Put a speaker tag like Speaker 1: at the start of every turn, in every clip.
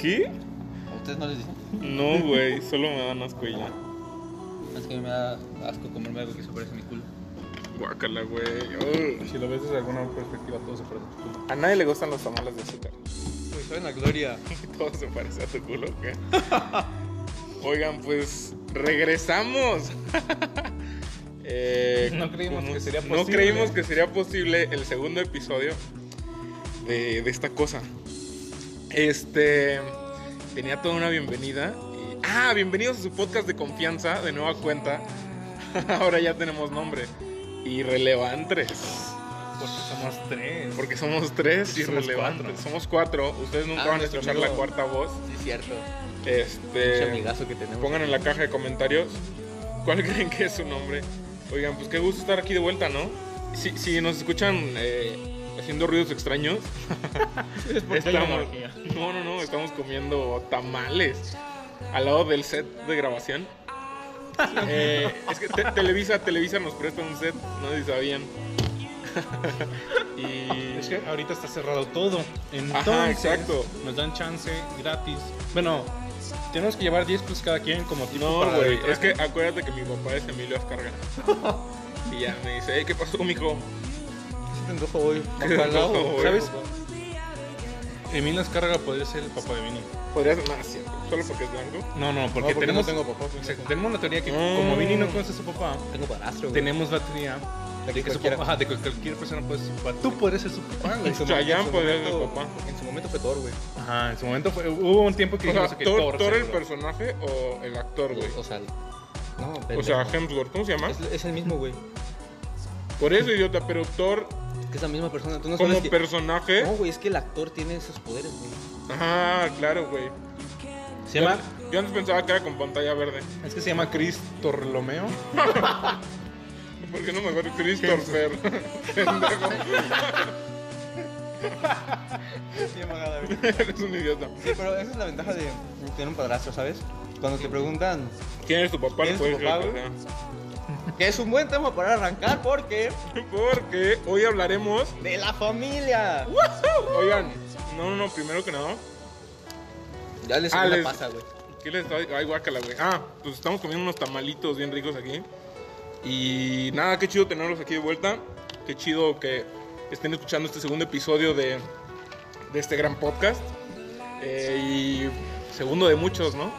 Speaker 1: ¿Qué?
Speaker 2: ¿A ustedes no les dicen?
Speaker 1: No, güey, solo me dan asco y ya.
Speaker 2: Es que a mí me da asco comerme algo que se parece a mi culo.
Speaker 1: Guácala, güey.
Speaker 3: Si lo ves desde alguna perspectiva, todo se parece a tu culo.
Speaker 1: Oh. A nadie le gustan los tamales de azúcar.
Speaker 4: Pues saben la gloria.
Speaker 1: Todo se parece a tu culo, ¿qué? Oigan, pues regresamos. Eh,
Speaker 3: No creímos
Speaker 1: como-
Speaker 3: que sería
Speaker 1: No
Speaker 3: posible.
Speaker 1: creímos que sería posible el segundo episodio de, de esta cosa. Este. Tenía toda una bienvenida. y- ah, bienvenidos a su podcast de confianza, de nueva cuenta. Ahora ya tenemos nombre. Irrelevantes.
Speaker 3: Porque somos tres.
Speaker 1: Porque somos tres
Speaker 3: Somos
Speaker 1: irrelevantes.
Speaker 3: cuatro.
Speaker 1: Somos cuatro. Ustedes nunca
Speaker 2: Ah,
Speaker 1: van a
Speaker 2: nuestro
Speaker 1: escuchar la
Speaker 2: amigo.
Speaker 1: cuarta voz.
Speaker 2: Sí, cierto. Ese
Speaker 1: Este.
Speaker 2: amigazo que tenemos.
Speaker 1: Pongan en la caja de comentarios cuál creen que es su nombre. Oigan, pues qué gusto estar aquí de vuelta, ¿no? Si, si nos escuchan eh, haciendo ruidos extraños, estamos, no, no, no, estamos comiendo tamales al lado del set de grabación. Eh, es que te- Televisa, Televisa nos presta un set, no sé si sabían. y,
Speaker 3: Es que ahorita está cerrado todo. Entonces,
Speaker 1: Ajá, exacto.
Speaker 3: nos dan chance gratis. Bueno, tenemos que llevar 10 pesos cada quien como tipo
Speaker 1: No,
Speaker 3: para
Speaker 1: güey,
Speaker 3: arbitraje.
Speaker 1: es que acuérdate que mi papá es Emilio Azcárraga. Y ya me dice, "Ey, ¿qué pasó, mijo?
Speaker 4: Sí, te antojo hoy.
Speaker 1: ¿Qué te
Speaker 4: Ojalá,
Speaker 1: antojo,
Speaker 4: güey.
Speaker 1: güey?
Speaker 3: ¿Sabes? Emilio Azcárraga podría ser el papá de Vini.
Speaker 1: Podrías más, ¿cierto? solo porque es blanco.
Speaker 3: No, no,
Speaker 4: No,
Speaker 3: porque, tenemos,
Speaker 4: no tengo papá.
Speaker 3: o sea, tenemos una teoría que
Speaker 1: Mm.
Speaker 3: como Vini no conoce a su papá,
Speaker 2: Tengo parastro, güey.
Speaker 3: tenemos la teoría
Speaker 4: De que
Speaker 3: de que su
Speaker 4: cualquiera.
Speaker 3: papá, ajá, de que cualquier persona puede ser su papá. Tú puedes ser su papá, güey.
Speaker 4: En su mo-
Speaker 1: Chayanne
Speaker 4: en su
Speaker 1: podría ser
Speaker 4: momento-
Speaker 1: papá.
Speaker 4: En su momento fue Thor, güey.
Speaker 3: Ajá, en su momento fue- hubo un tiempo que
Speaker 1: O sea,
Speaker 3: dijimos que
Speaker 1: ¿Thor, Thor el
Speaker 3: seguro.
Speaker 1: personaje o el actor, güey?
Speaker 2: O sea, no,
Speaker 1: O
Speaker 2: pendejo.
Speaker 1: sea, Hemsworth, ¿cómo se llama?
Speaker 2: es, es el mismo, güey.
Speaker 1: Por eso, idiota, pero Thor
Speaker 2: Es que es la misma persona. Tú no
Speaker 1: como
Speaker 2: sabes que...
Speaker 1: personaje.
Speaker 2: No, güey, es que el actor tiene esos poderes, güey.
Speaker 1: Ah, claro, güey.
Speaker 3: Se llama,
Speaker 1: Yo antes pensaba que era con pantalla verde.
Speaker 3: es que se llama Chris Torlomeo.
Speaker 1: ¿Por qué no mejor Christopher? Pendejo,
Speaker 4: Sí, amagada, güey.
Speaker 1: eres un idiota.
Speaker 4: Sí, pero esa es la ventaja de tener un padrastro, ¿sabes? Cuando te preguntan,
Speaker 1: ¿Quién es tu papá?
Speaker 4: ¿Quién es tu
Speaker 1: Puedes
Speaker 4: papá,
Speaker 1: decir,
Speaker 4: güey?
Speaker 1: o sea,
Speaker 4: que es un buen tema para arrancar porque
Speaker 1: Porque hoy hablaremos.
Speaker 4: de la familia.
Speaker 1: Oigan, no, no, no, primero que nada.
Speaker 2: Ya les
Speaker 1: Ah,
Speaker 2: ah,
Speaker 1: les-
Speaker 2: pasa, güey.
Speaker 1: ¿Qué les está Ay, guácala, güey. Ah, pues estamos comiendo unos tamalitos bien ricos aquí. Y nada, qué chido tenerlos aquí de vuelta. Qué chido que estén escuchando este segundo episodio de, de este gran podcast. Eh, y segundo de muchos, ¿no?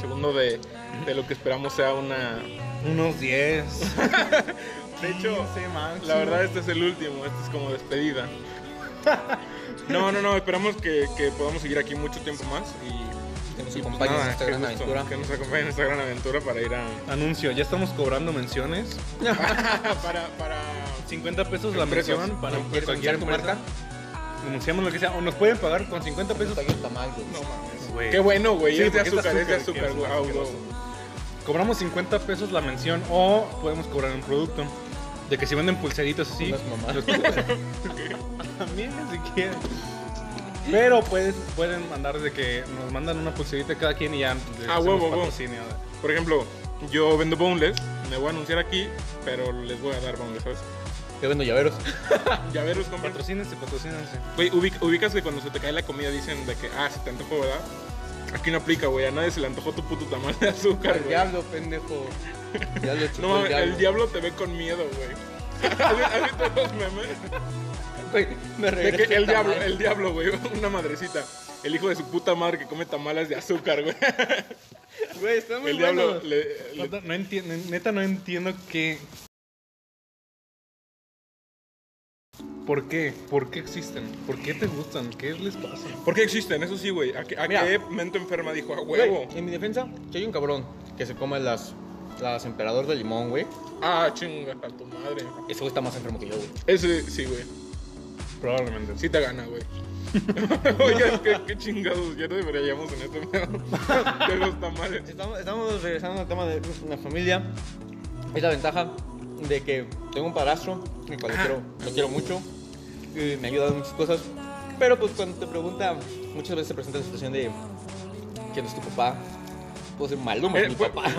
Speaker 1: Segundo de, de lo que esperamos sea una...
Speaker 3: Unos 10.
Speaker 1: De hecho, la verdad este es el último, este es como despedida. No, no, no, esperamos que, que podamos seguir aquí mucho tiempo más y...
Speaker 2: Que nos
Speaker 1: y pues
Speaker 2: acompañen
Speaker 1: nada,
Speaker 2: en esta
Speaker 1: qué
Speaker 2: gran
Speaker 1: gusto,
Speaker 2: aventura.
Speaker 1: Que nos acompañen en esta gran aventura para ir a...
Speaker 3: Anuncio, ya estamos cobrando menciones.
Speaker 1: Ah, para, para...
Speaker 3: 50 pesos la
Speaker 1: Empresas.
Speaker 3: mención para
Speaker 2: ¿Quieres
Speaker 3: cualquier
Speaker 2: anunciar tu
Speaker 3: empresa.
Speaker 2: marca?
Speaker 3: Anunciamos lo que sea. O nos pueden pagar con 50 pesos.
Speaker 2: Está bien tamal, güey.
Speaker 1: No mames.
Speaker 3: Güey.
Speaker 1: Qué bueno, güey.
Speaker 3: Sí,
Speaker 1: es de
Speaker 3: porque
Speaker 1: azúcar, es de
Speaker 3: que
Speaker 1: azúcar,
Speaker 3: es
Speaker 1: güey.
Speaker 3: más
Speaker 1: Ah,
Speaker 3: que
Speaker 1: güey.
Speaker 3: no. Cobramos 50 pesos la mención o podemos cobrar un producto. De que si venden pulseritas así.
Speaker 2: Unas mamadas.
Speaker 3: los- También si quieren. Pero pues, pueden mandar de que nos mandan una pulserita cada quien y ya. les
Speaker 1: Ah,
Speaker 3: hacemos
Speaker 1: huevo, huevo.
Speaker 3: patrocinio.
Speaker 1: Por ejemplo, yo vendo boneless. Me voy a anunciar aquí, pero les voy a dar boneless, ¿sabes?
Speaker 2: Yo vendo llaveros.
Speaker 1: Llaveros, compren.
Speaker 3: Patrocínense, patrocínense.
Speaker 1: Güey, ubic- ubicas que cuando se te cae la comida dicen de que, ah, se te antojó, ¿verdad? Aquí no aplica, güey. A nadie se le antojó tu puto tamal de azúcar,
Speaker 4: El
Speaker 1: güey.
Speaker 4: diablo, pendejo.
Speaker 2: Ya lo chupó
Speaker 1: No mames, el
Speaker 2: diablo.
Speaker 1: diablo te ve con miedo, güey. ¿Has visto los memes?
Speaker 4: Güey, me
Speaker 1: De que
Speaker 4: regresé
Speaker 1: el diablo,
Speaker 4: tamal.
Speaker 1: el diablo, güey. Una madrecita. El hijo de su puta madre que come tamales de azúcar, güey.
Speaker 4: Güey, está muy
Speaker 1: El
Speaker 4: bueno.
Speaker 1: diablo le- le
Speaker 3: Neta, no entiendo, neta no entiendo qué. ¿Por qué? ¿Por qué existen? ¿Por qué te gustan? ¿Qué les pasa?
Speaker 1: ¿Por qué existen? Eso sí, güey. ¿A, qué, a
Speaker 2: Mira.
Speaker 1: qué mente enferma dijo a
Speaker 4: Güey,
Speaker 1: huevo?
Speaker 4: en mi defensa, que hay un cabrón que se come las, las emperador de limón, güey.
Speaker 1: Ah, chinga, a tu madre.
Speaker 2: Ese güey está más enfermo que yo, güey.
Speaker 1: Ese sí, güey.
Speaker 3: Probablemente.
Speaker 1: Sí te gana, güey. Oigan, qué, qué chingados. Ya no deberíamos en este pedo de los tamales.
Speaker 4: Estamos, estamos regresando al tema de la familia. Es la ventaja de que tengo un padrastro, el cual lo quiero, lo quiero mucho, y me ha ayudado en muchas cosas. Pero pues cuando te pregunta, muchas veces se presenta la situación de quién es tu papá. Puedo ser Maluma,
Speaker 1: Eh,
Speaker 4: mi
Speaker 1: fue-
Speaker 4: papá.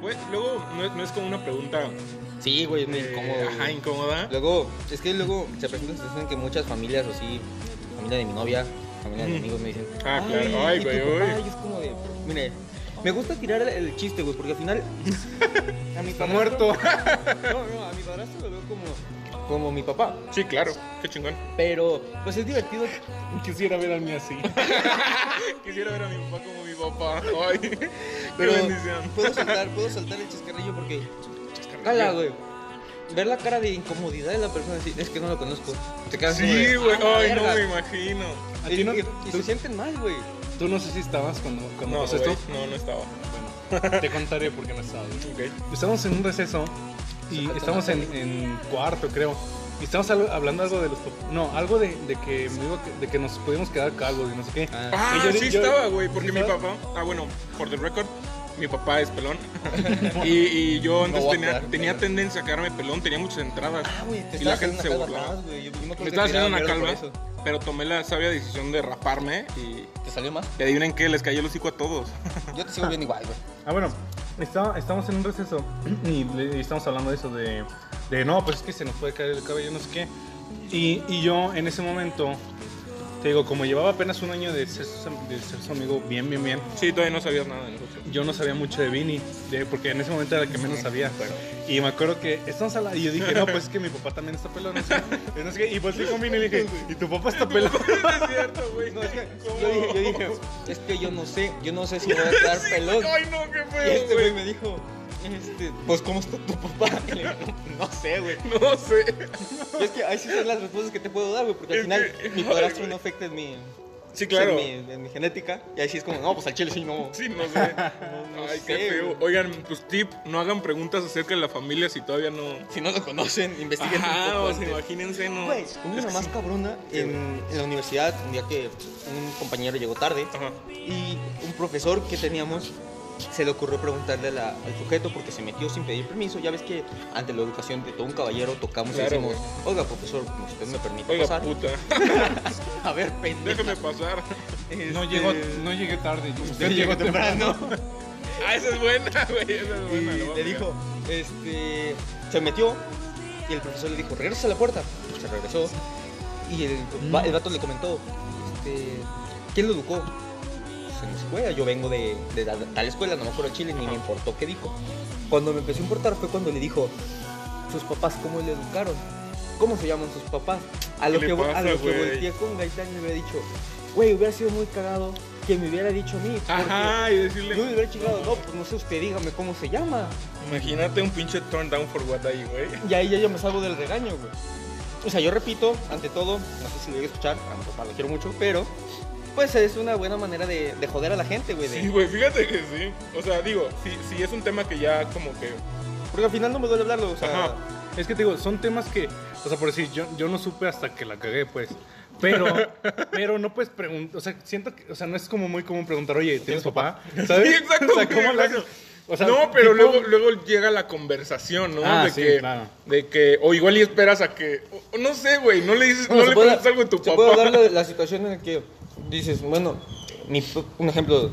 Speaker 1: Güey, luego no es, no es como una pregunta
Speaker 4: Sí, güey, es muy
Speaker 1: eh,
Speaker 4: incómodo. güey.
Speaker 1: ajá, incómoda.
Speaker 4: Luego, es que luego se presenta la situación en que muchas familias, o sí, familia de mi novia, familia de amigos me dicen.
Speaker 1: Ah, claro. Ay,
Speaker 4: ¿y
Speaker 1: güey,
Speaker 4: tu papá?"
Speaker 1: uy.
Speaker 4: Y es como de. Mire, me gusta tirar el, el chiste, güey, porque al final. A mi
Speaker 3: Está
Speaker 4: padrastro-
Speaker 3: muerto.
Speaker 4: No, no, a mi padrastro lo veo como. Como mi papá.
Speaker 1: Sí, claro. Qué chingón.
Speaker 4: Pero, pues es divertido.
Speaker 3: Quisiera ver a mí así.
Speaker 1: Eh, Quisiera ver a mi papá como mi papá. Ay, qué
Speaker 4: Pero
Speaker 1: bendición.
Speaker 4: puedo saltar, puedo saltar el chascarrillo porque. Cala, güey. Ver la cara de incomodidad de la persona decir, es que no lo conozco. Te quedas como
Speaker 1: Sí,
Speaker 4: de,
Speaker 1: güey.
Speaker 4: "Ah, la
Speaker 1: Ay, no
Speaker 4: verga".
Speaker 1: me imagino.
Speaker 3: ¿A
Speaker 4: Y,
Speaker 3: ti no?
Speaker 4: y- y se sienten mal, güey.
Speaker 3: Tú no sé si estabas cuando, cuando
Speaker 1: No,
Speaker 3: pasó
Speaker 1: güey,
Speaker 3: esto.
Speaker 1: no, no estaba.
Speaker 3: Bueno, te contaré por qué no estaba. güey.
Speaker 1: Ok.
Speaker 3: Estamos en un receso y estamos en, en cuarto, creo. Y estamos al- hablando algo de los. pap- No, algo de, de que me digo que, de que nos podíamos quedar calvos y no sé qué.
Speaker 1: Ah,
Speaker 3: Yo-
Speaker 1: sí
Speaker 3: yo-
Speaker 1: estaba, güey, porque
Speaker 3: ¿sí
Speaker 1: mi
Speaker 3: estaba?
Speaker 1: papá, ah, bueno, por the record, mi papá es pelón. y, y yo antes
Speaker 4: voy a
Speaker 1: tenía,
Speaker 4: quedar
Speaker 1: tenía
Speaker 4: pelón.
Speaker 1: tendencia a quedarme pelón, tenía muchas entradas.
Speaker 4: Ah, güey, te
Speaker 1: y la
Speaker 4: estabas
Speaker 1: gente se
Speaker 4: haciendo una calva
Speaker 1: burlaba.
Speaker 4: más, güey. Yo- yo me acuerdo
Speaker 1: Me
Speaker 4: que
Speaker 1: estaba haciendo
Speaker 4: tiraban
Speaker 1: una
Speaker 4: mierda por
Speaker 1: calva,
Speaker 4: eso.
Speaker 1: pero tomé la sabia decisión de raparme y,
Speaker 4: ¿Te salió más?
Speaker 1: y adivinen qué, les cayó el hocico a todos.
Speaker 4: Yo te sigo viendo igual, güey.
Speaker 3: Ah, bueno, está- estamos en un receso y, le- y estamos hablando de eso, de, de, no, pues es que se nos puede caer el cabello, no sé qué. Y, y yo en ese momento, te digo, como llevaba apenas un año de ser, su- de ser su amigo bien, bien, bien,
Speaker 1: Sí, todavía no sabías nada de nosotros.
Speaker 3: yo no sabía mucho de Vini, de- porque en ese momento era el que menos sabía. Y me acuerdo que estamos hablando, y yo dije, no, pues es que mi papá también está pelón. no sé qué, no sé qué, y volteé con Vini y le dije, ¿y tu papá está pelón?
Speaker 1: es cierto, güey.
Speaker 4: No, es que yo dije, yo dije, es que yo no sé, yo no sé si me voy a quedar pelón.
Speaker 1: Ay, no, qué
Speaker 4: Y
Speaker 1: feo,
Speaker 4: este güey
Speaker 1: güey.
Speaker 4: me dijo, este, pues ¿cómo está tu papá? Y le digo, no sé, güey.
Speaker 1: No sé.
Speaker 4: Y es que ahí sí son las respuestas que te puedo dar, güey, porque al
Speaker 1: Es
Speaker 4: final
Speaker 1: que-
Speaker 4: mi padrastro no afecta en mi,
Speaker 1: Sí, claro.
Speaker 4: en mi, en mi genética. Y ahí sí es como, no, pues al chile sí no.
Speaker 1: Sí, no sé.
Speaker 4: no
Speaker 1: Ay,
Speaker 4: sé,
Speaker 1: qué feo.
Speaker 4: güey.
Speaker 1: Oigan, pues tip, no hagan preguntas acerca de la familia si todavía no...
Speaker 4: Si no lo conocen, investiguen. un
Speaker 1: Ajá,
Speaker 4: poco
Speaker 1: o sea,
Speaker 4: antes.
Speaker 1: imagínense, no.
Speaker 4: Güey, hubo
Speaker 1: Es
Speaker 4: Pues, una
Speaker 1: que
Speaker 4: más
Speaker 1: sí.
Speaker 4: cabrona en, en la universidad, un día que un compañero llegó tarde
Speaker 1: Ajá.
Speaker 4: y un profesor que teníamos se le ocurrió preguntarle a la- al sujeto porque se metió sin pedir permiso. Ya ves que ante la educación de todo un caballero tocamos
Speaker 1: Claro,
Speaker 4: y decimos, oiga profesor, usted me permite
Speaker 1: Oiga,
Speaker 4: pasar.
Speaker 1: puta,
Speaker 4: A ver, pendejo.
Speaker 1: déjame pasar.
Speaker 3: No, llegó, no llegué tarde, Este, usted
Speaker 4: Usted llegó temprano.
Speaker 1: Ah, esa es buena, güey. Esa es
Speaker 4: Y
Speaker 1: buena. la voy a
Speaker 4: le
Speaker 1: aplicar.
Speaker 4: dijo, este, se metió y el profesor le dijo, regresa a la puerta. Se regresó y el, va- el vato le comentó, este, ¿quién lo educó? Pues en la escuela, yo vengo de, de ta- tal escuela, no me acuerdo de Chile, ni me importó qué dijo. Cuando me empezó a importar fue cuando le dijo, sus papás, ¿cómo le educaron? ¿Cómo se llaman sus papás? A lo
Speaker 1: ¿Qué
Speaker 4: que,
Speaker 1: le
Speaker 4: vo-
Speaker 1: pasa,
Speaker 4: a lo que
Speaker 1: güey?
Speaker 4: volteé con Gaitán y me hubiera dicho, güey, hubiera sido muy cagado que me hubiera dicho a mí. porque
Speaker 1: Ajá, y
Speaker 4: Yo
Speaker 1: decirle.
Speaker 4: le hubiera chingado, no, pues no sé usted, dígame cómo se llama.
Speaker 1: Imagínate un pinche turn down for what ahí, güey.
Speaker 4: Y ahí ya yo me salgo del regaño, güey. O sea, yo repito, ante todo, no sé si lo voy a escuchar, a mi papá lo quiero mucho, pero pues es una buena manera de, de joder a la gente, güey. de-
Speaker 1: Sí, güey, fíjate que sí. O sea, digo, sí, sí es un tema que ya como que.
Speaker 4: Porque al final no me duele hablarlo, o sea,
Speaker 1: Ajá.
Speaker 3: Es que te digo, son temas que, o sea, por decir, yo, yo no supe hasta que la cagué, pues. Pero, pero no puedes preguntar, o sea, siento que, o sea, no es como muy común preguntar, oye, ¿tienes papá? ¿Sabes?
Speaker 1: Sí, exacto,
Speaker 3: O sea, ¿cómo
Speaker 1: güey,
Speaker 3: lo haces?
Speaker 1: exacto.
Speaker 3: O sea,
Speaker 1: no, pero
Speaker 3: tipo-
Speaker 1: luego, luego llega la conversación, ¿no?
Speaker 3: Ah,
Speaker 1: de,
Speaker 3: sí,
Speaker 1: que,
Speaker 3: claro.
Speaker 1: de que. O igual y esperas a que. o- o no sé, güey. No le dices,
Speaker 4: Bueno,
Speaker 1: no
Speaker 4: se
Speaker 1: le
Speaker 4: puede-
Speaker 1: preguntas algo a tu
Speaker 4: se puede hablar
Speaker 1: papá.
Speaker 4: de la situación en la que dices, bueno, mi p- un ejemplo.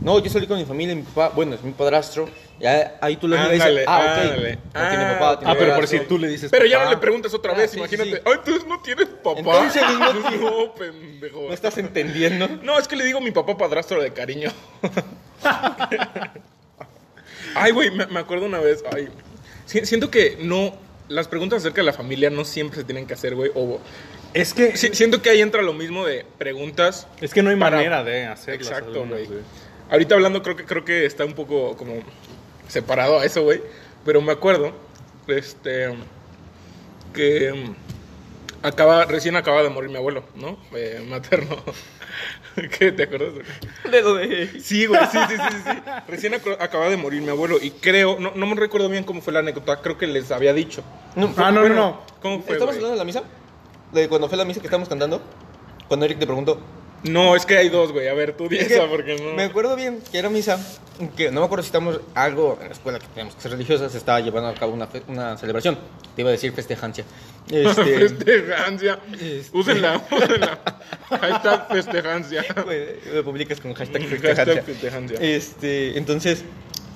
Speaker 4: No, yo salí con mi familia, y mi papá, bueno, es mi padrastro. Ya ahí tú le miras y dices,
Speaker 1: Ándale,
Speaker 4: ah, ok.
Speaker 1: ándale.
Speaker 4: No tiene
Speaker 1: Ah,
Speaker 4: papá, tiene
Speaker 3: Ah, pero por
Speaker 4: padrastro.
Speaker 3: decir, tú le dices
Speaker 1: Pero ya no
Speaker 3: papá.
Speaker 1: le preguntas otra
Speaker 4: Ah,
Speaker 1: vez,
Speaker 4: sí, sí,
Speaker 1: imagínate.
Speaker 4: sí.
Speaker 1: Ay, entonces no tienes papá.
Speaker 4: Entonces, no tienes-
Speaker 1: no, pendejo.
Speaker 4: No estás entendiendo.
Speaker 1: No, es que le digo mi papá padrastro de cariño. ay, güey, me, me acuerdo una vez. Ay, si- siento que no. Las preguntas acerca de la familia no siempre se tienen que hacer, güey. O,
Speaker 3: Es que,
Speaker 1: si- siento que ahí entra lo mismo de preguntas.
Speaker 3: es que no hay
Speaker 1: para-
Speaker 3: manera de hacerlo.
Speaker 1: Exacto, güey. Ahorita hablando, creo que, creo que está un poco como separado a eso, güey. Pero me acuerdo, este, que mm, acaba, recién acaba de morir mi abuelo, ¿no? Eh, materno. ¿Qué? ¿Te acuerdas?
Speaker 4: Luego de...
Speaker 1: Sí, güey, sí, sí, sí, sí, sí. Recién acu- acaba de morir mi abuelo y creo, no, no me recuerdo bien cómo fue la anécdota, creo que les había dicho.
Speaker 4: No,
Speaker 3: Ah, no, no,
Speaker 1: Bueno,
Speaker 3: no.
Speaker 1: ¿Cómo fue,
Speaker 4: ¿Estamos
Speaker 1: güey?
Speaker 4: hablando de la misa? De cuando fue la misa que estábamos cantando. Cuando Eric te preguntó.
Speaker 1: No, es que hay dos, güey. A ver, tú di
Speaker 4: Es que
Speaker 1: esa porque no...
Speaker 4: Me acuerdo bien que era misa. Que no me acuerdo si estamos algo en la escuela que tenemos que ser religiosa. Se estaba llevando a cabo una, fe- una celebración. Te iba a decir festejancia. Este,
Speaker 1: Festejancia.
Speaker 4: Este-
Speaker 1: Úsenla, úsenla. Hashtag festejancia.
Speaker 4: güey, lo publicas con hashtag
Speaker 1: Hashtag
Speaker 4: festejancia.
Speaker 1: festejancia.
Speaker 4: Este, entonces,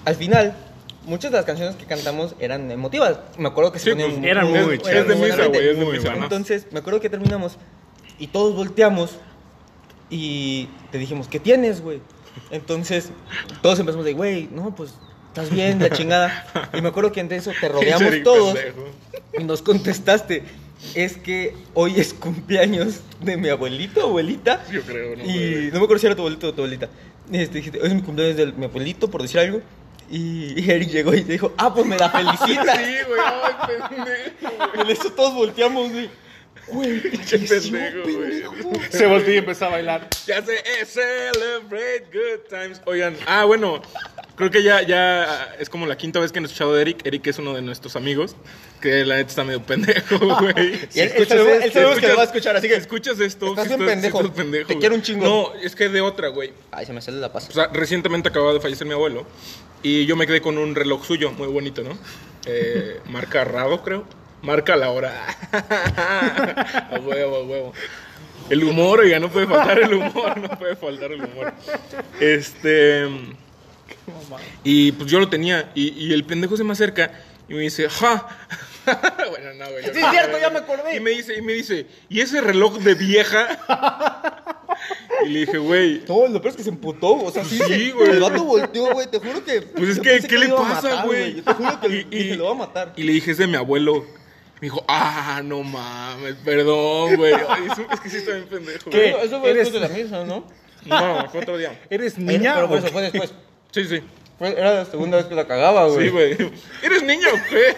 Speaker 4: al final, muchas de las canciones que cantamos eran emotivas. Me acuerdo que
Speaker 1: Sí,
Speaker 4: se ponían
Speaker 1: pues,
Speaker 4: muy-
Speaker 5: eran muy
Speaker 1: Es,
Speaker 5: chidas,
Speaker 1: es de
Speaker 4: muy
Speaker 1: misa, güey, es de
Speaker 3: muy
Speaker 1: misa.
Speaker 3: buenas.
Speaker 4: Entonces, me acuerdo que terminamos y todos volteamos y te dijimos, ¿qué tienes, güey? Entonces, todos empezamos de, güey, no, pues, estás bien, la chingada. Y me acuerdo que entre eso te rodeamos
Speaker 1: Pinche
Speaker 4: todos
Speaker 1: pendejo.
Speaker 4: y nos contestaste, es que hoy es cumpleaños de mi abuelito, abuelita.
Speaker 1: Yo creo, no.
Speaker 4: Y
Speaker 1: güey.
Speaker 4: no me acuerdo si era tu abuelito o tu abuelita. Este, dijiste, hoy es mi cumpleaños de mi abuelito, por decir algo. Y y Eric llegó y te dijo, ah, pues me la felicita.
Speaker 1: Sí, güey, ay, pendejo.
Speaker 4: Y en eso todos volteamos, güey. Güey,
Speaker 1: Pinche
Speaker 4: falleció,
Speaker 1: pendejo, güey.
Speaker 3: Se volteó y empezó a bailar.
Speaker 1: Ya sé, eh, celebrate good times. Oigan, ah, bueno, creo que ya, ya es como la quinta vez que hemos escuchado de Eric. Eric es uno de nuestros amigos, que la neta está medio pendejo, güey.
Speaker 4: Y él, él sabemos- él sabemos que lo va a escuchar, así
Speaker 1: Si
Speaker 4: que.
Speaker 1: escuchas esto,
Speaker 4: Estás
Speaker 1: si
Speaker 4: bien
Speaker 1: si
Speaker 4: pendejo.
Speaker 1: estás pendejo,
Speaker 4: Te
Speaker 1: güey.
Speaker 4: quiero un chingo.
Speaker 1: No, es que de otra, güey.
Speaker 4: Ay, se me sale la pasa.
Speaker 1: O sea, recientemente acababa de fallecer mi abuelo y yo me quedé con un reloj suyo, muy bonito, ¿no? Eh, marca Rado, creo. Marca la hora. a huevo, a huevo. El humor, oiga, no puede faltar el humor, no puede faltar el humor. Este. Y pues yo lo tenía y, y el pendejo se me acerca y me dice, ¡ja! bueno, no, güey. yo
Speaker 4: Sí,
Speaker 1: no-
Speaker 4: es cierto, ya me acordé.
Speaker 1: Y me dice, y me dice, ¿y ese reloj de vieja? y le dije, güey,
Speaker 4: Todo, lo peor es que se emputó, o sea,
Speaker 1: Sí,
Speaker 4: sí, se-
Speaker 1: güey.
Speaker 4: El vato volteó, güey, te juro que.
Speaker 1: Pues es
Speaker 4: yo
Speaker 1: que,
Speaker 4: pensé
Speaker 1: ¿qué
Speaker 4: lo
Speaker 1: le
Speaker 4: iba a
Speaker 1: pasa,
Speaker 4: matar,
Speaker 1: güey?
Speaker 4: Yo te juro que
Speaker 1: Y- y-
Speaker 4: dije, lo va a matar.
Speaker 1: Y le dije, es de mi abuelo. Me dijo, ah, no mames, perdón, güey. Ay, Es, es que sí está bien pendejo, güey.
Speaker 4: Eso, eso fue
Speaker 3: Eres-
Speaker 4: después de la misa, ¿no?
Speaker 1: No, fue otro día.
Speaker 3: ¿Eres
Speaker 4: Era-
Speaker 3: niña
Speaker 4: Pero por
Speaker 3: o
Speaker 1: pues,
Speaker 4: eso
Speaker 3: qué?
Speaker 4: fue después.
Speaker 1: Sí, sí.
Speaker 4: Fue- era la segunda vez que la cagaba, güey.
Speaker 1: Sí, güey. ¿Eres niño o qué?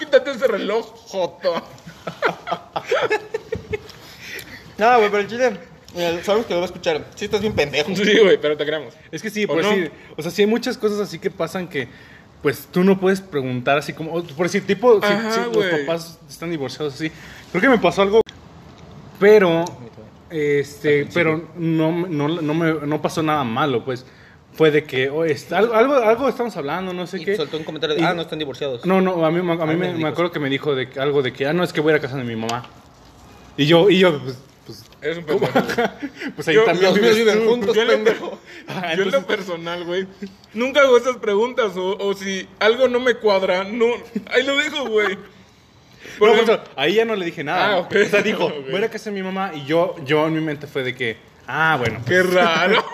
Speaker 1: Quítate ese reloj, Joto.
Speaker 4: Nada, güey, pero el chile. mira, sabemos que lo va a escuchar. Sí, estás bien pendejo.
Speaker 1: Sí, güey, pero te queremos.
Speaker 3: Es que sí,
Speaker 1: ¿O
Speaker 3: por
Speaker 1: no?
Speaker 3: decir, o sea, sí hay muchas cosas así que pasan que pues tú no puedes preguntar así como, o, por decir, tipo, si-
Speaker 1: Ajá,
Speaker 3: si, los
Speaker 1: güey.
Speaker 3: papás están divorciados así. Creo que me pasó algo, pero, este, pero no, no, no, me, no pasó nada malo, pues. Fue de que, o está, algo, algo, algo estamos hablando, no sé
Speaker 4: Y
Speaker 3: qué.
Speaker 4: soltó un comentario de,
Speaker 3: Y-
Speaker 4: ah, no están divorciados.
Speaker 3: No, no, a mí, a mí
Speaker 4: Ah,
Speaker 3: me,
Speaker 4: me
Speaker 3: me
Speaker 4: dijo.
Speaker 3: acuerdo que me dijo de que- algo de que, ah, no, es que voy a ir a casa de mi mamá. Y yo, y yo, pues, pues,
Speaker 1: Eres un pendejo. güey.
Speaker 3: pues ahí
Speaker 1: Yo-
Speaker 3: también
Speaker 4: Los míos
Speaker 3: vives
Speaker 4: viven
Speaker 3: tú.
Speaker 4: juntos,
Speaker 1: Yo le-
Speaker 4: pendejo.
Speaker 3: Ah,
Speaker 1: Yo en
Speaker 3: entonces-
Speaker 1: lo personal, güey, nunca hago esas preguntas o, o si algo no me cuadra, no, ahí lo dejo, güey. Por
Speaker 3: No,
Speaker 1: ejemplo-
Speaker 3: Poncho, ahí ya no le dije nada.
Speaker 1: Ah, ok.
Speaker 3: O sea, dijo,
Speaker 1: Ok.
Speaker 3: voy a ir a casa de mi mamá y yo, yo en mi mente fue de que, ah, bueno.
Speaker 1: Qué raro.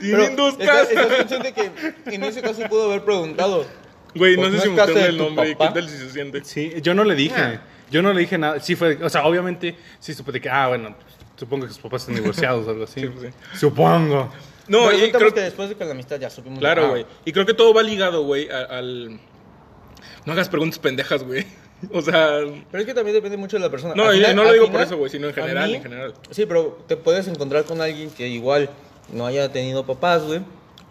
Speaker 1: Tienen dos
Speaker 4: estás- Estás
Speaker 1: casas.
Speaker 4: consciente que en ese caso pudo haber preguntado.
Speaker 1: Güey, no
Speaker 4: Pues
Speaker 1: sé
Speaker 4: no
Speaker 1: si
Speaker 4: es
Speaker 1: me
Speaker 4: casa
Speaker 1: cambia
Speaker 4: de
Speaker 1: el
Speaker 4: tu
Speaker 1: nombre.
Speaker 4: papá.
Speaker 1: ¿Qué tal si se siente?
Speaker 3: Sí, yo no le dije.
Speaker 1: Ah.
Speaker 3: Yo no le dije nada. Sí fue, o sea, obviamente, sí supe de que, ah, bueno, supongo que sus papás están divorciados o algo así.
Speaker 1: Sí, pues
Speaker 3: Supongo.
Speaker 1: No,
Speaker 4: Pero
Speaker 1: y
Speaker 4: resulta
Speaker 1: creo
Speaker 4: que después de que la amistad ya supimos.
Speaker 1: Claro,
Speaker 4: Ah,
Speaker 1: güey. Y creo que todo va ligado, güey, a- al. No hagas preguntas pendejas, güey. O sea.
Speaker 4: Pero es que también depende mucho de la persona.
Speaker 1: No,
Speaker 4: Al
Speaker 1: y no lo
Speaker 4: al
Speaker 1: digo por eso, güey, sino en
Speaker 4: a
Speaker 1: general, en general.
Speaker 4: Sí, pero te puedes encontrar con alguien que igual no haya tenido papás, güey.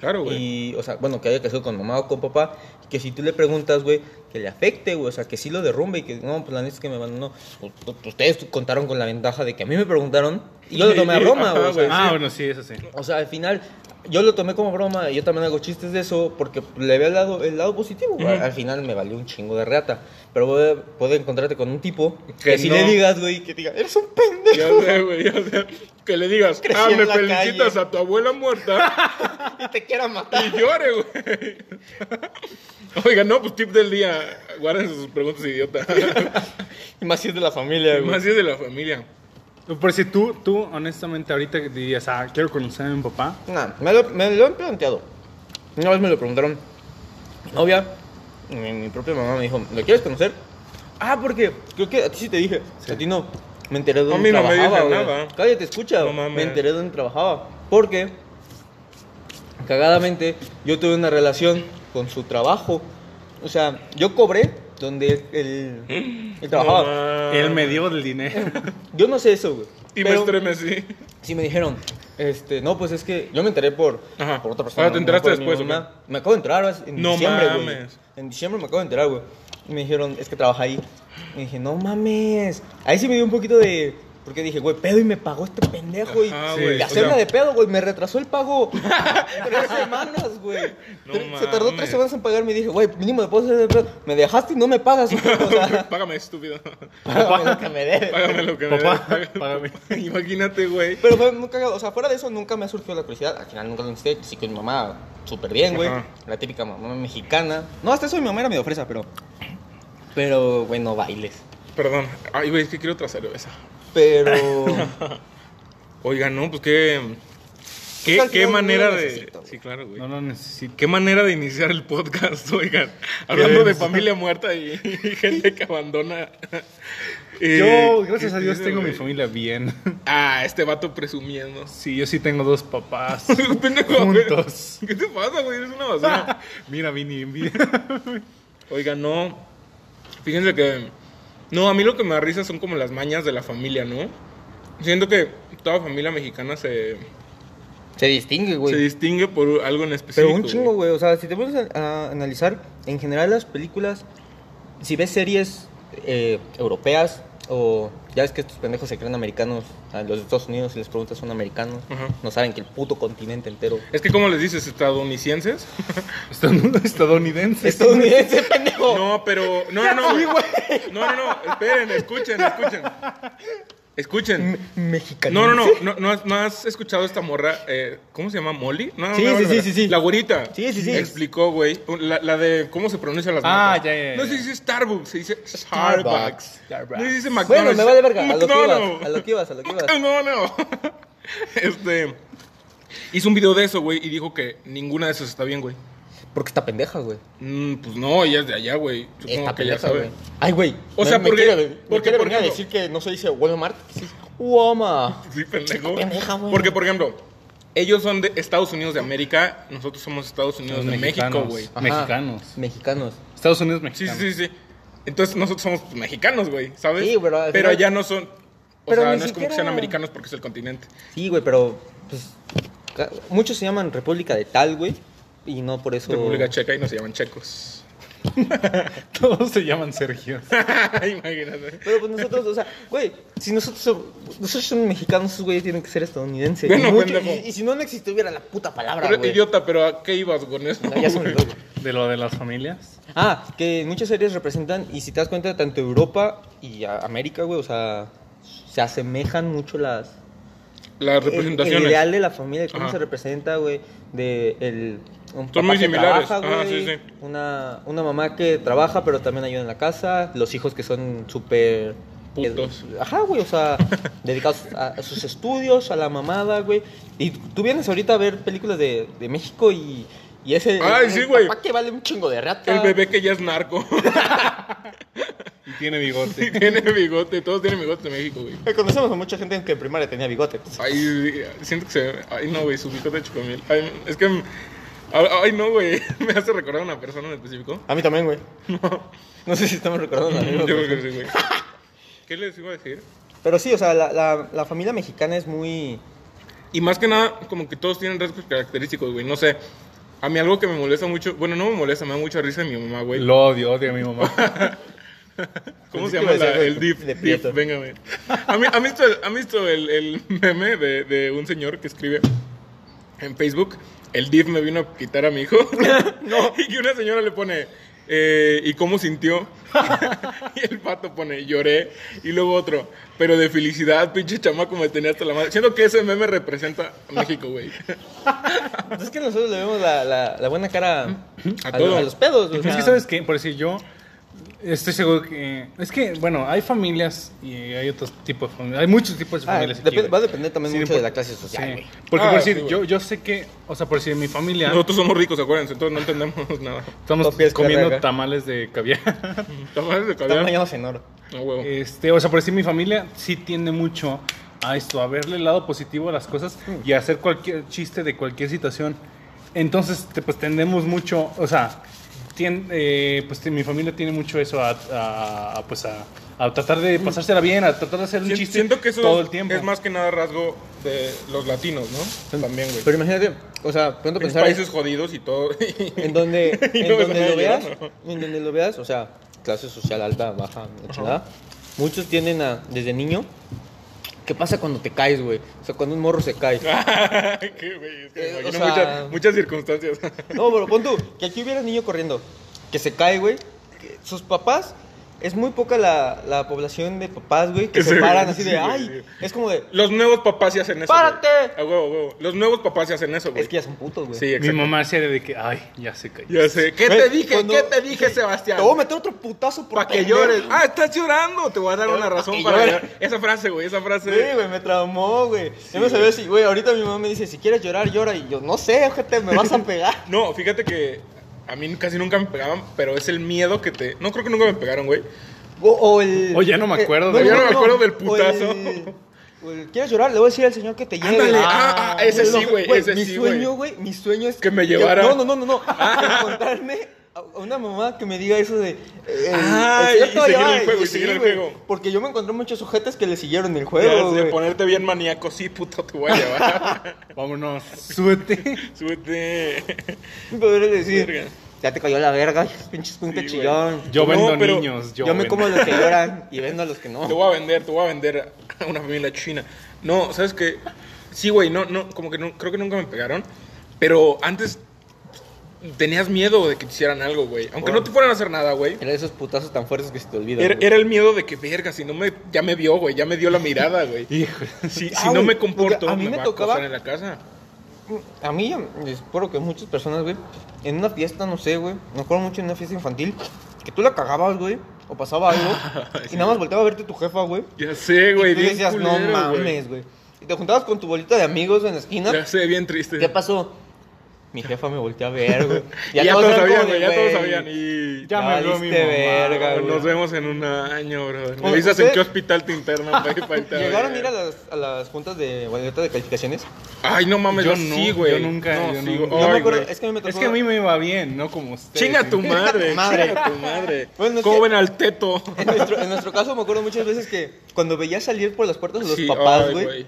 Speaker 1: Claro, güey.
Speaker 4: Y, o sea, bueno, que haya crecido con mamá o con papá, que si tú le preguntas, güey, que le afecte, güey, o sea, que sí lo derrumbe y que, no, pues la neta es que me abandonó. U- u- Ustedes contaron con la ventaja de que a mí me preguntaron y yo lo tomé a
Speaker 1: Ajá,
Speaker 4: broma, güey. o sea,
Speaker 1: güey.
Speaker 3: Ah, bueno, sí, eso sí.
Speaker 4: o sea, al final, yo lo tomé como broma, yo también hago chistes de eso, porque le veo el lado, el lado positivo. güey.
Speaker 1: Ujú.
Speaker 4: Al final me valió un chingo de reata. Pero puede, puede encontrarte con un tipo que,
Speaker 1: Que
Speaker 4: si
Speaker 1: no.
Speaker 4: le digas, güey, que diga, eres un pendejo.
Speaker 1: Ya sé, güey, ya sé. Que le digas,
Speaker 4: Crecí
Speaker 1: ah,
Speaker 4: en
Speaker 1: me
Speaker 4: la
Speaker 1: felicitas
Speaker 4: calle.
Speaker 1: a tu abuela muerta
Speaker 4: Y te quiera matar.
Speaker 1: y llore, güey. Oiga, no, pues tip del día. Guárdense sus preguntas, idiota.
Speaker 4: Y más si es de la familia, güey.
Speaker 1: Más si es de la familia.
Speaker 3: Por si tú, tú, honestamente, ahorita dirías, ah, quiero conocer a mi papá.
Speaker 4: Nah, me lo, me lo han planteado. Una vez me lo preguntaron. Mi novia, mi, mi propia mamá me dijo, ¿lo quieres conocer? Ah, porque creo que a ti sí te dije. A ti no. Me enteré de
Speaker 1: A
Speaker 4: dónde
Speaker 1: mí no me
Speaker 4: trabajaba.
Speaker 1: dijo
Speaker 4: güey.
Speaker 1: nada.
Speaker 4: Cállate, escucha.
Speaker 1: No mames.
Speaker 4: me enteré de dónde trabajaba. Porque, cagadamente, yo tuve una relación con su trabajo. O sea, yo cobré donde él, él- él trabajaba.
Speaker 1: No,
Speaker 3: Él me dio del dinero.
Speaker 4: Yo no sé eso, güey.
Speaker 1: Y me
Speaker 4: pero-
Speaker 1: estremecí.
Speaker 4: Sí, me dijeron, este, no, pues es que yo me enteré por,
Speaker 1: Ajá.
Speaker 4: por otra persona.
Speaker 1: Ah, ¿te enteraste
Speaker 4: no por mi
Speaker 1: después,
Speaker 4: mamá.
Speaker 1: o
Speaker 4: Me acabo de enterar ahora en
Speaker 1: No
Speaker 4: diciembre, güey.
Speaker 1: mames.
Speaker 4: En diciembre me acabo de enterar, güey. Y Me dijeron, es que trabaja ahí. Y dije, no mames. Ahí sí me dio un poquito de, Porque dije, güey, pedo y me pagó este pendejo. Y,
Speaker 1: Ajá,
Speaker 3: güey,
Speaker 4: y
Speaker 3: o
Speaker 4: hacerla
Speaker 3: sea-
Speaker 4: de pedo, güey. Me retrasó el pago tres semanas, güey.
Speaker 1: No
Speaker 4: Tre- se tardó
Speaker 1: mames.
Speaker 4: tres semanas en pagarme y dije, güey, mínimo me puedo hacer de pedo. Me dejaste y no me pagas. hijo, O sea,
Speaker 1: Págame, estúpido.
Speaker 4: págame lo que me debes.
Speaker 1: Págame lo que me
Speaker 3: Papá,
Speaker 1: debes.
Speaker 3: págame.
Speaker 1: Imagínate, güey.
Speaker 4: Pero fue muy cagado. O sea, fuera de eso, nunca me ha surgido la curiosidad. Al final nunca lo necesité. Sí que mi mamá, súper bien, güey.
Speaker 1: Ajá.
Speaker 4: La típica mamá mexicana. No, hasta eso mi mamá era medio fresa, pero... Pero, güey, no bailes.
Speaker 1: Perdón. Ay, güey, es que quiero otra cerveza.
Speaker 4: Pero...
Speaker 1: Oiga, no, pues qué. Qué,
Speaker 4: Pues, al
Speaker 1: qué
Speaker 4: final,
Speaker 1: manera
Speaker 4: no lo
Speaker 1: de.
Speaker 4: necesito, güey.
Speaker 1: sí, claro, güey.
Speaker 3: No lo necesito.
Speaker 1: Qué manera de iniciar el podcast, oigan. Hablando de
Speaker 3: denso.
Speaker 1: familia muerta y, y gente que abandona.
Speaker 3: Yo,
Speaker 1: Eh,
Speaker 3: gracias
Speaker 1: qué
Speaker 3: a Dios,
Speaker 1: triste,
Speaker 3: tengo mi
Speaker 1: güey.
Speaker 3: familia bien.
Speaker 1: Ah, este vato presumiendo.
Speaker 3: Sí, yo sí tengo dos papás.
Speaker 1: Pendejo, güey.
Speaker 3: juntos.
Speaker 1: ¿Qué te pasa, güey? Eres una basura.
Speaker 3: Mira, Vini, envidia.
Speaker 1: Oiga, no. Fíjense que. No, a mí lo que me da risa son como las mañas de la familia, ¿no? Siento que toda familia mexicana se,
Speaker 4: Se distingue,
Speaker 1: se
Speaker 4: güey.
Speaker 1: distingue por algo en específico.
Speaker 4: Pero un
Speaker 1: güey.
Speaker 4: chingo, güey. O sea, si te pones a, a analizar, en general las películas, si ves series eh, europeas o ya ves que estos pendejos se creen americanos, a los de Estados Unidos, si les preguntas son americanos,
Speaker 1: Ajá.
Speaker 4: no saben que el puto continente entero...
Speaker 1: Es que, como les dices, estadounidenses.
Speaker 3: Estad- Estadounidense.
Speaker 4: Estadounidense, pendejo.
Speaker 1: No, pero. No, no, no.
Speaker 4: Sí,
Speaker 1: güey. No, no, no. Esperen, escuchen, escuchen. Escuchen.
Speaker 4: Mexicano.
Speaker 1: No, no, no. No, no has, no has escuchado esta morra. eh, ¿Cómo se llama? ¿Molly? No, no,
Speaker 4: Sí,
Speaker 1: no,
Speaker 4: sí,
Speaker 1: la
Speaker 4: sí,
Speaker 1: verdad.
Speaker 4: sí, sí.
Speaker 1: La güerita.
Speaker 4: Sí, sí, sí.
Speaker 1: Explicó, güey. La, la de cómo se pronuncian las
Speaker 3: Ah,
Speaker 1: marcas.
Speaker 3: ya, ya, ya.
Speaker 1: No se dice Starbucks, se dice Starbucks.
Speaker 3: Starbucks.
Speaker 1: No se dice McDonald's.
Speaker 4: Bueno, me vale verga. A lo que ibas,
Speaker 1: McDonald's.
Speaker 4: a lo que ibas, a lo que ibas.
Speaker 1: No, no. Este. Hizo un video de eso, güey, y dijo que ninguna de esas está bien, güey.
Speaker 4: Porque está pendeja, güey.
Speaker 1: Mm, pues no, ella es de allá, güey. Supongo
Speaker 4: Está
Speaker 1: que ya
Speaker 4: pendeja,
Speaker 1: sabe.
Speaker 4: güey. Ay, güey.
Speaker 1: O
Speaker 4: me-
Speaker 1: sea,
Speaker 4: me
Speaker 1: porque-
Speaker 4: quiere- me
Speaker 1: porque,
Speaker 4: quiere
Speaker 1: por
Speaker 4: venir a
Speaker 1: ejemplo-
Speaker 4: decir que no se dice Walmart. Sí, Woma.
Speaker 1: Sí, pendejo.
Speaker 4: Pendeja, güey.
Speaker 1: Porque, por ejemplo, ellos son de Estados Unidos de América, nosotros somos Estados Unidos de México, güey.
Speaker 4: Ajá.
Speaker 3: Mexicanos.
Speaker 4: Mexicanos.
Speaker 3: Estados Unidos,
Speaker 1: Sí,
Speaker 3: mexicanos.
Speaker 1: sí, sí, sí. Entonces nosotros somos pues, mexicanos, güey, ¿sabes?
Speaker 4: Sí, pero al final-
Speaker 1: allá no son. O
Speaker 4: Pero
Speaker 1: sea,
Speaker 4: ni
Speaker 1: no es como que
Speaker 4: siquiera-
Speaker 1: sean americanos porque es el continente.
Speaker 4: Sí, güey, pero pues ca- muchos se llaman República de tal, güey, y no por eso
Speaker 1: República Checa y no se llaman checos.
Speaker 3: Todos se llaman Sergio.
Speaker 1: Imagínate.
Speaker 4: Pero pues nosotros, o sea, güey, si nosotros so- nosotros somos mexicanos, esos güeyes tienen que ser estadounidenses.
Speaker 1: Bueno,
Speaker 4: y, mucho-
Speaker 1: pendejo.
Speaker 4: y- y si no no existiera la puta palabra,
Speaker 1: Pero,
Speaker 4: güey.
Speaker 1: idiota, pero ¿a qué ibas con eso?
Speaker 4: Ya son
Speaker 1: güey?
Speaker 4: dos, güey.
Speaker 3: De lo de las familias.
Speaker 4: Ah, que muchas series representan, y si te das cuenta, tanto Europa y a- América, güey, o sea, se asemejan mucho las...
Speaker 1: Las
Speaker 4: el-
Speaker 1: representaciones.
Speaker 4: El, ideal de la familia, de cómo
Speaker 1: Ajá.
Speaker 4: se representa, güey, de el... Un
Speaker 1: Son muy
Speaker 4: que
Speaker 1: similares. Ajá,
Speaker 4: güey,
Speaker 1: sí, sí.
Speaker 4: Una, una mamá que trabaja, pero también ayuda en la casa, los hijos que son súper...
Speaker 1: Putos.
Speaker 4: eh, Ajá, güey, o sea, dedicados a, a sus estudios, a la mamada, güey. Y tú vienes ahorita a ver películas de, de México y, y ese...
Speaker 1: Ay,
Speaker 4: el-
Speaker 1: sí,
Speaker 4: el
Speaker 1: güey.
Speaker 4: papá que vale un chingo de rata.
Speaker 1: El bebé que ya es narco.
Speaker 3: Y tiene bigote.
Speaker 1: tiene bigote. Todos tienen bigote en México, güey.
Speaker 4: Eh, Conocemos a mucha gente que en primaria tenía bigote.
Speaker 1: Ay, siento que se. Ay, no, güey, su bigote de chocomil. Ay, es que. Ay, no, güey. Me hace recordar a una persona en específico.
Speaker 4: A mí también, güey. No. sé si estamos recordando la
Speaker 1: Yo
Speaker 4: misma
Speaker 1: creo
Speaker 4: persona.
Speaker 1: que sí, güey. ¿Qué les iba a decir?
Speaker 4: Pero sí, o sea, la, la- la familia mexicana es muy...
Speaker 1: Y más que nada, como que todos tienen rasgos característicos, güey. No sé. A mí algo que me molesta mucho. Bueno, no me molesta, me da mucha risa mi mamá, güey.
Speaker 3: Lo odio, odio a mi mamá.
Speaker 1: ¿Cómo se
Speaker 4: Pensé que
Speaker 1: llama
Speaker 4: iba a
Speaker 1: la-
Speaker 4: decir
Speaker 1: el
Speaker 4: de-
Speaker 1: DIF?
Speaker 4: de
Speaker 1: DIF,
Speaker 4: Prieto.
Speaker 1: venga, güey. ¿Han vi- han visto, el- han visto el, el meme de, de un señor que escribe en Facebook? El DIF me vino a quitar a mi hijo. no. Y que una señora le pone, eh, ¿y cómo sintió? y el pato pone, lloré. Y luego otro, pero de felicidad, pinche chamaco, me tenía hasta la madre. Siento que ese meme representa a México, güey.
Speaker 4: pues Es que nosotros le vemos la, la- la buena cara
Speaker 1: A
Speaker 4: a,
Speaker 1: todo.
Speaker 4: los- a los pedos. o
Speaker 3: Es
Speaker 4: sea.
Speaker 3: que, ¿sabes qué? Por decir, yo estoy seguro que... Es que, bueno, hay familias y hay otro tipo de familias. Hay muchos tipos de
Speaker 4: Ah,
Speaker 3: familias.
Speaker 4: depende-
Speaker 3: güey.
Speaker 4: va a depender también mucho
Speaker 3: por-
Speaker 4: de la clase social,
Speaker 3: sí.
Speaker 4: güey.
Speaker 3: Porque,
Speaker 1: Ah,
Speaker 3: por
Speaker 1: sí,
Speaker 3: decir,
Speaker 1: güey.
Speaker 3: yo, yo sé que... O sea, por decir, mi familia...
Speaker 1: Nosotros somos ricos, acuérdense, entonces no entendemos nada.
Speaker 3: Estamos
Speaker 4: Copias
Speaker 3: comiendo
Speaker 4: carraga.
Speaker 3: tamales de caviar.
Speaker 1: Tamales de
Speaker 4: Están
Speaker 1: caviar.
Speaker 4: bañados en oro.
Speaker 1: No,
Speaker 4: Eh,
Speaker 1: huevo.
Speaker 3: Este, o sea, por decir, mi familia sí tiende mucho a esto, a verle el lado positivo a las cosas y a hacer cualquier chiste de cualquier situación. Entonces, te- pues tendemos mucho, o sea, tien- eh, pues te- mi familia tiene mucho eso a, a- a, pues a, a tratar de pasársela bien, a tratar de hacer un
Speaker 1: Mm. Sien-
Speaker 3: chiste
Speaker 1: Siento que eso
Speaker 3: todo el tiempo.
Speaker 1: es más que nada rasgo de los latinos, ¿no? También, güey.
Speaker 4: Pero imagínate, o sea, pronto
Speaker 1: En
Speaker 4: pensar...
Speaker 1: países jodidos y todo.
Speaker 4: En donde,
Speaker 1: Y
Speaker 4: en
Speaker 1: no ves a
Speaker 4: donde
Speaker 1: nadie
Speaker 4: lo veas,
Speaker 1: llorando.
Speaker 4: en donde lo veas, o sea, clase social alta, baja, la chingada, muchos tienden a, desde niño, ¿Qué pasa cuando te caes, güey? O sea, cuando un morro se cae.
Speaker 1: Qué güey, es que me
Speaker 4: Eh, o
Speaker 1: imagino
Speaker 4: sea-
Speaker 1: muchas, muchas circunstancias.
Speaker 4: No, pero pon tú, que aquí hubiera un niño corriendo, que se cae, güey. que Sus papás, es muy poca la, la población de papás, güey, que
Speaker 1: Sí,
Speaker 4: se paran
Speaker 1: güey,
Speaker 4: así
Speaker 1: sí,
Speaker 4: de,
Speaker 1: güey,
Speaker 4: ay, es como de,
Speaker 1: Los nuevos papás sí hacen eso.
Speaker 4: ¡Párate!
Speaker 1: güey. A huevo, a huevo. Los nuevos papás sí hacen eso, güey.
Speaker 4: es que ya son putos, güey.
Speaker 1: Sí,
Speaker 3: Mi
Speaker 1: exacto.
Speaker 3: mamá se de que, ay, ya se cayó.
Speaker 1: Ya sé. ¿Qué
Speaker 4: Güey,
Speaker 1: te dije?
Speaker 4: cuando-
Speaker 1: ¿Qué te dije, Sebastián?
Speaker 4: Te voy a meter otro putazo por
Speaker 1: Para que
Speaker 4: pendejo.
Speaker 1: llores. Ah, estás llorando. Te voy a dar una
Speaker 4: Pa'
Speaker 1: razón
Speaker 4: que
Speaker 1: para
Speaker 4: llores.
Speaker 1: llorar. Esa frase, güey, esa frase.
Speaker 4: Sí, güey, me traumó, güey. yo no sabía si, güey, ahorita mi mamá me dice, si quieres llorar, llora. Y yo, no sé, ojete, me vas a pegar.
Speaker 1: No, fíjate que a mí casi nunca me pegaban, pero es el miedo que te. No creo que nunca me pegaron, güey.
Speaker 4: O, o el...
Speaker 3: O ya no me
Speaker 4: eh,
Speaker 3: acuerdo, güey.
Speaker 1: Oh, Ya no me acuerdo del
Speaker 4: o
Speaker 1: putazo.
Speaker 4: el- o el, ¿Quieres llorar? Le voy a decir al señor que te lleve.
Speaker 1: Ándale,
Speaker 3: Ah,
Speaker 1: ah, ah, ese
Speaker 4: Güey,
Speaker 1: sí,
Speaker 4: no,
Speaker 1: güey, ese
Speaker 4: mi
Speaker 1: sí, güey.
Speaker 4: sueño, güey, mi sueño es...
Speaker 1: Que me llevara. Ah.
Speaker 4: No, no, no, no, no. Encontrarme a una mamá que me diga eso de... eh, el-
Speaker 1: Ah,
Speaker 4: el señor
Speaker 1: y
Speaker 4: te va a
Speaker 1: seguir
Speaker 4: llevar.
Speaker 1: el juego,
Speaker 4: Y
Speaker 1: y seguir
Speaker 4: sí,
Speaker 1: el
Speaker 4: güey,
Speaker 1: juego.
Speaker 4: Porque yo me encontré muchos ojetes que le siguieron el
Speaker 1: Ya
Speaker 4: juego,
Speaker 1: sé,
Speaker 4: güey.
Speaker 1: ponerte bien maníaco, sí, puto, te voy a llevar.
Speaker 3: Vámonos, súbete.
Speaker 1: Súbete.
Speaker 4: Me podría decir,
Speaker 1: Verga.
Speaker 4: ya te cayó la verga, pinches punta
Speaker 1: Sí, güey.
Speaker 4: chillón.
Speaker 3: Yo
Speaker 1: No,
Speaker 3: vendo
Speaker 1: pero
Speaker 3: niños. Yo,
Speaker 4: Yo, me
Speaker 3: vendo.
Speaker 4: como a los que lloran y vendo a los que
Speaker 1: Te
Speaker 4: no.
Speaker 1: voy a vender, te voy a vender a una familia china. No, ¿sabes qué? Sí, güey, no, no, como que no, creo que nunca me pegaron. Pero antes tenías miedo de que te hicieran algo, güey. Aunque no te fueran a hacer nada, güey.
Speaker 4: Era de esos putazos tan fuertes que se te olvidan.
Speaker 1: Era,
Speaker 4: güey.
Speaker 1: era el miedo de que, verga, si no me... Ya me vio, güey, ya me dio la mirada, güey.
Speaker 3: Hijo.
Speaker 1: Si, si
Speaker 4: Ah,
Speaker 1: no
Speaker 4: güey,
Speaker 1: me comporto,
Speaker 4: porque a mí me
Speaker 1: va
Speaker 4: tocaba-
Speaker 1: acosar en la casa.
Speaker 4: A mí, yo espero que muchas personas, güey, en una fiesta, no sé, güey, me acuerdo mucho en una fiesta infantil, que tú la cagabas, güey, o pasaba algo, y nada más volteaba a verte tu jefa, güey.
Speaker 1: Ya sé,
Speaker 4: Y
Speaker 1: güey.
Speaker 4: tú
Speaker 1: bien
Speaker 4: decías, no
Speaker 1: culero, güey".
Speaker 4: mames, güey. Y te juntabas con tu bolita de amigos en la esquina.
Speaker 1: Ya sé, bien triste.
Speaker 4: ¿Qué pasó? Mi jefa me volteó a ver, güey.
Speaker 1: Y Ya, todos,
Speaker 4: eran
Speaker 1: sabían,
Speaker 4: como
Speaker 1: güey,
Speaker 4: de,
Speaker 1: ya todos
Speaker 4: "Güey,
Speaker 1: sabían. Y...
Speaker 4: Ya
Speaker 3: Ya me vio mi
Speaker 4: valiste
Speaker 3: mamá,
Speaker 4: verga, güey.
Speaker 1: Nos vemos en un año, bro. Me
Speaker 4: Oye,
Speaker 1: avisas en
Speaker 4: ¿ustedes-
Speaker 1: qué hospital te internan, güey, para irte a
Speaker 4: Llegaron a
Speaker 1: ver.
Speaker 4: ir a las, a las juntas de boleta de calificaciones.
Speaker 1: Ay, no mames,
Speaker 3: Yo
Speaker 1: yo
Speaker 3: no,
Speaker 1: sí, güey.
Speaker 3: yo nunca,
Speaker 1: No,
Speaker 3: yo
Speaker 1: sí,
Speaker 3: nunca.
Speaker 1: güey.
Speaker 4: Yo me
Speaker 1: Ay,
Speaker 4: acuerdo,
Speaker 1: güey.
Speaker 4: es que a mí me tocó.
Speaker 3: Es que a mí me iba bien, no como usted.
Speaker 1: Chinga tu madre,
Speaker 4: Madre.
Speaker 1: chinga tu madre.
Speaker 4: Bueno, es que-
Speaker 1: Joven al teto.
Speaker 4: En nuestro, en nuestro caso me acuerdo muchas veces que cuando veías salir por las puertas de los
Speaker 1: Sí,
Speaker 4: papás,
Speaker 1: ay,
Speaker 4: güey,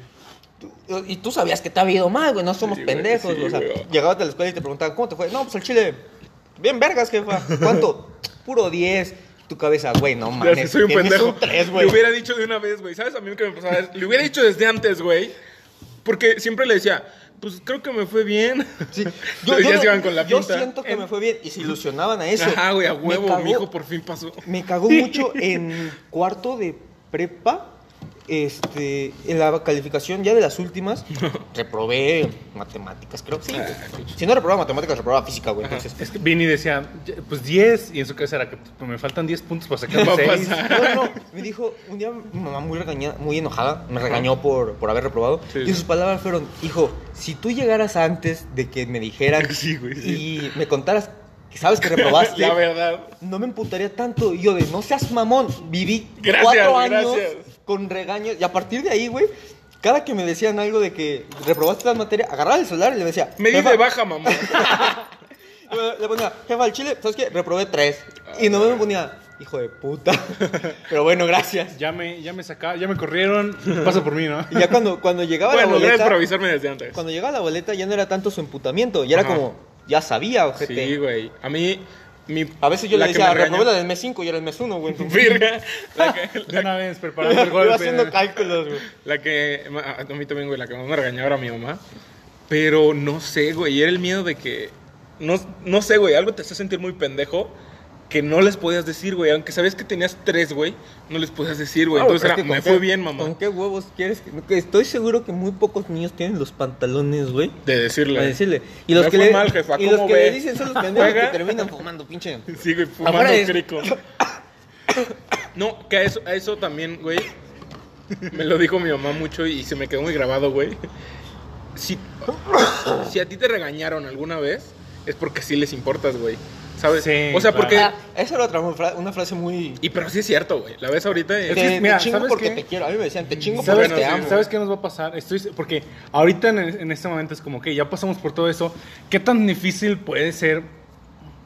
Speaker 4: tú- y tú sabías que te había ido mal, güey, no somos
Speaker 1: Sí, güey,
Speaker 4: pendejos,
Speaker 1: sí,
Speaker 4: o sea,
Speaker 1: güey.
Speaker 4: llegabas a la escuela y te preguntaban, ¿cómo te fue? No, pues el chile, bien vergas, jefa, ¿cuánto? Puro 10, tu cabeza, güey, no
Speaker 1: Ya
Speaker 4: mames,
Speaker 1: sé, soy un
Speaker 4: tienes
Speaker 1: pendejo.
Speaker 4: un 3,
Speaker 1: le
Speaker 4: güey.
Speaker 1: hubiera dicho de una vez, güey. ¿Sabes a mí lo que me pasaba? Es- Le hubiera dicho desde antes, güey. Porque siempre le decía, pues creo que me fue bien.
Speaker 4: Sí,
Speaker 1: Pero ya se iban con la
Speaker 4: yo
Speaker 1: pinta.
Speaker 4: siento que me fue bien, y se ilusionaban a eso.
Speaker 1: Ajá, güey, a
Speaker 4: Me
Speaker 1: huevo,
Speaker 4: cagó-
Speaker 1: mi hijo por fin pasó.
Speaker 4: Me cagó mucho en cuarto de prepa. Este, en la calificación ya de las últimas, reprobé matemáticas, creo que sí.
Speaker 1: Ah,
Speaker 4: güey. Si no reprobaba matemáticas, reprobaba física, güey. Entonces,
Speaker 3: Es que Vini decía, "Ya, pues 10, y en su cabeza era que pues, me faltan 10 puntos para sacar
Speaker 1: Va a
Speaker 3: 6.
Speaker 1: pasar.
Speaker 4: no, no, me dijo un día mi mamá muy regañada, muy enojada, me regañó por, por haber reprobado.
Speaker 1: Sí,
Speaker 4: y
Speaker 1: sí.
Speaker 4: sus palabras fueron: Hijo, si tú llegaras antes de que me dijeran
Speaker 1: Sí, güey, sí.
Speaker 4: y me contaras que sabes que reprobaste,
Speaker 1: La verdad.
Speaker 4: no me emputaría tanto. Y yo de, no seas mamón, viví
Speaker 1: Gracias,
Speaker 4: cuatro años
Speaker 1: gracias.
Speaker 4: con regaños. Y a partir de ahí, güey, cada que me decían algo de que reprobaste la materia, agarraba el celular y le decía,
Speaker 1: Me di
Speaker 4: "Jefa",
Speaker 1: de baja, mamá.
Speaker 4: eh, Le ponía, jefa, al chile, ¿sabes qué? Reprobé tres. Y no me ponía, hijo de puta. Pero bueno, gracias.
Speaker 3: Ya me, ya me sacaron, ya me corrieron, pasa por mí, ¿no?
Speaker 4: Y ya cuando, cuando llegaba la
Speaker 1: Bueno, gracias
Speaker 4: boleta,
Speaker 1: por avisarme desde antes.
Speaker 4: cuando llegaba la boleta ya no era tanto su emputamiento, ya era
Speaker 1: Ajá.
Speaker 4: como, ya sabía, ojete.
Speaker 1: Sí, güey. A mí, mi.
Speaker 4: a veces yo
Speaker 1: la
Speaker 4: le
Speaker 1: que me
Speaker 4: decía,
Speaker 1: regañó-
Speaker 4: reprobé la del mes 5 y era el mes 1, güey. Entonces,
Speaker 1: Virga. La que,
Speaker 3: De una vez, preparando el golpe.
Speaker 4: Iba haciendo cálculos, güey.
Speaker 1: La que, a a mí también, güey, la que más me regañaba era mi mamá. Pero no sé, güey, era el miedo de que, no, no sé, güey, algo te hacía sentir muy pendejo que no les podías decir, güey. Aunque sabías que tenías tres, güey, no les podías decir, güey.
Speaker 4: Ah,
Speaker 1: Entonces
Speaker 4: pero
Speaker 1: era,
Speaker 4: es que con
Speaker 1: me
Speaker 4: qué-
Speaker 1: fue bien, mamá.
Speaker 4: ¿Con qué huevos quieres? que- que Estoy seguro que muy pocos niños tienen los pantalones, güey.
Speaker 1: De decirle.
Speaker 4: Para decirle. Y
Speaker 1: Me
Speaker 4: los que,
Speaker 1: fue
Speaker 4: le,
Speaker 1: mal, jefa,
Speaker 4: y los
Speaker 1: ¿cómo
Speaker 4: que
Speaker 1: ve?
Speaker 4: le dicen son los pendejos que
Speaker 1: Juega.
Speaker 4: terminan fumando, pinche.
Speaker 1: Sí, güey, fumando
Speaker 4: Afuera es-
Speaker 1: crico. No, que a eso, a eso también, güey. Me lo dijo mi mamá mucho y se me quedó muy grabado, güey. Si, si a ti te regañaron alguna vez, es porque sí les importas, güey. ¿Sabes?
Speaker 3: Sí,
Speaker 1: o sea,
Speaker 3: claro.
Speaker 1: porque.
Speaker 4: Ah, esa era otra fra- una frase muy.
Speaker 1: Y pero sí es cierto, güey. La ves ahorita. y-
Speaker 4: Te,
Speaker 3: que,
Speaker 4: te
Speaker 3: mira,
Speaker 4: chingo
Speaker 3: ¿sabes
Speaker 4: porque
Speaker 3: qué?
Speaker 4: te quiero. A mí me decían, te chingo porque
Speaker 3: ¿Sabes,
Speaker 1: Bueno,
Speaker 4: te
Speaker 1: sí,
Speaker 4: amo.
Speaker 3: ¿Sabes qué nos va a pasar? Estoy, porque ahorita en, en este momento es como que ya pasamos por todo eso. ¿Qué tan difícil puede ser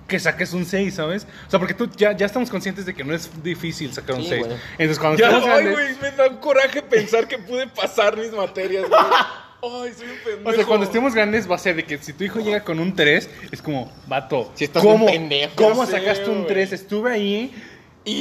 Speaker 3: que saques un 6, sabes? O sea, porque tú ya, ya estamos conscientes de que no es difícil sacar un
Speaker 4: Sí,
Speaker 3: 6.
Speaker 4: güey.
Speaker 3: Entonces, cuando
Speaker 1: Ya,
Speaker 3: estamos
Speaker 1: ay,
Speaker 3: grandes,
Speaker 1: güey, me da un coraje pensar que pude pasar mis materias, güey. Ay, soy un pendejo.
Speaker 3: o sea, cuando estemos grandes va a ser de que si tu hijo llega con un 3, es como, vato,
Speaker 4: Si estás bien pendejo.
Speaker 3: ¿cómo
Speaker 1: Ya sé,
Speaker 3: sacaste un
Speaker 1: güey.
Speaker 3: 3? Estuve ahí
Speaker 1: Y,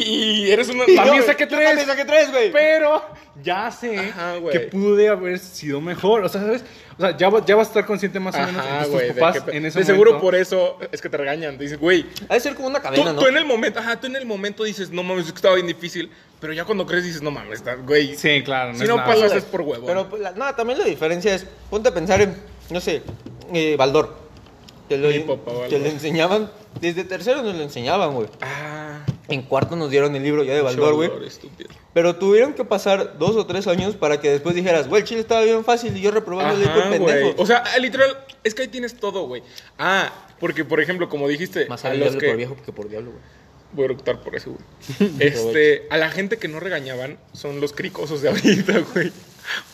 Speaker 1: y eres una.
Speaker 3: También
Speaker 1: no,
Speaker 3: saqué
Speaker 4: Yo
Speaker 3: tres.
Speaker 4: también saqué tres, güey.
Speaker 3: Pero ya sé
Speaker 1: Ajá, güey.
Speaker 3: que pude haber sido mejor. O sea, ¿sabes? O sea, ya, va- ya vas a estar consciente más o menos
Speaker 1: Ajá,
Speaker 3: de tus
Speaker 1: güey. De,
Speaker 3: papás
Speaker 1: que-
Speaker 3: en ese
Speaker 1: de
Speaker 3: momento.
Speaker 1: seguro por eso es que te regañan. Te dicen, güey,
Speaker 4: Ha de ser como una cadena,
Speaker 1: tú,
Speaker 4: ¿no?
Speaker 1: tú en el momento, ajá, tú en el momento dices, no mames, es que estaba bien difícil. Pero ya cuando crees dices, no mames, está- güey.
Speaker 3: Sí, claro. No
Speaker 1: si
Speaker 3: es
Speaker 1: no
Speaker 3: nada.
Speaker 1: pasas
Speaker 4: güey.
Speaker 1: es por huevo.
Speaker 4: Pero pues, la- nada, también la diferencia es, ponte a pensar en, no sé, eh, Baldor. Te lo,
Speaker 1: Mi papá, Baldor.
Speaker 4: te lo enseñaban, desde tercero nos lo enseñaban, güey.
Speaker 1: Ah,
Speaker 4: En cuarto nos dieron el libro ya de Baldor,
Speaker 1: Baldor,
Speaker 4: güey.
Speaker 1: estúpido.
Speaker 4: Pero tuvieron que pasar dos o tres años para que después dijeras, güey, el chile estaba bien fácil y yo reprobándole por
Speaker 1: Ajá, güey.
Speaker 4: pendejo.
Speaker 1: O sea, literal, es que ahí tienes todo, güey. Ah, porque por ejemplo, como dijiste,
Speaker 4: Más
Speaker 1: a
Speaker 4: al
Speaker 1: los
Speaker 4: diablo
Speaker 1: que.
Speaker 4: por viejo que por diablo, güey.
Speaker 1: Voy a optar por eso, güey. Este, a la gente que no regañaban son los cricosos de ahorita, güey.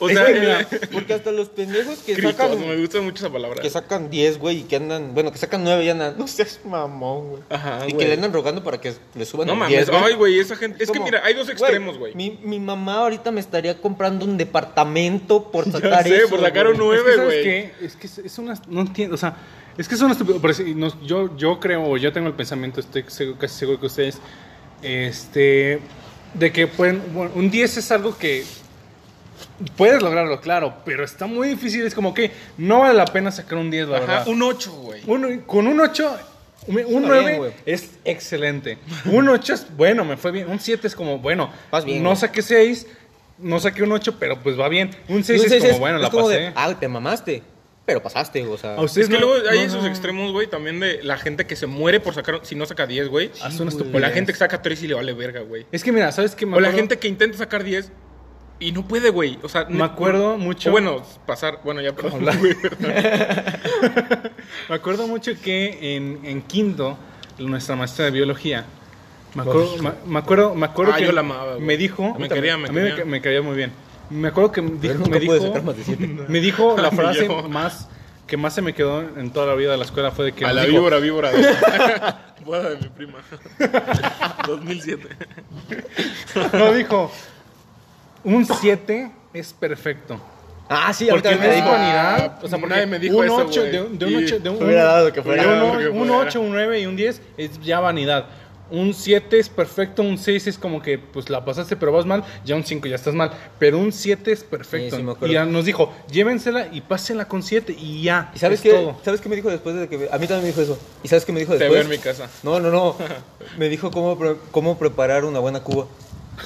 Speaker 1: O
Speaker 4: Es
Speaker 1: sea,
Speaker 4: que, mira, porque hasta los pendejos que
Speaker 1: cricosos, me
Speaker 4: sacan,
Speaker 1: gusta mucho esa palabra.
Speaker 4: que sacan 10, güey, y que andan, bueno, que sacan 9 y andan, no seas mamón, güey.
Speaker 1: Ajá,
Speaker 4: y
Speaker 1: güey.
Speaker 4: que le andan rogando para que le suban
Speaker 1: no
Speaker 4: el
Speaker 1: mames,
Speaker 4: 10, güey.
Speaker 1: ay, güey, esa gente. Es
Speaker 4: como,
Speaker 1: que mira, hay dos extremos, güey.
Speaker 4: Mi, mi mamá ahorita me estaría comprando un departamento por
Speaker 1: Ya
Speaker 4: sacar
Speaker 1: sé,
Speaker 4: eso,
Speaker 1: por sacar un
Speaker 4: güey.
Speaker 3: Es que,
Speaker 1: nueve,
Speaker 3: ¿sabes
Speaker 1: güey.
Speaker 3: qué? Es que es, es una... No entiendo, o sea... Es que es una estupidez. Pero sí, no, yo, yo creo, o yo tengo el pensamiento, estoy seguro- casi seguro que ustedes... Este... De que pueden... bueno, un 10 es algo que... Puedes lograrlo, claro, pero está muy difícil. Es como que no vale la pena sacar un 10, la
Speaker 1: Ajá,
Speaker 3: verdad.
Speaker 1: un 8, güey.
Speaker 3: Un- con un 8, un
Speaker 4: bien,
Speaker 3: 9
Speaker 4: güey.
Speaker 3: es excelente. Un 8 es bueno, me fue bien. Un 7 es como bueno.
Speaker 4: Vas bien,
Speaker 3: no
Speaker 4: güey.
Speaker 3: saqué 6, no saqué un 8, pero pues va bien. Un
Speaker 4: Y un
Speaker 3: 6 es
Speaker 4: seis
Speaker 3: como bueno, la
Speaker 4: como de,
Speaker 3: pasé.
Speaker 4: ah, te mamaste, pero pasaste, o sea.
Speaker 3: A
Speaker 1: Es
Speaker 3: ustedes
Speaker 1: que
Speaker 3: no-
Speaker 1: luego hay
Speaker 3: no,
Speaker 1: esos
Speaker 3: no.
Speaker 1: extremos, güey, también de la gente que se muere por sacar, si no saca 10, güey.
Speaker 3: Ah, son
Speaker 1: O la
Speaker 3: estupidez.
Speaker 1: gente que saca 3 y le vale verga, güey.
Speaker 3: Es que mira, ¿sabes qué? Me
Speaker 1: O la
Speaker 3: acuerdo-
Speaker 1: gente que intenta sacar 10 y no puede, güey. O sea,
Speaker 3: Me acuerdo
Speaker 1: o
Speaker 3: mucho-
Speaker 1: bueno, pasar. Bueno, ya perdón.
Speaker 3: Hablar.
Speaker 1: güey.
Speaker 3: Me acuerdo mucho que en, en quinto, nuestra maestra de biología, me acuerdo, me, me acuerdo, me acuerdo
Speaker 1: Pues, Ah,
Speaker 3: que
Speaker 1: yo la amaba, güey.
Speaker 3: me dijo,
Speaker 1: Me quería, me
Speaker 3: a mí me,
Speaker 1: quería.
Speaker 3: ca- me caía muy bien. Me acuerdo que
Speaker 4: Pero
Speaker 3: dijo-
Speaker 4: nunca
Speaker 3: me,
Speaker 4: pude
Speaker 3: dijo,
Speaker 4: sacar más de siete.
Speaker 3: me dijo la
Speaker 1: Ni
Speaker 3: frase
Speaker 1: yo.
Speaker 3: más que más se me quedó en toda la vida de la escuela fue de que
Speaker 1: A
Speaker 3: nos
Speaker 1: la
Speaker 3: dijo,
Speaker 1: víbora, víbora. Boda de mi prima. 2007.
Speaker 3: no dijo un 7 es perfecto.
Speaker 4: Ah, sí,
Speaker 3: Porque
Speaker 4: ahorita
Speaker 3: no
Speaker 4: me
Speaker 3: es
Speaker 4: dijo.
Speaker 3: vanidad, ah, o sea,
Speaker 1: Nadie
Speaker 3: porque
Speaker 1: me dijo
Speaker 3: un
Speaker 1: eso,
Speaker 3: 8,
Speaker 1: güey.
Speaker 3: de, un- de un
Speaker 1: Y
Speaker 3: 8, de un
Speaker 4: hubiera dado que fuera.
Speaker 3: de un
Speaker 1: Hubiera dado que
Speaker 3: o- un
Speaker 1: fuera.
Speaker 3: 8, un 9 y un 10 es ya vanidad. Un 7 es perfecto, un 6 es como que pues la pasaste pero vas mal, ya un 5 ya estás mal, pero un 7 es perfecto.
Speaker 4: Sí, sí, me
Speaker 3: y
Speaker 4: acuerdo.
Speaker 3: ya nos dijo, llévensela y pásenla con 7 y ya.
Speaker 4: ¿Y sabes
Speaker 3: es
Speaker 4: qué?
Speaker 3: todo.
Speaker 4: ¿Sabes qué me dijo después de que a mí también me dijo eso? ¿Y sabes qué me dijo
Speaker 1: Te
Speaker 4: después?
Speaker 1: veo en mi casa.
Speaker 4: No, no, no. Me dijo cómo, pre- cómo preparar una buena cuba.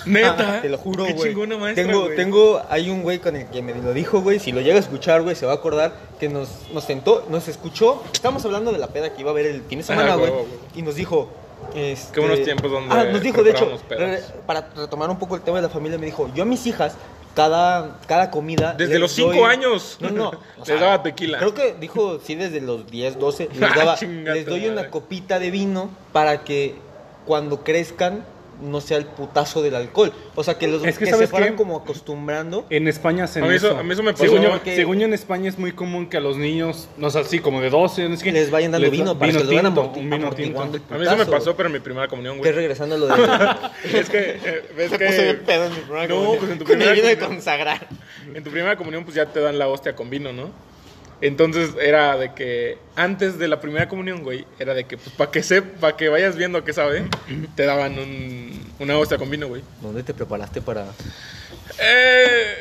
Speaker 1: Neta.
Speaker 4: Te lo juro,
Speaker 1: Qué
Speaker 4: güey.
Speaker 1: chingona maestra.
Speaker 4: Tengo,
Speaker 1: güey.
Speaker 4: tengo, hay un güey con el que me lo dijo, güey. Si lo llega a escuchar, güey, se va a acordar que nos, nos sentó, nos escuchó. Estábamos hablando de la peda que iba a haber el fin de semana,
Speaker 1: Ah,
Speaker 4: güey.
Speaker 1: huevo, huevo.
Speaker 4: Y nos dijo. este-
Speaker 1: Qué buenos tiempos donde
Speaker 4: Ah, nos dijo, de hecho,
Speaker 1: preparábamos pedas.
Speaker 4: re- para retomar un poco el tema de la familia, me dijo: Yo a mis hijas, cada, cada comida.
Speaker 1: Desde
Speaker 4: les
Speaker 1: los
Speaker 4: doy-
Speaker 1: cinco años.
Speaker 4: No, no. o
Speaker 1: Les
Speaker 4: sea,
Speaker 1: daba tequila.
Speaker 4: Creo que dijo, sí, desde los 10, 12.
Speaker 1: Ah,
Speaker 4: Les, daba,
Speaker 1: chinga
Speaker 4: les
Speaker 1: tu
Speaker 4: doy una
Speaker 1: madre.
Speaker 4: copita de vino para que cuando crezcan no sea el putazo del alcohol. O sea, que los
Speaker 3: Es que
Speaker 4: que,
Speaker 3: ¿sabes
Speaker 4: se fueran
Speaker 3: qué?
Speaker 4: como
Speaker 1: Eh,
Speaker 4: acostumbrando.
Speaker 3: En España hacen
Speaker 1: A mí eso-
Speaker 3: eso.
Speaker 1: a mí eso me
Speaker 3: Según
Speaker 1: pasó,
Speaker 3: yo,
Speaker 4: porque-
Speaker 3: según yo en España es muy común que a los niños, no sé, así como de 12, no sé qué,
Speaker 4: Les vayan dando
Speaker 3: les-
Speaker 4: vino para que lo vayan
Speaker 3: tinto,
Speaker 4: amorti-
Speaker 3: un vino tinto.
Speaker 4: amortiguando.
Speaker 1: A mí eso me
Speaker 4: putazo,
Speaker 1: pasó,
Speaker 4: güey.
Speaker 1: pero en mi primera comunión,
Speaker 4: Que
Speaker 1: güey.
Speaker 4: regresando a lo de.
Speaker 1: Es que, eh, ves
Speaker 4: Se
Speaker 1: que.
Speaker 4: puso bien pedo en mi programa.
Speaker 1: No,
Speaker 4: güey.
Speaker 1: pues en tu
Speaker 4: Con el
Speaker 1: primera
Speaker 4: vino de
Speaker 1: comunión.
Speaker 4: consagrar.
Speaker 1: En tu primera comunión, pues ya te dan la hostia con vino, ¿no? Entonces era de que antes de la primera comunión, güey, era de que, pues, para que, se- pa que vayas viendo a qué sabe, te daban un, una hostia con vino, güey.
Speaker 4: ¿Dónde te preparaste para.?
Speaker 1: Eh,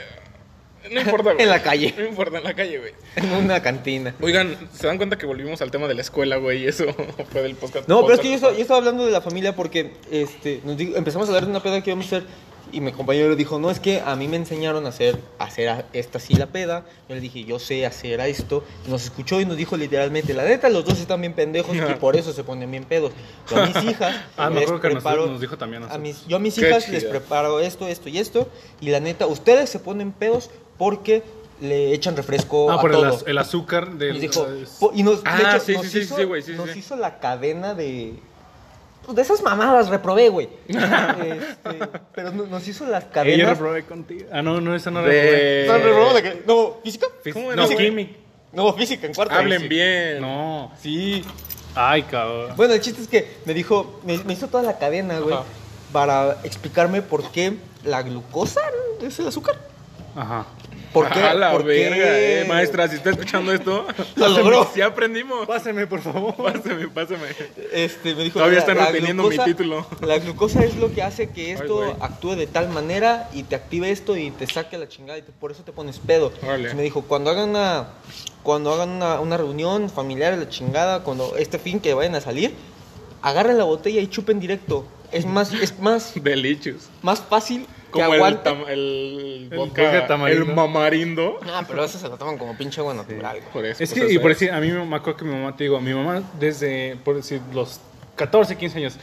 Speaker 1: no importa, güey.
Speaker 4: En la calle.
Speaker 1: No importa, en la calle, güey.
Speaker 4: En una cantina.
Speaker 1: Oigan, ¿se dan cuenta que volvimos al tema de la escuela, güey? Y eso fue del podcast.
Speaker 4: No, pero es que
Speaker 1: podcast.
Speaker 4: yo estaba, yo estaba hablando de la familia porque este, nos di- empezamos a hablar de una peda que íbamos a hacer y mi compañero dijo, no, es que a mí me enseñaron a hacer, a hacer a- esta sí la peda. Yo le dije, yo sé hacer a esto. Nos escuchó y nos dijo literalmente, la neta, los dos están bien pendejos y por eso se ponen bien pedos. Yo a mis hijas
Speaker 3: Ah, me
Speaker 4: les
Speaker 3: acuerdo que nos-
Speaker 4: preparo-
Speaker 3: nos dijo también a
Speaker 4: a
Speaker 3: nosotros.
Speaker 4: mis- Yo a mis
Speaker 1: Qué
Speaker 4: hijas
Speaker 1: chido.
Speaker 4: les preparo esto, esto y esto. Y la neta, ustedes se ponen pedos porque le echan refresco
Speaker 3: Ah,
Speaker 4: a
Speaker 3: por el,
Speaker 4: todo.
Speaker 3: az- el azúcar del...
Speaker 4: Y dijo, po- y nos, de
Speaker 1: Ah,
Speaker 4: hecho,
Speaker 1: sí,
Speaker 4: nos
Speaker 1: sí, sí,
Speaker 4: hizo,
Speaker 1: sí, güey, sí, sí,
Speaker 4: nos
Speaker 1: sí.
Speaker 4: hizo la cadena de, pues, de esas mamadas, reprobé, güey. Este, pero no- nos hizo las
Speaker 3: Eh, yo
Speaker 4: cadenas.
Speaker 3: reprobé contigo. Ah, no, no, esa no reprobé.
Speaker 1: De-
Speaker 4: No, reprobó la que- no, física.
Speaker 3: Fis-
Speaker 1: ¿Cómo era,
Speaker 3: no,
Speaker 1: güey?
Speaker 3: química.
Speaker 4: No, física en cuarto.
Speaker 1: Hablen
Speaker 4: Sí.
Speaker 1: bien.
Speaker 3: No.
Speaker 4: Sí.
Speaker 3: Ay, cabrón.
Speaker 4: Bueno, el chiste es que me dijo, me, me hizo toda la cadena, güey,
Speaker 1: Ajá.
Speaker 4: para explicarme por qué la glucosa es el azúcar.
Speaker 3: Ajá.
Speaker 4: ¿Por qué?
Speaker 1: A la
Speaker 4: ¿Por qué?
Speaker 1: verga, eh, maestra, si está escuchando esto,
Speaker 4: Lo logró.
Speaker 1: sí aprendimos.
Speaker 3: Páseme, por favor.
Speaker 1: Pásame, pásame.
Speaker 4: Este, me dijo,
Speaker 1: Todavía
Speaker 4: "Mira,
Speaker 1: están
Speaker 4: la
Speaker 1: reteniendo mi
Speaker 4: glucosa-
Speaker 1: título".
Speaker 4: La glucosa es lo que hace que esto
Speaker 1: güey.
Speaker 4: actúe de tal manera y te active esto y te saque la chingada y te- por eso te pones pedo.
Speaker 1: Órale.
Speaker 4: Entonces me dijo, cuando hagan una cuando hagan una, una reunión familiar, la chingada, cuando este fin que vayan a salir, agarren la botella y chupen directo. Es más es más
Speaker 1: Delicious.
Speaker 4: más fácil que
Speaker 1: Como el,
Speaker 4: aguanten.
Speaker 1: tam- el
Speaker 3: El
Speaker 1: vodka-
Speaker 3: vodka tamarindo.
Speaker 1: el mamarindo.
Speaker 4: Ah, pero eso se lo toman como pinche agua natural. güey.
Speaker 1: Por eso,
Speaker 3: Es
Speaker 1: pues,
Speaker 3: que, y por
Speaker 1: eso
Speaker 3: decir, a mí me me acuerdo que mi mamá, te digo, mi mamá desde, por decir, los 14, 15 años,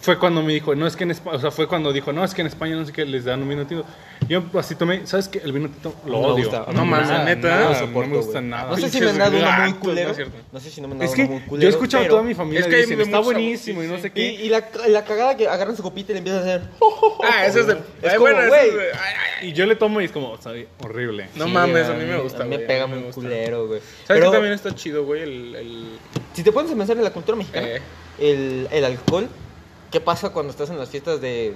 Speaker 3: fue cuando me dijo, no es que en España, o sea, fue cuando dijo, no es que en España no sé qué, les dan un vino tinto. Yo así tomé, ¿sabes qué? El vino tinto lo
Speaker 4: No me
Speaker 3: odio.
Speaker 4: gusta.
Speaker 1: No mames,
Speaker 3: nada,
Speaker 1: neta.
Speaker 3: nada,
Speaker 1: No
Speaker 3: No,
Speaker 1: lo
Speaker 4: soporto,
Speaker 3: me gusta
Speaker 4: güey.
Speaker 3: nada.
Speaker 4: No sé si
Speaker 1: Pinches
Speaker 4: me han dado una muy
Speaker 1: gatos,
Speaker 4: culero.
Speaker 1: no es cierto.
Speaker 4: no sé si no me han dado
Speaker 3: Es que
Speaker 4: una muy culero.
Speaker 3: yo he escuchado a
Speaker 4: pero-
Speaker 3: toda mi familia
Speaker 1: Es que hay
Speaker 3: dicen,
Speaker 1: de
Speaker 3: está
Speaker 1: muchos sabores,
Speaker 3: buenísimo
Speaker 1: sí,
Speaker 3: y no
Speaker 1: sí.
Speaker 3: sé
Speaker 4: Y,
Speaker 3: qué.
Speaker 4: y la, la cagada que agarran su copita y le empiezan a hacer.
Speaker 1: Ah, ese es del.
Speaker 4: Es
Speaker 1: eh,
Speaker 4: como,
Speaker 1: bueno, ese
Speaker 4: güey.
Speaker 1: es de- ay, ay,
Speaker 3: Y yo le tomo y es como, sabe, horrible.
Speaker 1: No
Speaker 4: Sí,
Speaker 1: mames,
Speaker 4: güey,
Speaker 1: a mí me gusta,
Speaker 4: a mí Me
Speaker 1: güey, a
Speaker 4: pega
Speaker 1: mí me
Speaker 4: muy
Speaker 1: gusta.
Speaker 4: culero, güey.
Speaker 1: ¿Sabes
Speaker 4: Pero
Speaker 1: qué también está chido, güey? El, el-
Speaker 4: si te pones a pensar en la cultura mexicana,
Speaker 1: Eh.
Speaker 4: el, el alcohol, ¿qué pasa cuando estás en las fiestas de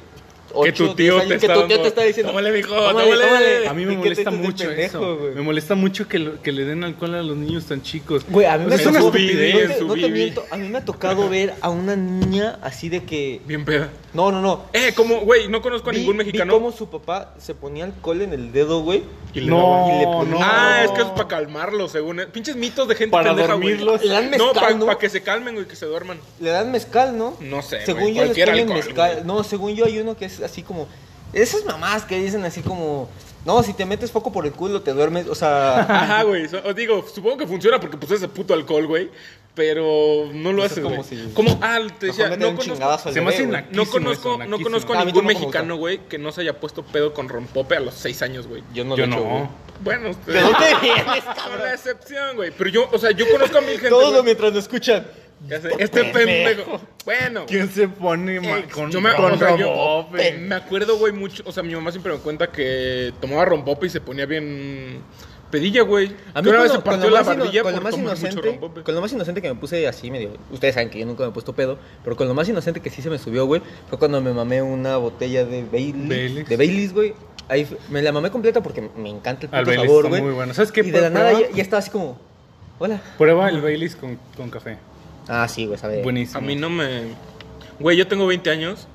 Speaker 1: Que
Speaker 4: ocho,
Speaker 1: tu tío
Speaker 4: diez
Speaker 1: te
Speaker 4: años,
Speaker 1: está
Speaker 4: que tu tío
Speaker 1: dando-
Speaker 4: te está diciendo,
Speaker 1: "Tómale, mijo,
Speaker 4: "Tómale,
Speaker 1: tómale".
Speaker 4: tómale".
Speaker 3: A mí me
Speaker 4: ¿Y qué te
Speaker 3: molesta
Speaker 4: haces de
Speaker 3: mucho
Speaker 4: pendejo,
Speaker 3: eso.
Speaker 4: güey?
Speaker 3: Me molesta mucho que, lo- que le den alcohol a los niños tan chicos.
Speaker 4: Güey, a mí
Speaker 3: O
Speaker 4: me
Speaker 3: sea, es una
Speaker 4: tocó-
Speaker 1: estupidez,
Speaker 4: no te-
Speaker 1: su
Speaker 4: no te
Speaker 1: bibi.
Speaker 4: miento, a mí me ha tocado ver a una niña así de que
Speaker 1: Bien peda.
Speaker 4: no, no, no.
Speaker 1: Eh, como, güey, no conozco a
Speaker 4: Vi-
Speaker 1: ningún
Speaker 4: vi
Speaker 1: mexicano.
Speaker 4: cómo su papá se ponía alcohol en el dedo, güey.
Speaker 1: Y le
Speaker 3: No,
Speaker 1: daban-
Speaker 4: Y le ponía-
Speaker 3: no.
Speaker 1: Ah, es que es para calmarlo, según. él. Pinches mitos de gente
Speaker 3: Para
Speaker 1: pendeja, güey.
Speaker 3: dormirlos.
Speaker 4: Le dan
Speaker 1: No,
Speaker 4: mezcal,
Speaker 1: para
Speaker 4: ¿no?
Speaker 1: que se calmen, güey, que se duerman.
Speaker 4: Le dan mezcal, ¿no?
Speaker 1: No sé,
Speaker 4: Según
Speaker 1: güey,
Speaker 4: yo les
Speaker 1: cualquier
Speaker 4: ponen
Speaker 1: alcohol,
Speaker 4: mezcal.
Speaker 1: güey.
Speaker 4: No, según yo hay uno que es así como esas mamás que dicen así como, "No, si te metes foco por el culo te duermes", o sea,
Speaker 1: Ajá, güey. so- Os digo, supongo que funciona porque pues ese puto alcohol, güey. Pero no lo
Speaker 4: Pues es
Speaker 1: haces,
Speaker 4: como
Speaker 1: güey.
Speaker 4: si-
Speaker 1: Como, ah, te
Speaker 4: mejor
Speaker 1: decía,
Speaker 4: meter
Speaker 1: no
Speaker 4: un
Speaker 1: conozco,
Speaker 4: chingadazo al
Speaker 3: Se me hace
Speaker 4: bebé, güey.
Speaker 3: inac-
Speaker 1: no
Speaker 3: Naquísimo
Speaker 1: conozco,
Speaker 3: eso,
Speaker 1: no
Speaker 3: naquísimo.
Speaker 1: conozco
Speaker 4: Ah,
Speaker 1: a
Speaker 4: a mí
Speaker 1: ningún
Speaker 4: tampoco me
Speaker 1: mexicano, güey, que no se haya puesto pedo con rompope a los seis años, güey.
Speaker 4: Yo no
Speaker 3: Yo
Speaker 4: lo he hecho,
Speaker 3: no.
Speaker 4: güey.
Speaker 1: Bueno, usted...
Speaker 4: ¿De dónde vienes,
Speaker 1: Con
Speaker 4: cabrón?
Speaker 1: la excepción, güey. Pero yo, o sea, yo conozco a mil gente.
Speaker 4: Todos lo
Speaker 1: güey.
Speaker 4: mientras lo escuchan.
Speaker 1: Ya sé, Este pendejo. Bueno.
Speaker 3: ¿Quién se pone mal
Speaker 1: eh,
Speaker 3: con
Speaker 1: yo me, o
Speaker 3: con
Speaker 1: sea, yo- Eh.
Speaker 3: Robopé?
Speaker 1: me acuerdo, güey, mucho. O sea, mi mamá siempre me cuenta que tomaba rompope y se ponía bien pedilla, güey. Que una vez se
Speaker 4: cuando-
Speaker 1: partió
Speaker 4: lo
Speaker 1: la
Speaker 4: más ino-
Speaker 1: barbilla
Speaker 4: con
Speaker 1: por
Speaker 4: lo más
Speaker 1: tomar mucho
Speaker 4: inocente,
Speaker 1: rompope.
Speaker 4: con lo más inocente que me puse así medio, ustedes saben que yo nunca me he puesto pedo, pero con lo más inocente que sí se me subió, güey, fue cuando me mamé una botella de Baileys,
Speaker 3: Baileys.
Speaker 4: de Baileys, güey. Ahí fue- me la mamé completa porque me encanta el
Speaker 3: Al
Speaker 4: puto
Speaker 3: Baileys
Speaker 4: sabor,
Speaker 3: está
Speaker 4: güey.
Speaker 3: muy bueno. ¿Sabes qué?
Speaker 4: Y de la nada
Speaker 3: Prueba-
Speaker 4: ya, ya estaba así como, "Hola."
Speaker 3: Prueba el Baileys con, con café.
Speaker 4: Ah, sí, güey, sabe.
Speaker 3: Buenísimo.
Speaker 1: A mí no me. Güey, yo tengo 20 años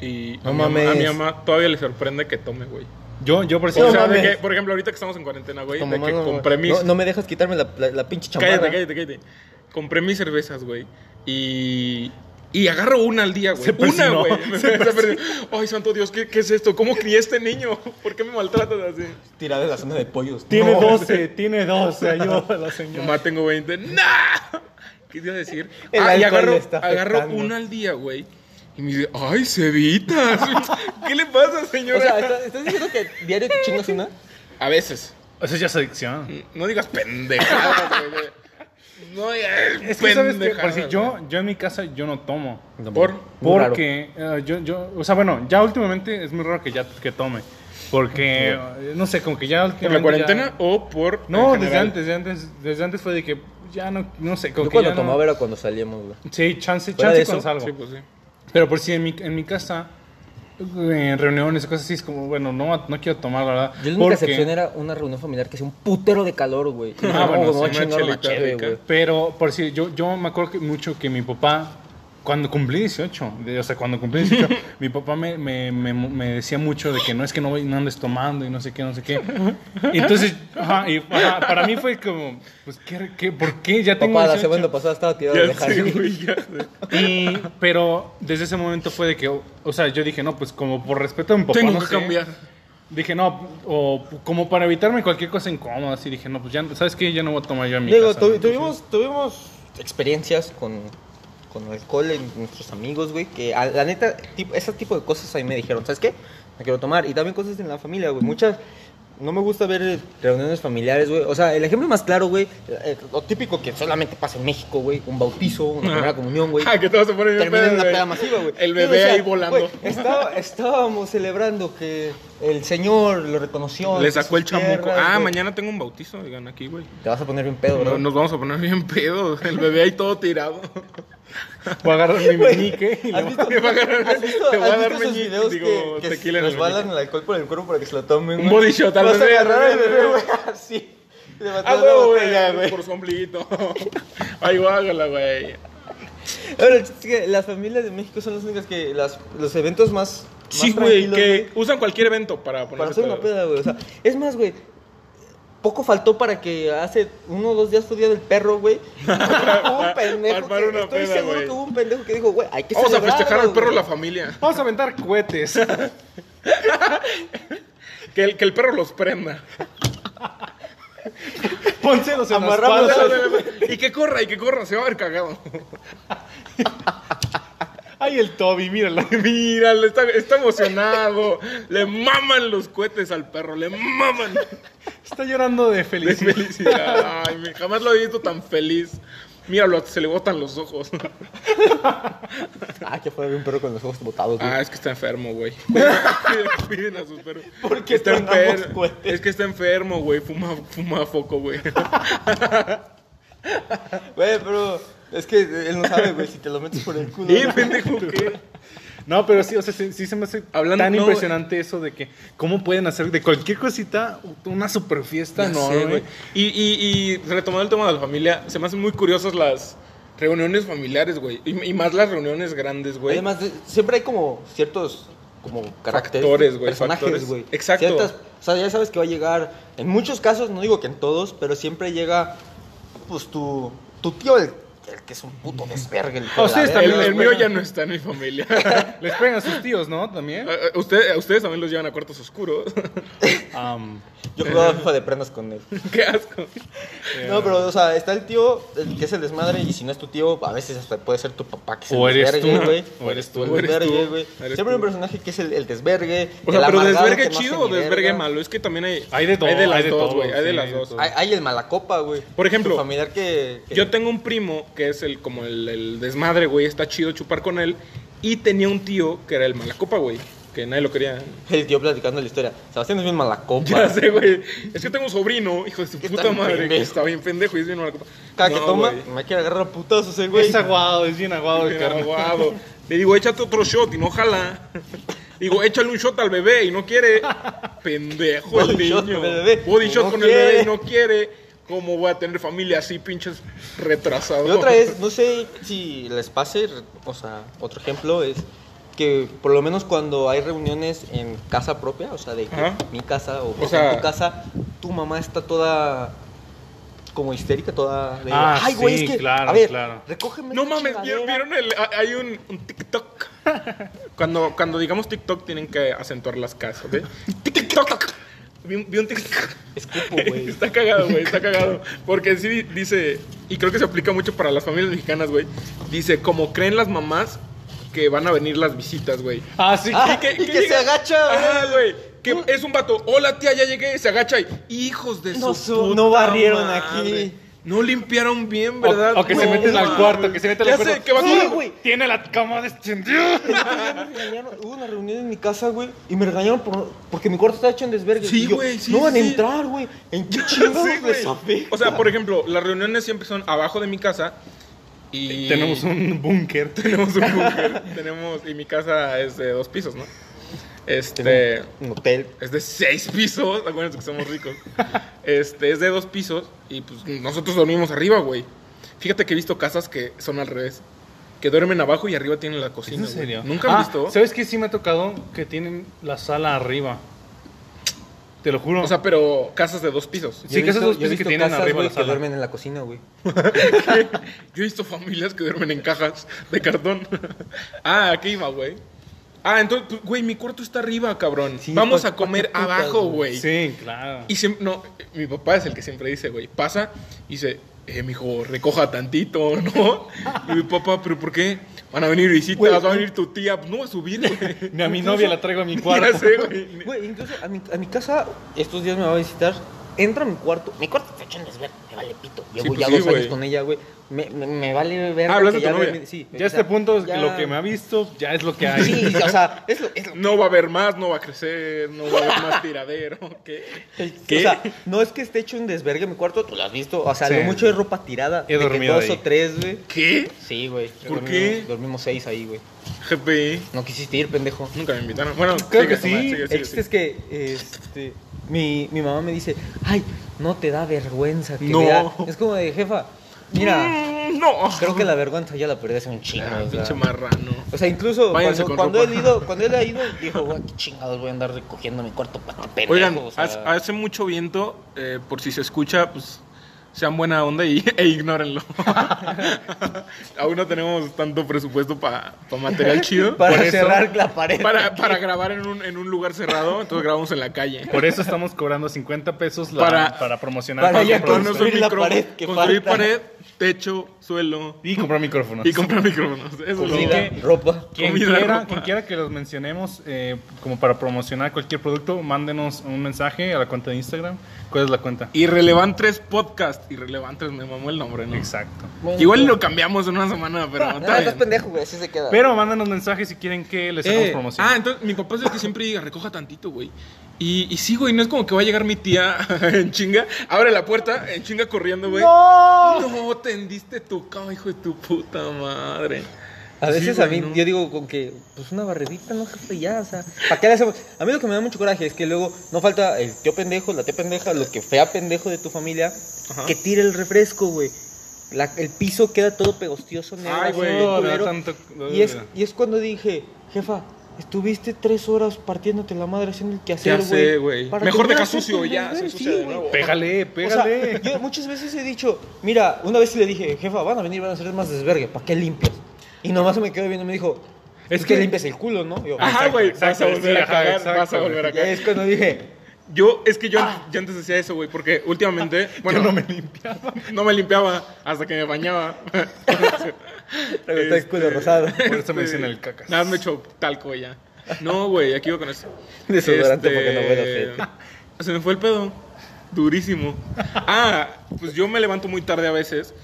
Speaker 1: y
Speaker 4: No
Speaker 1: a, mi mamá, a
Speaker 4: mames.
Speaker 1: mi mamá todavía le sorprende que tome, güey.
Speaker 3: Yo, yo por eso.
Speaker 1: O
Speaker 4: No
Speaker 1: sea, de
Speaker 4: mames.
Speaker 1: que, por ejemplo, ahorita que estamos en cuarentena, güey,
Speaker 4: Como
Speaker 1: de que
Speaker 4: mano,
Speaker 1: compré mis.
Speaker 4: no, no me dejas quitarme la, la- la pinche chamarra.
Speaker 1: cállate, cállate, cállate. Compré mis cervezas, güey. Y. Y agarro una al día, güey.
Speaker 3: Se
Speaker 1: una,
Speaker 3: presionó,
Speaker 1: güey. Se
Speaker 3: se
Speaker 1: perdió. Ay, santo Dios, ¿qué, qué es esto? ¿Cómo crié a este niño? ¿Por qué me maltratas así?
Speaker 4: Tirada de la zona de pollos.
Speaker 3: Tiene
Speaker 4: No.
Speaker 3: 12, tiene 12. Ayuda a la señora.
Speaker 1: Mamá, tengo 20. ¡No! ¿Qué te iba a decir?
Speaker 4: El
Speaker 1: ah, y
Speaker 4: alcohol
Speaker 1: agarro,
Speaker 4: le está
Speaker 1: agarro
Speaker 4: afectando.
Speaker 1: una al día, güey. Y me dice, ¡ay, cevitas! ¿Qué le pasa, señora?
Speaker 4: O sea, ¿estás, estás diciendo que diario te chingas una?
Speaker 1: A veces.
Speaker 3: Eso ya es adicción.
Speaker 1: No digas pendejadas, güey. No digas
Speaker 3: Es que sabes que, por
Speaker 1: pendejadas,
Speaker 4: Pues
Speaker 3: si yo, yo en mi casa yo no tomo.
Speaker 1: Por-
Speaker 3: Porque eh, yo, yo, o sea, bueno, ya últimamente es muy raro que ya que tome. Porque, eh, no sé, como que ya
Speaker 1: ¿Por la
Speaker 3: últimamente.
Speaker 1: cuarentena
Speaker 3: ya-
Speaker 1: o por.?
Speaker 3: No,
Speaker 1: en
Speaker 3: desde
Speaker 1: general?
Speaker 3: antes, desde antes, desde antes fue de que ya no, no sé, como
Speaker 4: Yo
Speaker 3: que
Speaker 4: cuando
Speaker 3: ya no-
Speaker 4: tomaba era cuando salíamos, güey.
Speaker 3: Sí, chance,
Speaker 4: Fuera
Speaker 3: chance
Speaker 4: de
Speaker 3: con
Speaker 4: eso,
Speaker 3: salgo.
Speaker 1: Sí, pues sí.
Speaker 3: Pero por si en mi, en mi casa, en reuniones y cosas así, es como, bueno, no, no quiero tomar, la verdad.
Speaker 4: Yo la única
Speaker 3: porque-
Speaker 4: excepción era una reunión familiar que sea un putero de calor, güey. Y
Speaker 3: Ah,
Speaker 4: no,
Speaker 3: bueno,
Speaker 4: me voy a
Speaker 1: sí,
Speaker 4: chingar
Speaker 1: una
Speaker 4: una cheve,
Speaker 1: chelita
Speaker 4: güey.
Speaker 3: Pero por si yo, yo me acuerdo que mucho que mi papá, cuando cumplí 18, de- o sea, cuando cumplí 18, mi papá me, me, me, me decía mucho de que no es que no, voy- no andes tomando y no sé qué, no sé qué. Y entonces, ajá, y, ajá, para mí fue como, pues, ¿qué, qué, por qué ya tengo
Speaker 4: Papá, la
Speaker 3: 18?
Speaker 4: semana pasada estaba tirado de
Speaker 1: Ya sé,
Speaker 4: Harry.
Speaker 1: güey, ya sé.
Speaker 3: Y, pero desde ese momento fue de que, o, o sea, yo dije, no, pues como por respeto a mi papá,
Speaker 1: Tengo
Speaker 3: no
Speaker 1: que
Speaker 3: sé.
Speaker 1: cambiar.
Speaker 3: Dije, no, o como para evitarme cualquier cosa incómoda, así dije, no, pues ya, ¿sabes qué? Ya no voy a tomar yo a mi
Speaker 4: Digo,
Speaker 3: casa,
Speaker 4: tu-
Speaker 3: ¿no?
Speaker 4: tuvimos, tuvimos experiencias con, con alcohol en nuestros amigos, güey, que a- la neta, tipo, ese tipo de cosas ahí me dijeron, ¿sabes qué? Me quiero tomar. Y también cosas en la familia, güey. Muchas... No me gusta ver eh, reuniones familiares, güey. O sea, el ejemplo más claro, güey, eh, lo típico que solamente pasa en México, güey, un bautizo, una primera comunión, güey.
Speaker 1: Ah, que te vas a poner bien
Speaker 4: Termina
Speaker 1: pedo,
Speaker 4: en una
Speaker 1: güey.
Speaker 4: peda masiva, güey.
Speaker 1: El
Speaker 4: Yo
Speaker 1: bebé
Speaker 4: decía,
Speaker 1: ahí volando.
Speaker 4: güey, estaba- estábamos celebrando que el señor lo reconoció.
Speaker 1: Le
Speaker 4: ante
Speaker 1: sacó el
Speaker 4: sus
Speaker 1: chamuco.
Speaker 4: tierras,
Speaker 1: ah,
Speaker 4: güey.
Speaker 1: mañana tengo un bautizo, oigan, aquí, güey.
Speaker 4: Te vas a poner bien pedo,
Speaker 1: No,
Speaker 4: ¿verdad?
Speaker 1: nos vamos a poner bien pedos. El bebé ahí todo tirado.
Speaker 3: Voy a agarrar mi
Speaker 4: Güey,
Speaker 3: meñique y le
Speaker 4: ¿has
Speaker 3: voy
Speaker 4: visto-
Speaker 3: a le voy a agarrar.
Speaker 4: ¿Has visto,
Speaker 3: Te voy a
Speaker 4: has
Speaker 3: dar
Speaker 4: visto esos
Speaker 3: meñique,
Speaker 4: videos
Speaker 3: digo,
Speaker 4: que, que
Speaker 3: tequila en el
Speaker 4: resbalan
Speaker 3: meñique.
Speaker 4: el alcohol por el cuerpo para que se lo tomen?
Speaker 3: Un
Speaker 4: güey?
Speaker 3: body shot al
Speaker 4: Vas
Speaker 3: bebé,
Speaker 4: a agarrar
Speaker 3: al
Speaker 4: al
Speaker 3: bebé,
Speaker 4: bebé,
Speaker 3: güey.
Speaker 4: güey, así. Y Le
Speaker 1: Ah,
Speaker 4: matas la
Speaker 1: huevo,
Speaker 4: botella,
Speaker 1: güey.
Speaker 4: güey.
Speaker 1: Por su ombliguito. Ay, guágala, güey.
Speaker 4: Ahora, el chiste es que las familias de México son las únicas que las, los eventos más. más
Speaker 1: Sí, güey,
Speaker 4: tranquilos,
Speaker 1: que usan cualquier evento para ponerse
Speaker 4: Para hacer una
Speaker 1: pedos.
Speaker 4: peda, güey. O sea, es más, güey. Poco faltó para que hace uno o dos días fue día del perro, güey. Hubo un pendejo.
Speaker 1: Armar
Speaker 4: que-
Speaker 1: una
Speaker 4: estoy
Speaker 1: peda,
Speaker 4: seguro
Speaker 1: güey.
Speaker 4: que hubo un pendejo que dijo, güey, hay que
Speaker 1: Vamos a
Speaker 4: celebrarlo,
Speaker 1: festejar al perro
Speaker 4: güey.
Speaker 1: la familia.
Speaker 3: Vamos a aventar cohetes.
Speaker 1: Que el, que el perro los prenda.
Speaker 3: Pónselos en la
Speaker 4: Amarramos
Speaker 3: espalda.
Speaker 1: y que corra, y que corra, se va a ver cagado.
Speaker 3: Ay, el Toby, míralo.
Speaker 1: Mira, le está, está emocionado. Le maman los cohetes al perro, le maman.
Speaker 3: Está llorando de
Speaker 1: De
Speaker 3: felicidad.
Speaker 1: felicidad. Ay, me- jamás lo he visto tan feliz. Míralo, hasta se le botan los ojos.
Speaker 4: Ah, que fue un perro con los ojos botados, güey.
Speaker 1: Ah, es que está enfermo, güey. Cuiden, cuiden a sus perros.
Speaker 4: ¿Por qué
Speaker 1: está
Speaker 4: tronamos
Speaker 1: enfer-
Speaker 4: cohetes?
Speaker 1: Es que está enfermo, güey. Fuma, fuma foco, güey.
Speaker 4: Güey, pero es que él no sabe, güey, si te lo metes por el culo.
Speaker 1: Eh,
Speaker 4: güey.
Speaker 1: pendejo, ¿qué?
Speaker 3: No, pero sí, o sea, sí, sí se me hace
Speaker 1: Hablando-
Speaker 3: tan
Speaker 1: no,
Speaker 3: impresionante eso de que cómo pueden hacer de cualquier cosita una super fiesta.
Speaker 1: Ya
Speaker 3: No,
Speaker 1: sé,
Speaker 3: güey.
Speaker 1: güey. Y, y, y retomando el tema de la familia, se me hacen muy curiosas las reuniones familiares, güey. Y, y más las reuniones grandes, güey.
Speaker 4: Además, de- siempre hay como ciertos como caracteres,
Speaker 1: Factores, güey, factores.
Speaker 4: personajes, güey.
Speaker 1: Exacto.
Speaker 4: Ciertas- o sea, ya sabes que va a llegar, en muchos casos, no digo que en todos, pero siempre llega, pues, tu, tu tío, el, el que es un puto desvergue. el hijo de
Speaker 3: ustedes
Speaker 4: la
Speaker 1: el,
Speaker 4: verga,
Speaker 3: también,
Speaker 1: el
Speaker 3: güey.
Speaker 1: mío ya no está en mi familia.
Speaker 3: Les pegan a sus tíos, ¿no? También.
Speaker 4: ¿Eh?
Speaker 1: A- a- Usted, a ustedes también los llevan a cuartos oscuros. Um,
Speaker 3: Am,
Speaker 4: Yo jugaba FIFA de prendas con él.
Speaker 1: Qué asco.
Speaker 4: No, pero, o sea, está el tío, el que es el desmadre, y si no es tu tío, a veces hasta puede ser tu papá que es
Speaker 3: O
Speaker 4: el
Speaker 3: eres
Speaker 4: desvergue,
Speaker 3: tú.
Speaker 4: güey.
Speaker 3: O eres tú.
Speaker 4: El
Speaker 1: O eres
Speaker 4: desvergue,
Speaker 1: tú.
Speaker 4: güey.
Speaker 1: Eres
Speaker 4: Siempre hay un
Speaker 1: tú.
Speaker 4: personaje que es el, el desvergue.
Speaker 1: O sea,
Speaker 4: el
Speaker 1: pero
Speaker 4: amargado
Speaker 1: desvergue
Speaker 4: que no hace
Speaker 1: chido o
Speaker 4: ni
Speaker 1: desvergue
Speaker 4: verga.
Speaker 1: malo. Es que también hay.
Speaker 3: Hay de todo,
Speaker 1: Hay de las
Speaker 3: hay de
Speaker 1: dos,
Speaker 3: todo,
Speaker 1: güey. Hay de
Speaker 3: sí,
Speaker 1: las
Speaker 3: hay de
Speaker 1: dos.
Speaker 3: todo.
Speaker 4: Hay, hay el malacopa, güey.
Speaker 1: Por ejemplo,
Speaker 4: Tu familiar que. que-
Speaker 1: Yo tengo un primo que es el como el, el desmadre, güey. Está chido chupar con él. Y tenía un tío que era el malacopa, güey. Que nadie lo quería.
Speaker 4: El tío platicando la historia. Sebastián es bien malacopa.
Speaker 1: Ya sé, güey. Es que tengo un sobrino, hijo de su
Speaker 4: Que
Speaker 1: puta
Speaker 4: está bien
Speaker 1: madre, que
Speaker 4: pendejo.
Speaker 1: está bien pendejo y es bien mala copa.
Speaker 4: Cada que
Speaker 1: No,
Speaker 4: toma,
Speaker 1: güey.
Speaker 4: me quiere agarrar a putas ese güey.
Speaker 3: es aguado, es bien aguado el
Speaker 1: Bien
Speaker 3: carnal.
Speaker 1: aguado. Le digo, échate otro shot y no jala. Digo, échale un shot al bebé y no quiere. Pendejo el
Speaker 4: Body
Speaker 1: niño.
Speaker 4: shot con el bebé.
Speaker 1: Body
Speaker 4: Y
Speaker 1: shot
Speaker 4: no
Speaker 1: con el bebé y
Speaker 4: quiere.
Speaker 1: no quiere. ¿Cómo voy a tener familia así, pinches retrasados?
Speaker 4: Y otra es, no sé si les pase, o sea, otro ejemplo es que por lo menos cuando hay reuniones en casa propia, o sea, de que
Speaker 1: Ajá.
Speaker 4: mi casa o,
Speaker 1: O sea-
Speaker 4: en tu casa, tu mamá está toda como histérica, toda de,
Speaker 3: Ah,
Speaker 4: ay, güey,
Speaker 3: sí,
Speaker 4: es que
Speaker 3: claro,
Speaker 4: a ver,
Speaker 3: claro.
Speaker 4: recógeme
Speaker 1: No
Speaker 4: esta
Speaker 1: mames, ¿vieron,
Speaker 4: chingadera".
Speaker 1: vieron el, a- hay un, un TikTok? Cuando, cuando digamos TikTok tienen que acentuar las casas, ¿ok? TikTok. Vi, un- vi un TikTok.
Speaker 4: Escupo, güey.
Speaker 1: Está cagado, güey, está cagado. Porque sí di- dice, y creo que se aplica mucho para las familias mexicanas, güey. Dice, como creen las mamás que van a venir las visitas, güey.
Speaker 3: Ah, sí.
Speaker 4: Ah, y que se agacha,
Speaker 1: Ajá, güey. Que es un vato, hola tía, ya llegué, se agacha y, hijos de
Speaker 4: No
Speaker 1: su
Speaker 4: su-
Speaker 1: puta
Speaker 4: no barrieron
Speaker 1: madre".
Speaker 4: aquí.
Speaker 1: No limpiaron bien, ¿verdad?
Speaker 3: o que se
Speaker 1: No,
Speaker 3: meten al
Speaker 1: mames.
Speaker 3: cuarto, que se meten al
Speaker 1: Ya
Speaker 3: cuarto.
Speaker 1: sé, que va
Speaker 4: Sí,
Speaker 1: con-
Speaker 4: güey.
Speaker 3: Tiene la cama descendida.
Speaker 4: Me regañaron, Hubo una reunión en mi casa, güey, y me regañaron por, porque mi cuarto estaba hecho en desvergue.
Speaker 1: Sí,
Speaker 4: Y yo,
Speaker 1: güey, sí,
Speaker 4: No van
Speaker 1: sí.
Speaker 4: a entrar, güey. ¿En qué
Speaker 1: Sí,
Speaker 4: chingados
Speaker 1: güey.
Speaker 4: les afecta?
Speaker 1: O sea, por ejemplo, las reuniones siempre son abajo de mi casa y
Speaker 3: Tenemos un búnker.
Speaker 1: tenemos un búnker, tenemos y mi casa es de dos pisos, ¿no? Este
Speaker 4: un hotel.
Speaker 1: es de seis pisos, acuérdense que somos ricos. Este es de dos pisos y pues nosotros dormimos arriba, güey. Fíjate que he visto casas que son al revés, que duermen abajo y arriba tienen la cocina.
Speaker 3: ¿En
Speaker 1: güey.
Speaker 3: serio?
Speaker 1: Nunca han
Speaker 3: Ah,
Speaker 1: visto.
Speaker 3: ¿Sabes qué? Sí me ha tocado que tienen la sala arriba. Te lo juro.
Speaker 1: O sea, pero casas de dos pisos.
Speaker 3: Sí,
Speaker 4: Yo he
Speaker 3: casas
Speaker 4: visto-
Speaker 3: dos
Speaker 4: yo he
Speaker 3: pisos que
Speaker 4: visto
Speaker 3: tienen
Speaker 4: casas,
Speaker 3: arriba
Speaker 4: güey,
Speaker 3: la
Speaker 4: que
Speaker 3: sala.
Speaker 4: duermen en la cocina, güey.
Speaker 1: Yo he visto familias que duermen en cajas de cartón. ah, aquí iba, güey. Ah, entonces, pues, güey, mi cuarto está arriba, cabrón.
Speaker 4: Sí,
Speaker 1: Vamos
Speaker 4: pa-
Speaker 1: a comer
Speaker 4: pa' qué putas,
Speaker 1: abajo,
Speaker 4: güey.
Speaker 1: güey.
Speaker 3: sí, claro.
Speaker 1: Y siem- no, eh, mi papá es el que siempre dice, güey, pasa y dice, eh, mijo, recoja tantito, ¿no? Y mi papá, ¿pero por qué? Van a venir visitas,
Speaker 4: Güey,
Speaker 1: va a
Speaker 4: y-
Speaker 1: venir tu tía, no va a subir, güey.
Speaker 3: Ni a mi novia la traigo a mi
Speaker 1: Ya
Speaker 3: cuarto.
Speaker 1: sé, güey.
Speaker 4: Güey, incluso a mi, a mi casa, estos días me va a visitar, entra a mi cuarto. Mi cuarto está
Speaker 5: chingues, ver, me vale pito.
Speaker 1: Sí,
Speaker 5: Llevo
Speaker 1: pues
Speaker 5: ya
Speaker 1: sí,
Speaker 5: dos
Speaker 1: güey.
Speaker 5: años con ella, güey. Me, me, me vale ver.
Speaker 3: Ah, hablas de
Speaker 5: que
Speaker 3: tu
Speaker 5: ya-
Speaker 3: novia.
Speaker 5: sí,
Speaker 3: ya a este
Speaker 5: exacto.
Speaker 3: punto,
Speaker 5: Ya-
Speaker 3: lo que me ha visto, ya es lo que hay.
Speaker 5: Sí, o sea, es lo, es lo
Speaker 1: No va a haber más, no va a crecer, no va a haber más tiradero. ¿Qué?
Speaker 4: O sea, no es que esté hecho un desvergue en mi cuarto, tú lo has visto. O sea,
Speaker 3: Sí.
Speaker 4: lo mucho es ropa tirada.
Speaker 3: He
Speaker 4: de que
Speaker 3: dormido
Speaker 4: dos
Speaker 3: ahí.
Speaker 4: o tres, güey.
Speaker 1: ¿Qué?
Speaker 4: Sí, güey.
Speaker 1: ¿Por
Speaker 4: Dormimos-
Speaker 1: qué?
Speaker 4: Dormimos seis ahí, güey.
Speaker 1: GPI.
Speaker 4: No quisiste ir, pendejo.
Speaker 1: Nunca me invitaron. Bueno,
Speaker 4: Creo
Speaker 1: sigue,
Speaker 4: que sí.
Speaker 1: Tomás, sigue, sigue,
Speaker 4: el
Speaker 1: sigue.
Speaker 4: chiste es que este, mi, mi mamá me dice, ay, no te da vergüenza que
Speaker 1: No.
Speaker 4: vea". Es como de, jefa, mira,
Speaker 1: Mm, No.
Speaker 4: creo que la vergüenza ya la perdí hace un chingo.
Speaker 1: Ah,
Speaker 4: o sea".
Speaker 1: pinche marrano.
Speaker 4: O sea, incluso
Speaker 1: Váyanse
Speaker 4: cuando,
Speaker 1: con
Speaker 4: cuando
Speaker 1: ropa.
Speaker 4: él ido, cuando él ha ido,
Speaker 5: dijo, güey, qué chingados voy a andar recogiendo mi cuarto para pendejo.
Speaker 1: Oigan,
Speaker 5: o sea,
Speaker 1: haz- hace mucho viento, eh, por si se escucha, pues sean buena onda y, e ignórenlo. Aún no tenemos tanto presupuesto para material chido.
Speaker 4: para
Speaker 3: Por eso-
Speaker 4: cerrar la pared.
Speaker 1: Para, para grabar en un, en un lugar cerrado, entonces grabamos en la calle.
Speaker 3: Por eso estamos cobrando 50 pesos la-
Speaker 1: Para-
Speaker 3: para, promocionar.
Speaker 4: para
Speaker 3: nuestro
Speaker 4: ya
Speaker 3: producto.
Speaker 1: Comprarnos un
Speaker 4: construir la
Speaker 1: micrófono,
Speaker 4: pared que
Speaker 1: construir
Speaker 4: falta.
Speaker 1: pared, techo, suelo
Speaker 3: Y comprar micrófonos.
Speaker 1: y comprar micrófonos. Eso es lo
Speaker 4: Comida, ropa.
Speaker 3: Quien
Speaker 1: comida,
Speaker 3: quiera,
Speaker 1: ropa.
Speaker 3: quien quiera que los mencionemos eh, como para promocionar cualquier producto, mándenos un mensaje a la cuenta de Instagram. ¿Cuál es la cuenta?
Speaker 1: Irrelevantes podcast. Irrelevantes, me mamó el nombre, ¿no?
Speaker 3: Exacto.
Speaker 5: bueno,
Speaker 1: Igual lo cambiamos en una semana, pero
Speaker 4: No,
Speaker 1: está
Speaker 4: estás
Speaker 1: bien.
Speaker 4: pendejo, güey, así se queda.
Speaker 3: Pero mándanos mensajes si quieren que les hagamos
Speaker 1: Eh,
Speaker 3: promoción.
Speaker 1: ah, entonces mi papá es el que siempre diga, recoja tantito, güey. Y, y sí, güey, no es como que va a llegar mi tía en chinga, abre la puerta, en chinga corriendo, güey. ¡No! tendiste tu cama, hijo de tu puta madre.
Speaker 4: A veces
Speaker 1: Sí,
Speaker 4: a
Speaker 1: güey,
Speaker 4: mí,
Speaker 1: no.
Speaker 4: yo digo con que, pues una barredita, no, jefe, ya, o sea, ¿para qué le hacemos? A mí lo que me da mucho coraje es que luego no falta el tío pendejo, la tía pendeja, lo que fea pendejo de tu familia,
Speaker 1: Ajá.
Speaker 4: que tire el refresco, güey. La- el piso queda todo pegostioso, negro,
Speaker 1: Ay,
Speaker 4: así,
Speaker 1: güey,
Speaker 4: todo
Speaker 3: me da
Speaker 4: culero.
Speaker 3: tanto-
Speaker 4: Y es, y es cuando dije, jefa, estuviste tres horas partiéndote la madre haciendo el quehacer,
Speaker 1: Ya sé,
Speaker 4: güey.
Speaker 1: güey.
Speaker 4: para
Speaker 1: Mejor
Speaker 4: llegar a
Speaker 1: deja
Speaker 4: hacer
Speaker 1: sucio,
Speaker 4: tu
Speaker 1: ya, se
Speaker 4: deber,
Speaker 1: ensucia
Speaker 4: sí,
Speaker 1: de
Speaker 4: güey.
Speaker 1: nuevo.
Speaker 3: Pégale, pégale.
Speaker 4: O sea, yo muchas veces he dicho, mira, una vez sí le dije, jefa, van a venir, van a hacer más desvergue, ¿para qué limpias? Y nomás se me quedó viendo y me dijo, es
Speaker 3: Es
Speaker 4: que
Speaker 3: que-
Speaker 4: limpias el culo, ¿no? Yo,
Speaker 1: Ajá, güey, vas
Speaker 3: exacto,
Speaker 1: a volver
Speaker 3: sí,
Speaker 1: a
Speaker 3: ajá,
Speaker 1: cagar,
Speaker 3: exacto.
Speaker 1: vas a volver a
Speaker 4: ya
Speaker 1: cagar.
Speaker 4: es cuando dije,
Speaker 1: Yo, es que yo, yo antes hacía eso, güey, porque últimamente, bueno,
Speaker 3: Yo no me limpiaba.
Speaker 1: no me limpiaba hasta que me bañaba.
Speaker 4: está el
Speaker 1: Este,
Speaker 4: culo rosado.
Speaker 3: Por eso me dicen el cacas.
Speaker 1: Nada, me echo talco y ya. No, güey, aquí iba con eso. Este,
Speaker 4: Desodorante porque no huele a
Speaker 1: Se me fue el pedo. Durísimo. Ah, pues yo me levanto muy tarde a veces.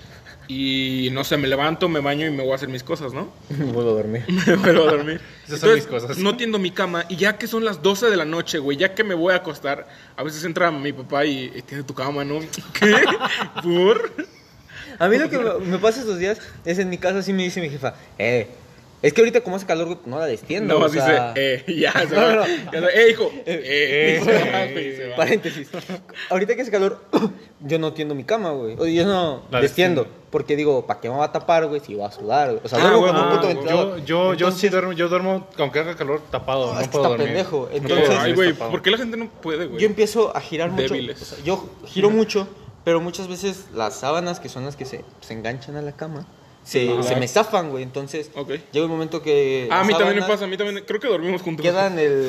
Speaker 1: Y no sé, me levanto, me baño y me voy a hacer mis cosas, ¿no?
Speaker 4: me vuelvo a dormir.
Speaker 1: Me vuelvo a dormir.
Speaker 3: Esas son
Speaker 1: Entonces,
Speaker 3: mis cosas.
Speaker 1: No tiendo mi cama. Y ya que son las 12 de la noche, güey, ya que me voy a acostar, a veces entra mi papá y eh, tiene tu cama, ¿no? ¿Qué? ¿Por?
Speaker 4: A mí lo que me, me pasa estos días es en mi casa sí me dice mi jefa, eh, es que ahorita como hace calor, güey, no la destiendo.
Speaker 1: No,
Speaker 4: o
Speaker 1: dice,
Speaker 4: sea,
Speaker 1: eh, ya, se
Speaker 4: No,
Speaker 1: va.
Speaker 4: no, no.
Speaker 1: Ya se- Eh, hijo. Eh,
Speaker 3: eh,
Speaker 1: se va, güey, se va.
Speaker 4: Paréntesis. Ahorita que hace calor, yo no tiendo mi cama, güey. O Yo no
Speaker 3: La
Speaker 4: destiendo. Porque digo, ¿para qué me va a tapar, güey? Si va a sudar, güey. O sea,
Speaker 1: Ah,
Speaker 4: duermo
Speaker 1: güey,
Speaker 4: como un
Speaker 1: ah,
Speaker 4: puto
Speaker 1: güey.
Speaker 4: ventilador.
Speaker 3: Yo, yo, yo
Speaker 4: Entonces,
Speaker 3: sí duermo, yo duermo, aunque haga calor, tapado.
Speaker 4: No,
Speaker 3: No,
Speaker 4: es que
Speaker 3: puedo
Speaker 4: está
Speaker 3: dormir.
Speaker 4: pendejo.
Speaker 3: No puedo
Speaker 4: Entonces-
Speaker 3: dormir
Speaker 1: Ay, güey,
Speaker 3: tapado.
Speaker 1: ¿por qué la gente no puede, güey?
Speaker 4: Yo empiezo a girar mucho.
Speaker 1: Débiles.
Speaker 4: O sea, yo giro mucho, pero muchas veces las sábanas, que son las que se, se enganchan a la cama, se,
Speaker 1: Ajá.
Speaker 4: se me zafan, güey. Entonces,
Speaker 1: Ok.
Speaker 4: llega un momento que.
Speaker 1: Ah, a
Speaker 4: las
Speaker 1: mí también me
Speaker 4: sábanas
Speaker 1: pasa, a mí también. Creo que dormimos juntos.
Speaker 4: Queda, en el,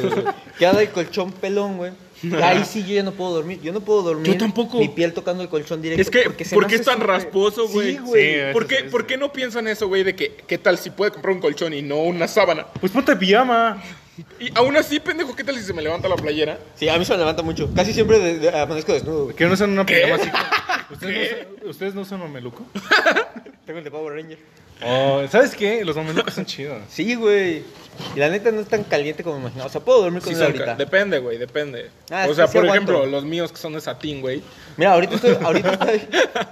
Speaker 4: queda el colchón pelón, güey. Y Ahí sí yo ya no puedo dormir. Yo no puedo dormir.
Speaker 1: Yo tampoco.
Speaker 4: Mi piel tocando el colchón directo.
Speaker 1: Es que,
Speaker 4: se
Speaker 1: ¿por
Speaker 4: me
Speaker 1: qué
Speaker 4: hace
Speaker 1: es tan
Speaker 4: súper-
Speaker 1: rasposo, güey?
Speaker 4: Sí, güey.
Speaker 3: Sí,
Speaker 1: ¿Por
Speaker 3: eh, eso
Speaker 1: qué,
Speaker 3: sí,
Speaker 1: ¿Por
Speaker 3: sí.
Speaker 1: qué no piensan eso, güey, de que qué tal si puede comprar un colchón y no una sábana?
Speaker 3: Pues ponte pijama.
Speaker 1: Y aún así, pendejo, ¿qué tal si se me levanta la playera?
Speaker 4: Sí, a mí se me levanta mucho. Casi siempre de- de- amanezco desnudo, güey.
Speaker 3: Que no usan una pijama así. ¿Ustedes, No usan, ¿Ustedes no usan mameluco?
Speaker 4: Tengo el de Power Ranger.
Speaker 3: Oh, ¿Sabes qué? Los mamelucos son chidos.
Speaker 4: Sí, güey. Y la neta no es tan caliente como me imaginaba. O sea, puedo dormir con
Speaker 1: Sí
Speaker 4: él
Speaker 1: son ca-
Speaker 4: ahorita.
Speaker 1: depende, güey, depende.
Speaker 4: Ah,
Speaker 1: o
Speaker 4: sí,
Speaker 1: sea,
Speaker 4: sí
Speaker 1: por
Speaker 4: aguanto.
Speaker 1: ejemplo, los míos que son de satín, güey.
Speaker 4: Mira, ahorita estoy. Ahorita estoy.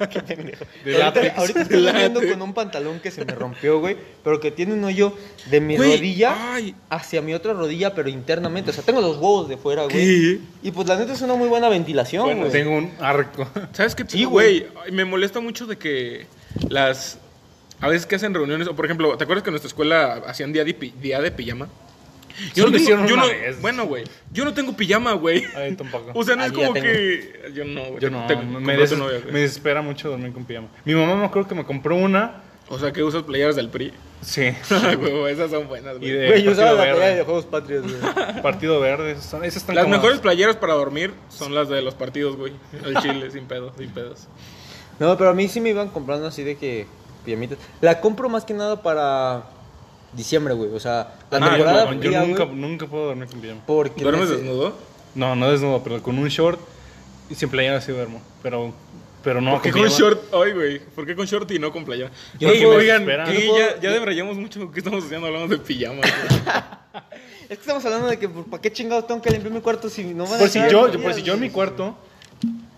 Speaker 4: Qué pendejo.
Speaker 3: De
Speaker 4: Ahorita,
Speaker 3: látex.
Speaker 4: ahorita
Speaker 1: De
Speaker 4: estoy durmiendo
Speaker 1: látex.
Speaker 4: con un pantalón que se me rompió, güey. Pero que tiene un hoyo de mi
Speaker 1: Güey,
Speaker 4: rodilla
Speaker 1: ay.
Speaker 4: hacia mi otra rodilla, pero internamente. O sea, tengo los huevos de fuera,
Speaker 1: ¿Qué?
Speaker 4: güey. Y pues la neta es una muy buena ventilación, güey.
Speaker 3: Bueno, tengo un arco.
Speaker 1: ¿Sabes qué?
Speaker 4: Sí,
Speaker 1: güey. Ay, Me molesta mucho de que las. A veces que hacen reuniones, o por ejemplo, ¿te acuerdas que en nuestra escuela hacían día de, pi- día de pijama?
Speaker 3: Sí, lo hicieron
Speaker 1: yo
Speaker 3: una
Speaker 1: no-
Speaker 3: vez.
Speaker 1: Bueno, güey, yo no tengo pijama, güey.
Speaker 3: Ay, tampoco.
Speaker 1: O sea, no
Speaker 4: Ah,
Speaker 1: es
Speaker 4: yo ya
Speaker 1: como
Speaker 4: tengo.
Speaker 1: que. Yo no, güey.
Speaker 3: Yo no,
Speaker 1: Te-
Speaker 3: me,
Speaker 1: compré
Speaker 3: des-
Speaker 1: tu novia, güey.
Speaker 3: me desespera mucho dormir con pijama. Mi mamá me acuerdo que me compró una.
Speaker 1: O sea, que usas playeras del PRI.
Speaker 3: Sí.
Speaker 1: Güey, Ah, esas son buenas,
Speaker 3: Y
Speaker 1: güey.
Speaker 3: de
Speaker 4: Güey, yo usaba
Speaker 3: partido,
Speaker 4: la pelea de
Speaker 3: verde,
Speaker 4: Juegos Patrios, güey.
Speaker 3: partido verde. Esas están, esas están
Speaker 1: Las
Speaker 3: cómodas.
Speaker 1: mejores playeras para dormir son las de los partidos, güey. El Chile, sin pedos, sin pedos.
Speaker 4: No, pero a mí sí me iban comprando así de que pijamitas. La compro más que nada para diciembre, güey. O sea, la
Speaker 1: Ah,
Speaker 3: yo,
Speaker 4: temporada
Speaker 3: no, yo
Speaker 4: fría,
Speaker 3: nunca,
Speaker 4: güey,
Speaker 3: nunca puedo dormir con pijama.
Speaker 4: porque
Speaker 1: ¿Duermes
Speaker 4: me-
Speaker 1: desnudo?
Speaker 3: No, no desnudo, pero con un short y sin playera así duermo. Pero Pero no,
Speaker 1: ¿Por qué
Speaker 3: con
Speaker 1: con
Speaker 3: mi hermano-
Speaker 1: short? Ay, güey. ¿Por qué con short y no con playera?
Speaker 3: Yo
Speaker 1: Oye,
Speaker 3: no puedo
Speaker 1: oigan,
Speaker 3: esperar.
Speaker 1: ¿qué?
Speaker 3: Yo no
Speaker 1: ya, ya debrayamos mucho. ¿Qué estamos haciendo? Hablamos de pijamas. güey.
Speaker 4: Es que estamos hablando de que ¿para qué chingados tengo que limpiar mi cuarto si no van a
Speaker 3: Por si
Speaker 4: limpiar
Speaker 3: yo,
Speaker 4: mi
Speaker 3: yo- por si
Speaker 4: comida?
Speaker 3: yo en mi cuarto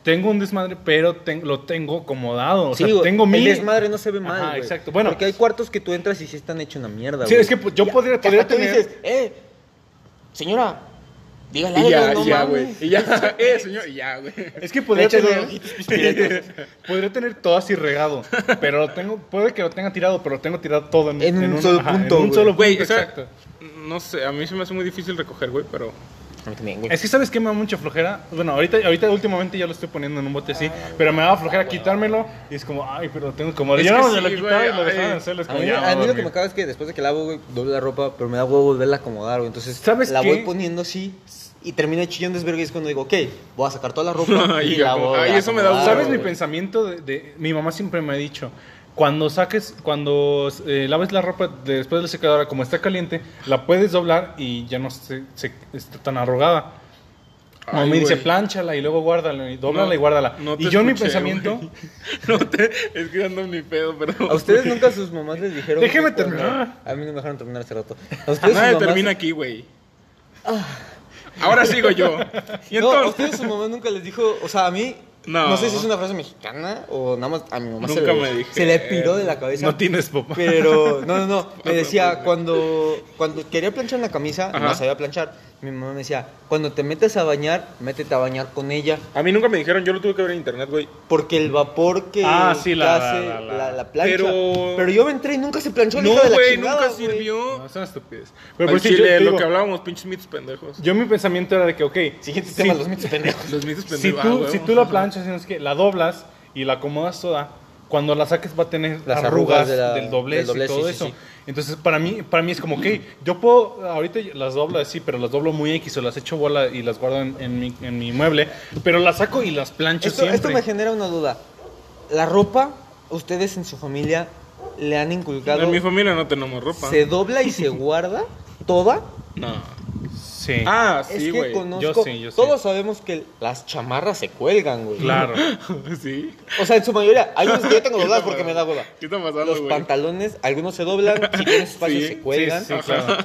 Speaker 3: tengo un desmadre, pero ten- lo tengo acomodado. O sea,
Speaker 4: Sí, güey,
Speaker 3: tengo mi.
Speaker 4: El desmadre no se ve mal,
Speaker 3: Ajá,
Speaker 4: güey.
Speaker 3: exacto. Bueno.
Speaker 4: Porque hay cuartos que tú entras y sí están hechos una mierda,
Speaker 3: Sí,
Speaker 4: güey.
Speaker 3: es que pues, yo podría,
Speaker 5: Que
Speaker 3: podría
Speaker 5: hasta tú
Speaker 3: tener.
Speaker 5: dices, eh, señora, dígale
Speaker 1: Y ya,
Speaker 5: algo, no
Speaker 1: y ya,
Speaker 5: mames".
Speaker 1: güey. Y ya, eh, señor, y ya, güey.
Speaker 3: Es que podría
Speaker 5: Échale
Speaker 3: tener.
Speaker 5: ojitos pispiretos.
Speaker 3: podría tener todo así regado. Pero lo tengo. Puede que lo tenga tirado, pero lo tengo tirado todo en,
Speaker 4: En un solo punto,
Speaker 3: En un
Speaker 4: güey.
Speaker 3: solo
Speaker 1: Güey,
Speaker 3: punto,
Speaker 1: o sea,
Speaker 3: exacto.
Speaker 1: No sé, a mí se me hace muy difícil recoger, güey, pero.
Speaker 5: A mí también, güey.
Speaker 3: Es que sabes que me da mucha flojera. Bueno, ahorita, ahorita últimamente ya lo estoy poniendo en un bote así, pero me daba flojera quitármelo y es como, ay, pero lo tengo como.
Speaker 1: Es
Speaker 3: Yo
Speaker 1: que
Speaker 3: no me lo
Speaker 1: sí,
Speaker 3: quitaba
Speaker 1: güey,
Speaker 3: y lo dejaba
Speaker 1: ay.
Speaker 3: de hacerlo. Es
Speaker 4: A
Speaker 3: como,
Speaker 4: mí,
Speaker 3: ya,
Speaker 4: a mí lo que
Speaker 3: dormir.
Speaker 4: me acaba es que después de que lavo, güey, doble la ropa, pero me da huevo volverla a acomodar, güey. Entonces,
Speaker 3: ¿Sabes
Speaker 4: la
Speaker 3: qué?
Speaker 4: voy poniendo así y termino chillando desvergue y es cuando digo, ok, voy a sacar toda la ropa
Speaker 1: Ay,
Speaker 4: y la
Speaker 1: yo-
Speaker 4: voy
Speaker 1: ay,
Speaker 4: a
Speaker 1: eso me da
Speaker 4: acomodar,
Speaker 1: huevo,
Speaker 3: ¿Sabes mi
Speaker 4: güey.
Speaker 3: pensamiento? De, de- mi mamá siempre me ha dicho, cuando saques, cuando eh, laves la ropa de- después de la secadora, como está caliente, la puedes doblar y ya no se, se- está tan arrugada. Como
Speaker 1: Ay,
Speaker 3: me dice,
Speaker 1: güey.
Speaker 3: planchala y luego guárdala, y dóblala
Speaker 1: No,
Speaker 3: y guárdala.
Speaker 1: no te
Speaker 3: y yo en mi
Speaker 1: escuché,
Speaker 3: pensamiento,
Speaker 1: güey. No te. Es que ando en mi pedo, perdón.
Speaker 4: ¿A ustedes nunca sus mamás les dijeron?
Speaker 3: Déjeme
Speaker 4: que cuando-
Speaker 3: terminar.
Speaker 4: A mí no me dejaron terminar hace rato. ¿A ustedes sus
Speaker 1: Nadie
Speaker 4: mamás-
Speaker 1: termina aquí, güey. Ahora sigo yo. Y
Speaker 4: No, a
Speaker 1: entonces.
Speaker 4: ustedes su mamá nunca les dijo, o sea, a mí,
Speaker 1: No.
Speaker 4: no, sé si es una frase mexicana o nada más a mi mamá se,
Speaker 1: Nunca
Speaker 4: le,
Speaker 1: me dijeron.
Speaker 4: se le piró de la cabeza.
Speaker 3: no tienes papá.
Speaker 4: Pero, no, no, no. Me decía, cuando, cuando quería planchar una camisa,
Speaker 1: Ajá.
Speaker 4: no sabía planchar. Mi mamá me decía, cuando te metes a bañar, métete a bañar con ella.
Speaker 1: A mí nunca me dijeron, yo lo tuve que ver en internet, güey.
Speaker 4: Porque el vapor que
Speaker 3: Ah, sí, la-
Speaker 4: que hace
Speaker 3: la-
Speaker 4: la,
Speaker 3: la-
Speaker 4: la plancha.
Speaker 1: Pero-
Speaker 4: Pero... yo me entré y nunca se planchó la
Speaker 1: No,
Speaker 4: hija de la
Speaker 1: güey,
Speaker 4: chingada,
Speaker 1: nunca
Speaker 4: güey.
Speaker 1: sirvió.
Speaker 3: No, es una estupidez.
Speaker 1: Al
Speaker 3: Pero por eso yo,
Speaker 1: chile,
Speaker 3: te
Speaker 1: lo
Speaker 3: digo,
Speaker 1: que hablábamos, pinches mitos pendejos.
Speaker 3: yo mi pensamiento era de que, ok,
Speaker 4: Siguiente
Speaker 3: si-
Speaker 4: tema, los mitos pendejos.
Speaker 1: Los mitos pendejos.
Speaker 3: si,
Speaker 1: ah,
Speaker 3: tú,
Speaker 1: huevo.
Speaker 3: si tú la planchas, sino es que la doblas y la acomodas toda, cuando la saques va a tener
Speaker 4: Las
Speaker 3: las arrugas,
Speaker 4: arrugas de la-
Speaker 3: del doblez
Speaker 4: del doblez,
Speaker 3: y todo
Speaker 4: sí, sí,
Speaker 3: eso.
Speaker 4: sí.
Speaker 3: Entonces, para mí, para mí es como, ok, yo puedo, ahorita las doblo así, pero las doblo muy X o las echo bola y las guardo en, en mi, en mi mueble, pero las saco y las plancho
Speaker 4: Esto, esto
Speaker 3: siempre.
Speaker 4: me genera una duda. La ropa, ustedes en su familia le han inculcado.
Speaker 1: En mi familia no tenemos ropa.
Speaker 4: ¿Se dobla y se guarda toda?
Speaker 1: No.
Speaker 3: Sí,
Speaker 1: Ah,
Speaker 4: es
Speaker 1: sí,
Speaker 4: que
Speaker 1: güey.
Speaker 4: conozco.
Speaker 3: sé, yo sé.
Speaker 4: Todos sabemos que las chamarras se cuelgan, güey.
Speaker 3: claro.
Speaker 1: sí.
Speaker 4: O sea, en su mayoría. Hay unos que yo tengo dobladas porque me da hueva.
Speaker 1: ¿Qué está pasando,
Speaker 4: Los
Speaker 1: güey?
Speaker 4: pantalones, algunos se doblan, si tienes espacio
Speaker 1: Sí,
Speaker 4: se cuelgan.
Speaker 3: Sí, sí, claro.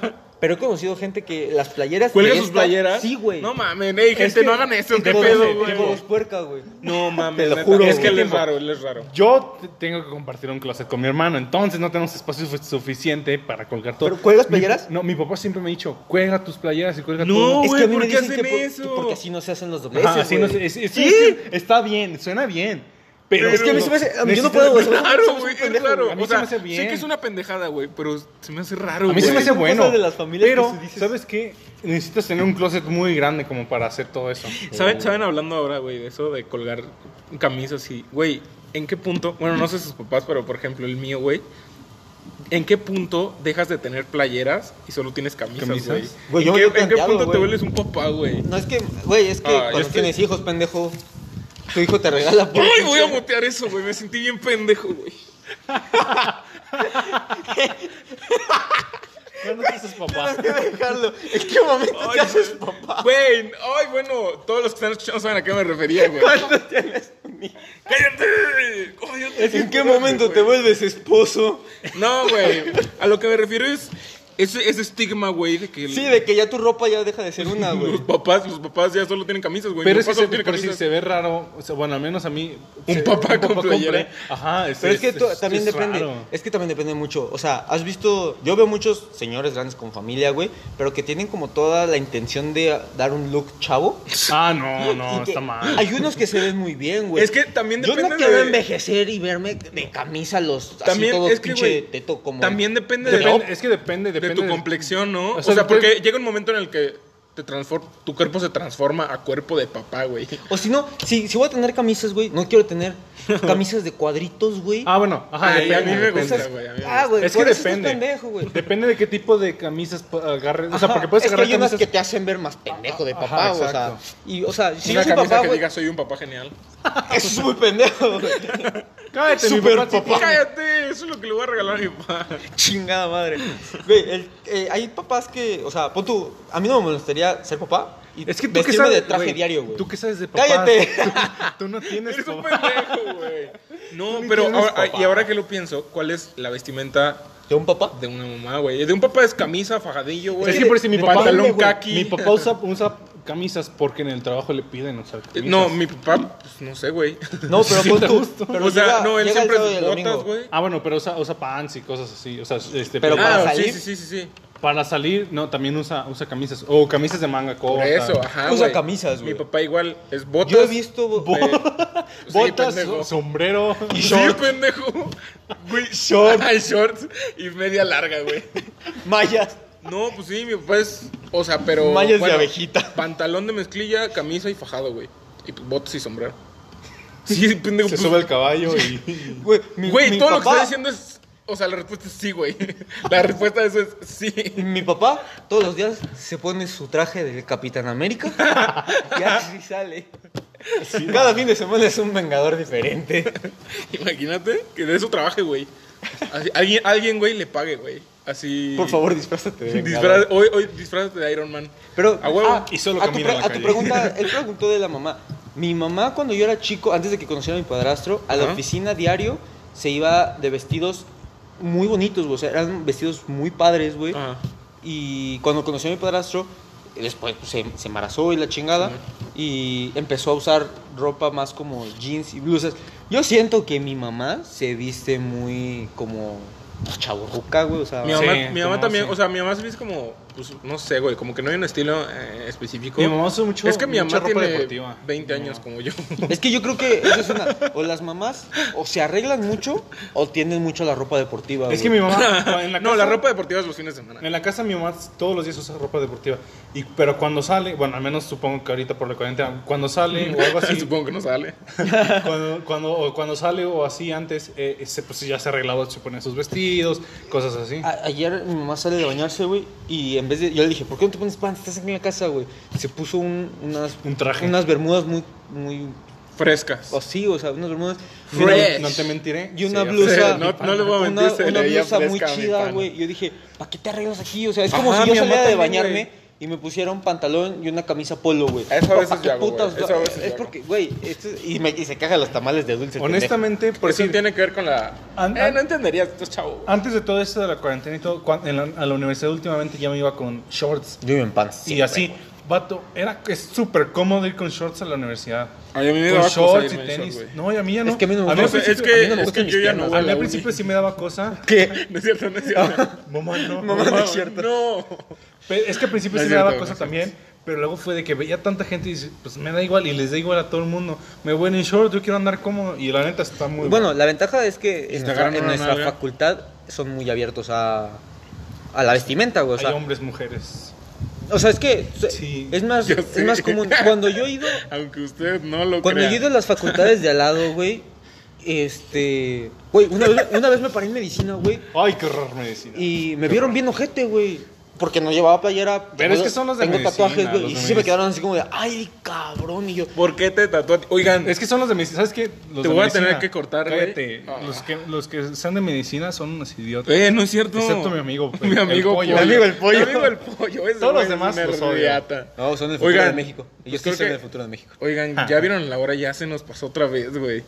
Speaker 4: Pero he conocido gente que las playeras.
Speaker 1: ¿Cuelga
Speaker 4: de
Speaker 1: sus
Speaker 4: esta-
Speaker 1: playeras?
Speaker 4: Sí, güey.
Speaker 1: No mames, ey, gente,
Speaker 3: que-
Speaker 1: no hagan eso.
Speaker 3: es
Speaker 1: ¿Qué
Speaker 3: que-
Speaker 1: pedo,
Speaker 3: es
Speaker 1: güey?
Speaker 4: Tipo dos puerca, güey.
Speaker 1: No mames,
Speaker 4: Te lo
Speaker 1: neta,
Speaker 4: juro,
Speaker 1: Es que
Speaker 4: güey.
Speaker 1: él es raro, él es raro.
Speaker 3: Yo te- tengo que compartir un closet con mi hermano, entonces no tenemos espacio su- suficiente para colgar todo.
Speaker 4: ¿Pero cuelgas
Speaker 3: Mi-
Speaker 4: playeras?
Speaker 3: no, mi papá siempre me ha dicho, cuelga tus playeras y cuelga
Speaker 1: No,
Speaker 3: todo.
Speaker 1: güey,
Speaker 4: es que a mí
Speaker 1: ¿por
Speaker 4: me
Speaker 1: qué
Speaker 4: dicen que
Speaker 1: hacen
Speaker 4: por-
Speaker 1: eso?
Speaker 4: que porque así no se hacen los dobleces.
Speaker 3: Ajá, así no
Speaker 4: güey.
Speaker 3: se- es- es-
Speaker 4: Sí.
Speaker 3: es- está bien, suena bien. Pero
Speaker 1: Es que a mí
Speaker 4: se me hace- a mí yo no
Speaker 3: necesitas-
Speaker 4: puedo, güey.
Speaker 1: Claro,
Speaker 4: somos
Speaker 1: güey, es
Speaker 4: pendejos,
Speaker 1: raro.
Speaker 3: güey. A mí
Speaker 1: o
Speaker 3: se me
Speaker 1: sea,
Speaker 3: hace
Speaker 1: Sé
Speaker 3: bien.
Speaker 1: que es una pendejada, güey, pero se me hace raro,
Speaker 3: A mí
Speaker 1: güey.
Speaker 3: se me hace
Speaker 4: Son cosas
Speaker 3: bueno.
Speaker 4: de las familias
Speaker 3: pero,
Speaker 4: que se dicen.
Speaker 3: ¿sabes qué? Necesitas tener un closet muy grande como para hacer todo eso.
Speaker 1: ¿Saben, ¿Saben hablando ahora, güey, de eso de colgar camisas y... Güey, ¿en qué punto? Bueno, no sé sus papás, pero por ejemplo el mío, güey. ¿En qué punto dejas de tener playeras y solo tienes camisas,
Speaker 3: ¿Camisas?
Speaker 1: güey? ¿En,
Speaker 4: Güey,
Speaker 1: qué-
Speaker 4: yo me lo he
Speaker 1: en qué
Speaker 4: planteado,
Speaker 1: punto te
Speaker 4: güey.
Speaker 1: vuelves un papá, güey?
Speaker 4: No, es que, güey, es que
Speaker 1: Ah,
Speaker 4: cuando
Speaker 1: es que-
Speaker 4: tienes hijos, pendejo, tu hijo te regala por...
Speaker 1: ¡Ay, voy a mutear eso, güey! Me sentí bien pendejo, güey.
Speaker 3: Ya no te haces papá.
Speaker 4: dejarlo. ¿En qué momento
Speaker 1: Ay,
Speaker 4: te haces
Speaker 1: güey.
Speaker 4: papá?
Speaker 1: Güey, ay, bueno, todos los que están escuchando saben a qué me refería, güey.
Speaker 4: ¿Cuándo tienes un hijo?
Speaker 1: ¡Cállate! ¡Cállate!
Speaker 4: ¿En qué momento te vuelves esposo?
Speaker 1: No, güey. A lo que me refiero es ese, ese estigma, güey, de que...
Speaker 4: Sí, de que ya tu ropa ya deja de ser una,
Speaker 1: Los
Speaker 4: güey.
Speaker 1: papás, los papás ya solo tienen camisas, güey.
Speaker 3: Pero
Speaker 1: Mi
Speaker 3: es que
Speaker 1: papá solo
Speaker 3: se,
Speaker 1: tiene
Speaker 3: pero sí
Speaker 1: camisas.
Speaker 3: se ve raro. o sea, bueno, al menos a mí.
Speaker 1: Un
Speaker 3: se-
Speaker 1: papá con
Speaker 3: con
Speaker 1: playera.
Speaker 3: Ajá, es,
Speaker 4: Pero es que
Speaker 3: es-
Speaker 4: to-
Speaker 3: es-
Speaker 4: también
Speaker 3: es
Speaker 4: depende.
Speaker 3: raro.
Speaker 4: Es que también depende mucho. O sea, has visto. Yo veo muchos señores grandes con familia, güey. Pero que tienen como toda la intención de dar un look chavo.
Speaker 3: Ah, no, no,
Speaker 4: Y que-
Speaker 3: está mal.
Speaker 4: Hay unos que se ven muy bien, güey.
Speaker 1: Es que también
Speaker 4: Yo
Speaker 1: depende
Speaker 4: no quiero
Speaker 1: de-
Speaker 4: envejecer y verme de camisa los.
Speaker 1: También
Speaker 4: así todo
Speaker 1: es que,
Speaker 4: pinche
Speaker 1: güey,
Speaker 4: teto como.
Speaker 1: También depende, de,
Speaker 3: Depende-
Speaker 1: la-
Speaker 3: es que depende,
Speaker 1: de
Speaker 3: depende.
Speaker 1: tu complexión, ¿no? O
Speaker 3: O
Speaker 1: sea,
Speaker 3: sea,
Speaker 1: porque
Speaker 3: depende-
Speaker 1: llega un momento en el que te transfor- tu cuerpo se transforma a cuerpo de papá, güey.
Speaker 4: O si no, si, si voy a tener camisas, güey, no quiero tener camisas de cuadritos, güey.
Speaker 3: Ah, bueno, ajá,
Speaker 1: Ay, a
Speaker 3: depende,
Speaker 1: mí me
Speaker 3: depende.
Speaker 1: gusta, güey, a mí me
Speaker 4: Ah, güey,
Speaker 3: Es que
Speaker 4: por eso estás
Speaker 3: depende.
Speaker 4: pendejo, güey.
Speaker 3: Depende de qué tipo de camisas pa- agarres. O sea,
Speaker 4: Ajá,
Speaker 3: porque puedes
Speaker 4: es que
Speaker 3: agarrar
Speaker 4: hay unas
Speaker 3: camisas.
Speaker 4: que te hacen ver más pendejo de
Speaker 3: Ajá,
Speaker 4: papá, o sea,
Speaker 3: exacto.
Speaker 4: y o sea, si yo
Speaker 1: Una
Speaker 4: soy
Speaker 1: camisa
Speaker 4: papá,
Speaker 1: que
Speaker 4: güey,
Speaker 1: diga soy un papá genial.
Speaker 4: eso es muy pendejo, güey.
Speaker 3: Cállate, mi
Speaker 4: Super
Speaker 3: papá sí
Speaker 4: papá.
Speaker 1: Cállate, eso es lo que le voy a regalar a mi papá.
Speaker 4: chingada madre. Güey, el- eh, hay papás que, o sea, pon tú, a mí no me molestaría ser papá, y
Speaker 3: Es que tú que
Speaker 4: vestirme
Speaker 3: sabes
Speaker 4: de traje diario, güey.
Speaker 3: Tú que sabes de papás.
Speaker 4: ¡Cállate!
Speaker 3: Tú, tú no tienes
Speaker 1: Eres un
Speaker 3: papás.
Speaker 1: pendejo, güey. No,
Speaker 3: Ni
Speaker 1: pero
Speaker 3: tienes
Speaker 1: ahora,
Speaker 3: papá.
Speaker 1: y ahora que lo pienso, ¿cuál es la vestimenta
Speaker 4: ¿De un papá?
Speaker 1: de una mamá, güey? De un papá es camisa, fajadillo, güey.
Speaker 3: Es que por si mi papá,
Speaker 1: pantalón Eh,
Speaker 3: güey,
Speaker 1: kaki.
Speaker 3: mi papá usa, usa camisas porque en el trabajo le piden usar camisas.
Speaker 1: No, mi papá, pues, no sé, güey.
Speaker 4: No, pero
Speaker 3: Sí,
Speaker 4: pon
Speaker 3: te
Speaker 4: tú.
Speaker 3: gusto.
Speaker 4: Pero
Speaker 1: o sea,
Speaker 4: llega-
Speaker 1: no, él
Speaker 4: llega el
Speaker 1: siempre
Speaker 4: sábado y
Speaker 1: sus
Speaker 4: el
Speaker 1: botas,
Speaker 4: domingo.
Speaker 1: güey.
Speaker 3: Ah, bueno, pero usa, usa pants y cosas así. O sea, este,
Speaker 4: Pero
Speaker 3: para,
Speaker 4: para
Speaker 1: Claro, Ah, sí,
Speaker 4: salir.
Speaker 1: sí, sí, sí, sí.
Speaker 3: salir, no, también usa, usa camisas. O camisas de manga corta.
Speaker 1: Por eso, ajá,
Speaker 4: Usa
Speaker 1: güey.
Speaker 4: camisas, güey.
Speaker 1: Mi papá igual es botas.
Speaker 4: Yo he visto bo-
Speaker 1: eh, sí,
Speaker 3: Botas,
Speaker 1: pendejo.
Speaker 3: sombrero.
Speaker 1: Sí, pendejo. Güey,
Speaker 4: Short.
Speaker 1: Ay, shorts y media larga, güey.
Speaker 4: mallas.
Speaker 1: No, pues sí, mi papá es. O sea, pero.
Speaker 4: Mallas de abejita.
Speaker 1: Pantalón de mezclilla, camisa y fajado, güey. Y pues, botas y sombrero. Sí, pendejo.
Speaker 3: Se
Speaker 1: pues,
Speaker 3: sube el caballo y...
Speaker 4: Güey, mi-
Speaker 1: Güey,
Speaker 4: mi
Speaker 1: todo lo que
Speaker 4: papá-
Speaker 1: está diciendo es. O sea, la respuesta es sí, güey. La respuesta a eso es sí.
Speaker 4: Mi papá todos los días se pone su traje del Capitán América y así sale. Cada fin de semana es un vengador diferente.
Speaker 1: Imagínate que de eso trabaje, güey. Así, alguien, alguien, güey, le pague, güey. Así.
Speaker 4: Por favor, disfrázate de
Speaker 1: Disfra- hoy, hoy disfrázate de Iron Man.
Speaker 4: Pero ah,
Speaker 1: A huevo.
Speaker 3: y solo
Speaker 4: a tu,
Speaker 3: camina en
Speaker 4: pre-
Speaker 3: la
Speaker 4: a tu
Speaker 3: calle.
Speaker 4: pregunta, él preguntó de la mamá. Mi mamá cuando yo era chico, antes de que conociera a mi padrastro, a la
Speaker 1: Ajá.
Speaker 4: oficina diario se iba de vestidos muy bonitos, güey. O sea, eran vestidos muy padres, güey.
Speaker 1: Ajá.
Speaker 4: Y cuando conocí a mi padrastro, después pues, se, se embarazó y la chingada. Y empezó a usar ropa más como jeans y blusas. Yo siento que mi mamá se viste muy como chaburruca, güey. O sea,
Speaker 1: Mi mamá,
Speaker 3: Sí,
Speaker 1: mi mamá
Speaker 3: como
Speaker 1: también,
Speaker 3: sí.
Speaker 1: o sea, mi mamá se viste como, pues, no sé, güey, como que no hay un estilo eh, específico.
Speaker 3: Mi mamá usa mucho-
Speaker 1: Es que mi
Speaker 3: mucha
Speaker 1: mamá
Speaker 3: ropa
Speaker 1: tiene
Speaker 3: deportiva.
Speaker 1: 20
Speaker 3: Mi
Speaker 1: años
Speaker 3: mamá.
Speaker 1: como yo.
Speaker 4: es que yo creo que eso es una. O las mamás o se arreglan mucho o tienen mucho la ropa deportiva.
Speaker 3: Es
Speaker 4: güey.
Speaker 3: que mi mamá... en la
Speaker 1: no, la
Speaker 3: casa-
Speaker 1: ropa deportiva es los fines de semana.
Speaker 3: En la casa mi mamá todos los días usa ropa deportiva. Y, pero cuando sale, bueno, al menos supongo que ahorita por la cuarentena, cuando sale o algo así,
Speaker 1: Supongo que no sale.
Speaker 3: cuando, cuando, o cuando sale o así antes, eh, se- pues ya se arreglaba, se ponía sus vestidos, cosas
Speaker 1: Ah,
Speaker 3: así.
Speaker 4: A- ayer mi mamá sale de bañarse, güey, y en vez de... Yo le dije, ¿por qué no te pones pants? Estás aquí en la casa, güey. Se puso un- unas...
Speaker 3: Un traje.
Speaker 4: Unas bermudas muy... muy
Speaker 1: Frescas.
Speaker 4: así, o sea, unas bermudas...
Speaker 3: Mira,
Speaker 1: Fresh.
Speaker 3: No te mentiré.
Speaker 4: Y una
Speaker 3: sí,
Speaker 4: blusa...
Speaker 1: no- no le voy a
Speaker 4: una-
Speaker 1: mentir, se
Speaker 4: Una,
Speaker 1: le veía
Speaker 4: blusa muy
Speaker 1: fresca a mi
Speaker 4: chida,
Speaker 1: pana.
Speaker 4: güey. Yo dije, ¿para qué te arreglas aquí? O sea, es como
Speaker 1: Ajá,
Speaker 4: si yo
Speaker 1: mi mamá
Speaker 4: saliera de
Speaker 1: también,
Speaker 4: bañarme...
Speaker 1: güey.
Speaker 4: Y me pusiera un pantalón y una camisa polo, güey.
Speaker 1: Eso a veces
Speaker 4: ¿Pa' qué
Speaker 1: yo hago,
Speaker 4: putas?
Speaker 1: güey. Eso a veces yo
Speaker 4: es
Speaker 1: hago.
Speaker 4: porque, güey, esto- y, me- y se caga los tamales de dulce. el
Speaker 3: Honestamente, por
Speaker 1: Por eso
Speaker 3: decir,
Speaker 1: tiene que ver con la...
Speaker 3: An- Ah,
Speaker 1: Eh,
Speaker 3: an-
Speaker 1: no entenderías, tú eres chavo.
Speaker 3: antes de todo esto de la cuarentena y todo, cuan- en la- a la universidad últimamente ya me iba con shorts.
Speaker 4: pendejo. Yo iba en pants.
Speaker 3: y así, vato, era que es súper cómodo ir con shorts a la universidad.
Speaker 1: A mí me
Speaker 3: con
Speaker 1: daba cosa
Speaker 3: shorts y
Speaker 1: irme de short,
Speaker 3: tenis.
Speaker 1: güey.
Speaker 3: no, y a mí ya no.
Speaker 4: Es que a mí no me
Speaker 3: al
Speaker 4: gusta.
Speaker 1: Es
Speaker 3: principio-
Speaker 1: que,
Speaker 4: a mí no me
Speaker 1: es
Speaker 4: gustan
Speaker 1: que
Speaker 4: mis
Speaker 1: yo ya no
Speaker 4: piernas.
Speaker 1: voy
Speaker 3: A mí
Speaker 1: la
Speaker 3: al
Speaker 1: uni.
Speaker 3: principio sí me daba cosa.
Speaker 4: ¿Qué?
Speaker 1: No es cierto, no es cierto.
Speaker 3: Mamá, no.
Speaker 4: Mamá, no es cierto.
Speaker 1: No.
Speaker 3: Pe- Es que al principio
Speaker 1: No
Speaker 3: sí
Speaker 1: es
Speaker 3: me daba
Speaker 1: cierto, no
Speaker 3: cosa
Speaker 1: es
Speaker 3: también, pero luego fue de que veía tanta gente y dice, pues me da igual y les da igual a todo el mundo. Me voy en short, yo quiero andar cómodo y la neta está muy
Speaker 4: Bueno, la ventaja es que en
Speaker 1: te
Speaker 4: nuestra,
Speaker 1: agarran
Speaker 4: en
Speaker 1: una
Speaker 4: nuestra
Speaker 1: nalga.
Speaker 4: facultad son muy abiertos a, a la vestimenta, güey. O
Speaker 3: hay
Speaker 4: sea,
Speaker 3: hombres, mujeres.
Speaker 4: o sea, es que se-
Speaker 3: Sí,
Speaker 4: es, más,
Speaker 1: yo
Speaker 4: es
Speaker 1: sé.
Speaker 4: más común. Cuando yo he ido,
Speaker 1: Aunque usted no lo
Speaker 4: cuando yo he
Speaker 1: crea.
Speaker 4: ido a las facultades de al lado, güey, este. Güey, una vez, una vez me paré en medicina, güey,
Speaker 3: Ay, qué horror medicina.
Speaker 4: y me vieron bien ojete, güey. Porque no llevaba playera.
Speaker 3: Pero es
Speaker 4: tengo-
Speaker 3: que son los de
Speaker 4: Tengo
Speaker 3: medicina,
Speaker 4: tatuajes,
Speaker 3: los
Speaker 4: güey. Y
Speaker 3: de
Speaker 4: sí me
Speaker 3: medicina.
Speaker 4: quedaron así como de, ay, cabrón. Y yo,
Speaker 1: ¿Por qué te tatuaste? Oigan,
Speaker 3: Es que son los de medicina, ¿sabes qué? Los
Speaker 1: Te
Speaker 3: de
Speaker 1: voy a
Speaker 3: medicina,
Speaker 1: tener que cortar, güey.
Speaker 3: Cállate.
Speaker 1: Ah.
Speaker 3: Los, que, los que sean de medicina son unos idiotas.
Speaker 1: Eh, no es cierto.
Speaker 3: Excepto mi amigo, el-
Speaker 1: Mi amigo
Speaker 3: el pollo.
Speaker 1: pollo.
Speaker 3: Mi amigo
Speaker 4: el pollo.
Speaker 1: Mi amigo el pollo. ese
Speaker 3: Todos los
Speaker 1: güey es
Speaker 3: demás pues,
Speaker 1: un
Speaker 3: los odio.
Speaker 1: nerdiata.
Speaker 4: no, son del futuro
Speaker 1: futuro Oigan,
Speaker 4: de México.
Speaker 1: pues
Speaker 4: Ellos
Speaker 1: creo
Speaker 4: sí son
Speaker 1: que-
Speaker 4: del futuro de México.
Speaker 1: Oigan, ya vieron la hora, ya se nos pasó otra vez, güey.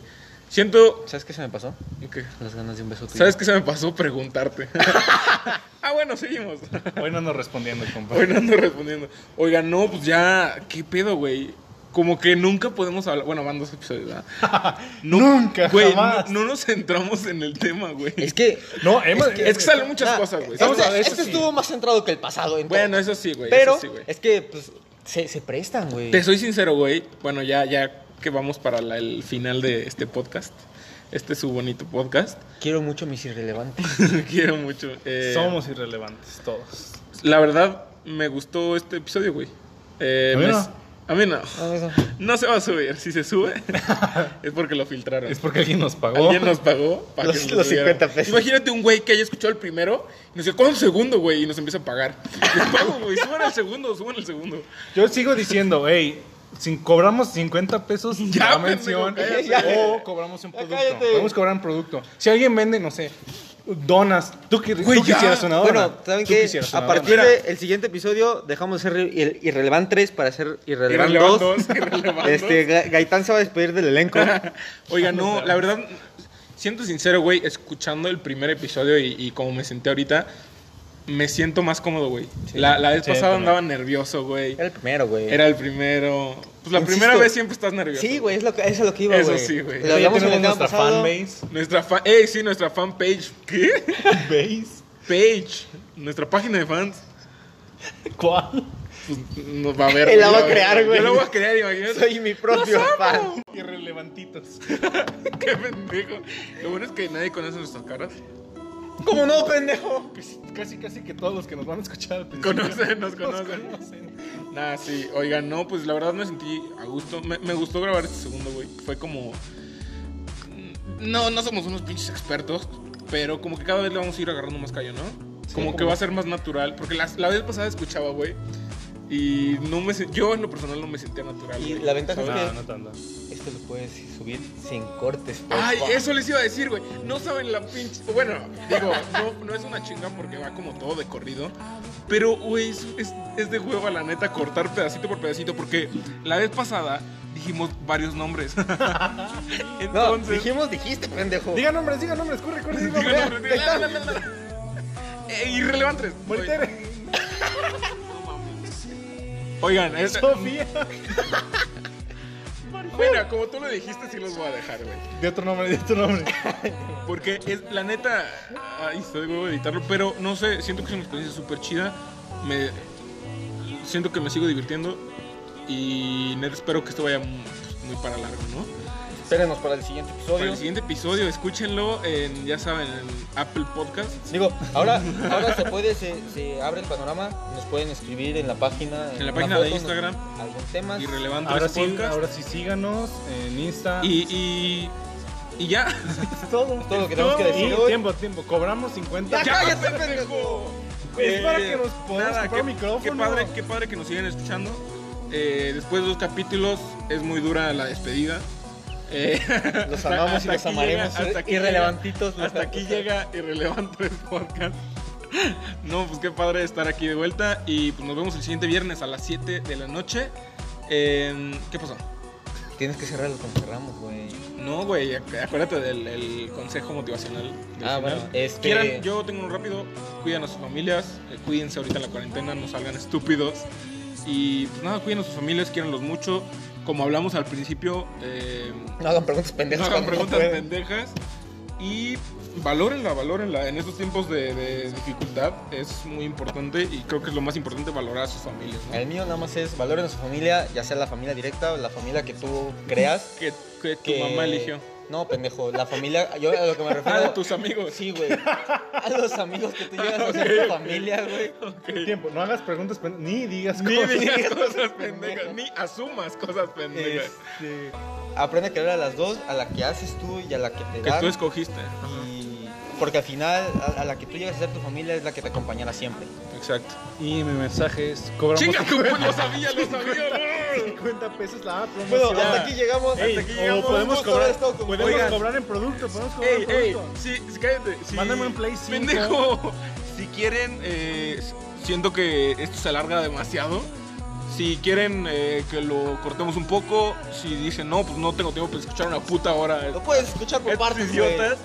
Speaker 1: Siento.
Speaker 4: ¿Sabes qué se me pasó?
Speaker 1: ¿qué?
Speaker 4: Las ganas de un beso tuyo.
Speaker 1: ¿Sabes qué se me pasó? Preguntarte. ah, bueno, seguimos.
Speaker 3: Hoy no ando respondiendo, compa.
Speaker 1: Hoy no ando respondiendo. Oigan, no, pues ya, ¿qué pedo, güey? Como que nunca podemos hablar. Bueno, van dos episodios, ¿verdad? No-
Speaker 3: Nunca,
Speaker 1: güey,
Speaker 3: jamás.
Speaker 1: No, no nos centramos en el tema, güey.
Speaker 4: Es que
Speaker 3: No, Emma,
Speaker 1: Es que, salen muchas
Speaker 4: Ah,
Speaker 1: cosas, güey.
Speaker 4: Este,
Speaker 3: Vamos a ver, eso
Speaker 4: este
Speaker 3: sí.
Speaker 4: estuvo más centrado que el pasado. en
Speaker 1: Bueno,
Speaker 4: todo.
Speaker 1: eso sí, güey.
Speaker 4: pero
Speaker 1: eso sí, güey.
Speaker 4: es que pues, se, se prestan, güey.
Speaker 1: Te soy sincero, güey. Bueno, ya, ya que vamos para la- el final de este podcast. Este es su bonito podcast.
Speaker 4: Quiero mucho mis irrelevantes.
Speaker 1: Quiero mucho. eh,
Speaker 3: somos irrelevantes todos.
Speaker 1: La verdad, me gustó este episodio, güey. Eh,
Speaker 3: A mí
Speaker 1: me-
Speaker 3: no.
Speaker 1: a mí no.
Speaker 4: No, eso.
Speaker 1: No se va a subir. Si se sube, es porque lo filtraron.
Speaker 3: Es porque alguien nos pagó.
Speaker 1: Alguien nos pagó para
Speaker 4: Los-
Speaker 1: que nos
Speaker 4: los
Speaker 1: subieran.
Speaker 4: 50 pesos.
Speaker 1: Imagínate un güey que haya escuchado el primero y nos dice, ¿cuál es el segundo, güey? Y nos empieza a pagar. Les pago, güey. Suban el segundo, suban el segundo.
Speaker 3: Yo sigo diciendo, hey, si cobramos 50 pesos
Speaker 1: Ya,
Speaker 3: la
Speaker 1: pendejo,
Speaker 3: mención
Speaker 1: cállate.
Speaker 3: o cobramos un
Speaker 4: Ya
Speaker 3: producto.
Speaker 4: cállate.
Speaker 3: Podemos cobrar un producto. Si alguien vende, no sé, donas, tú, que-
Speaker 1: Güey,
Speaker 3: tú
Speaker 1: ya.
Speaker 3: quisieras una dona.
Speaker 4: Bueno, ¿saben
Speaker 3: Tú
Speaker 4: qué?
Speaker 3: quisieras una
Speaker 4: A partir
Speaker 1: dona.
Speaker 4: del siguiente episodio dejamos de ser irre- irrelevantes para ser irrelevantes.
Speaker 1: Irrelevant dos, irrelevant
Speaker 4: Este, Ga- Gaitán se va a despedir del elenco.
Speaker 1: Oiga, no, la verdad, siento sincero, güey, escuchando el primer episodio y, y como me senté ahorita, me siento más cómodo, güey. la, la vez
Speaker 3: Sí,
Speaker 1: pasada
Speaker 3: también.
Speaker 1: andaba nervioso, güey.
Speaker 2: Era el primero, güey.
Speaker 1: Era el primero. Pues la
Speaker 4: Insisto.
Speaker 1: primera vez siempre estás nervioso.
Speaker 4: Sí, güey, es lo que, eso es lo que iba,
Speaker 1: Eso
Speaker 4: güey.
Speaker 1: sí, güey.
Speaker 4: Lo
Speaker 3: dona. Ya
Speaker 4: hablamos en
Speaker 3: tenemos
Speaker 4: el tema
Speaker 3: nuestra
Speaker 4: pasado.
Speaker 3: fanbase.
Speaker 1: Nuestra fan. ¡Ey, sí, nuestra fanpage! ¿Qué?
Speaker 3: ¿Base?
Speaker 1: Page. Nuestra página de fans.
Speaker 3: ¿Cuál?
Speaker 1: Pues nos va a ver.
Speaker 4: Él la va a
Speaker 1: ver,
Speaker 4: crear, güey.
Speaker 1: Yo la voy a crear, imagínate.
Speaker 4: Soy mi propio fan.
Speaker 3: Irrelevantitos.
Speaker 1: Qué pendejo. Lo bueno es que nadie conoce nuestras caras.
Speaker 4: ¿Cómo no, pendejo?
Speaker 3: Pues casi, casi que todos los que nos van a escuchar. al principio
Speaker 1: Conocen, nos
Speaker 3: nos
Speaker 1: conocen.
Speaker 3: conocen.
Speaker 1: Nah, sí, oigan, no, pues la verdad me sentí a gusto. Me, me gustó grabar este segundo, güey. Fue como. mm, No, no somos unos pinches expertos, pero como que cada vez le vamos a ir agarrando más callo, ¿no? como que va a ser más natural. Porque las- la, vez pasada escuchaba, güey. Y no me sen- yo en lo personal no me sentía natural.
Speaker 4: Y
Speaker 1: güey,
Speaker 4: la ventaja es
Speaker 1: ¿sabes?
Speaker 4: que
Speaker 3: No, no tanto.
Speaker 4: esto lo puedes subir sin cortes.
Speaker 1: Ay, eso les iba a decir, güey. No saben la pinche. Bueno, digo, no, no es una chinga porque va como todo de corrido. Pero, güey, es, es- es de hueva, la neta, cortar pedacito por pedacito. Porque la vez pasada dijimos varios nombres.
Speaker 4: No,
Speaker 1: Entonces.
Speaker 4: dijimos, dijiste, pendejo.
Speaker 3: Diga nombres, diga nombres, corre, corre. diga
Speaker 1: digo
Speaker 3: nombres.
Speaker 1: nombres, digo, la, la, la, la. Eh, irrelevantes. güey.
Speaker 3: Voltere.
Speaker 1: Oigan, es-
Speaker 3: Sofía.
Speaker 1: bueno, como tú lo dijiste, sí los voy a dejar, güey.
Speaker 3: De otro nombre, de otro nombre.
Speaker 1: Porque es, la neta, ay, estoy de huevo de editarlo, pero no sé, siento que es una experiencia súper chida. Me, siento que me sigo divirtiendo y neta espero que esto vaya mu- muy para largo, ¿no?
Speaker 4: Espérenos para el siguiente
Speaker 1: Para
Speaker 4: episodio.
Speaker 1: el siguiente episodio, escúchenlo en, ya saben, en Apple Podcast.
Speaker 4: Digo, ahora, ahora se puede, se, se abre el panorama. Nos pueden escribir en la página.
Speaker 1: En la
Speaker 4: una
Speaker 1: página de
Speaker 4: nos-
Speaker 1: Instagram.
Speaker 4: Algún tema.
Speaker 1: Irrelevante
Speaker 3: Ahora
Speaker 1: es
Speaker 3: sí,
Speaker 1: podcast.
Speaker 3: ahora sí, síganos en Insta.
Speaker 1: Y, y, y ya.
Speaker 3: es todo.
Speaker 4: Es todo lo que tenemos que decir
Speaker 3: Y
Speaker 4: hoy.
Speaker 3: tiempo, tiempo. Cobramos 50.
Speaker 1: ¡Ya cállate, pendejo!
Speaker 3: Es para que nos podamos
Speaker 1: Eh, nada,
Speaker 3: comprar
Speaker 1: qué-
Speaker 3: micrófono.
Speaker 1: Qué padre, qué padre que nos sigan escuchando. Eh, después de dos capítulos es muy dura la despedida. Eh,
Speaker 4: Los amamos y
Speaker 1: hasta
Speaker 4: los
Speaker 1: aquí
Speaker 4: amaremos. ¿eh?
Speaker 1: llega- hasta aquí
Speaker 4: irrelevantitos.
Speaker 1: llega- hasta aquí llega Irrelevante Podcast. No, pues qué padre estar aquí de vuelta. Y pues nos vemos el siguiente viernes a las 7 de la noche. Eh, ¿Qué pasó?
Speaker 4: Tienes que cerrarlo como cerramos, güey.
Speaker 1: No, güey, ac- acuérdate del el consejo motivacional. del
Speaker 4: Ah,
Speaker 1: final.
Speaker 4: bueno, este-
Speaker 1: Quieran, yo tengo uno rápido. Cuidan a sus familias, eh, cuídense ahorita en la cuarentena, no salgan estúpidos. Y pues nada, cuiden a sus familias, quieranlos mucho. Como hablamos al principio, eh,
Speaker 4: No hagan preguntas
Speaker 1: no
Speaker 4: pendejas.
Speaker 1: hagan
Speaker 4: cuando no
Speaker 1: preguntas
Speaker 4: pueden.
Speaker 1: pendejas. Y valórenla, valórenla. En estos tiempos de, de dificultad es muy importante y creo que es lo más importante valorar a sus familias. ¿no?
Speaker 4: El mío nada más es valoren a su familia, ya sea la familia directa o la familia que tú creas.
Speaker 1: Que, que tu
Speaker 4: que-
Speaker 1: mamá eligió.
Speaker 4: No, pendejo, la familia, yo a lo que me refiero.
Speaker 1: Ah, tus amigos.
Speaker 4: Sí, güey. A los amigos que tú llegas a ser
Speaker 1: Ok,
Speaker 4: tu
Speaker 1: ok.
Speaker 4: familia, güey.
Speaker 1: Ok.
Speaker 3: Tiempo, no hagas preguntas, pen- ni digas
Speaker 1: Ni
Speaker 3: cosas.
Speaker 1: digas cosas pendejas, ni asumas cosas pendejas.
Speaker 3: Este,
Speaker 4: Aprende a querer a las dos, a la que haces tú y a la que te
Speaker 1: Que
Speaker 4: dan.
Speaker 1: tú escogiste.
Speaker 4: y- Porque al final, a, a la que tú llegas a ser tu familia es la que te acompañará siempre.
Speaker 1: Exacto.
Speaker 3: y mi mensaje es: cobramos
Speaker 1: Chinga, tú pues, lo sabía, lo sabía.
Speaker 3: 50 pesos la promoción.
Speaker 4: Bueno, hasta aquí llegamos.
Speaker 3: Ey,
Speaker 4: hasta aquí
Speaker 3: o
Speaker 4: llegamos.
Speaker 3: podemos
Speaker 4: Un gusto
Speaker 3: cobrar,
Speaker 4: haber estado con
Speaker 3: podemos
Speaker 4: ustedes.
Speaker 3: cobrar en producto, podemos cobrar
Speaker 1: Ey,
Speaker 3: en
Speaker 1: ey,
Speaker 3: producto.
Speaker 1: sí, cállate. sí.
Speaker 3: Mándame un Play cinco.
Speaker 1: Pendejo. Si quieren, eh, siento que esto se alarga demasiado. Si quieren eh, que lo cortemos un poco, si dicen no, pues no tengo tiempo para escuchar una puta hora.
Speaker 4: Lo puedes escuchar por
Speaker 1: Estos
Speaker 4: partes,
Speaker 1: idiotas.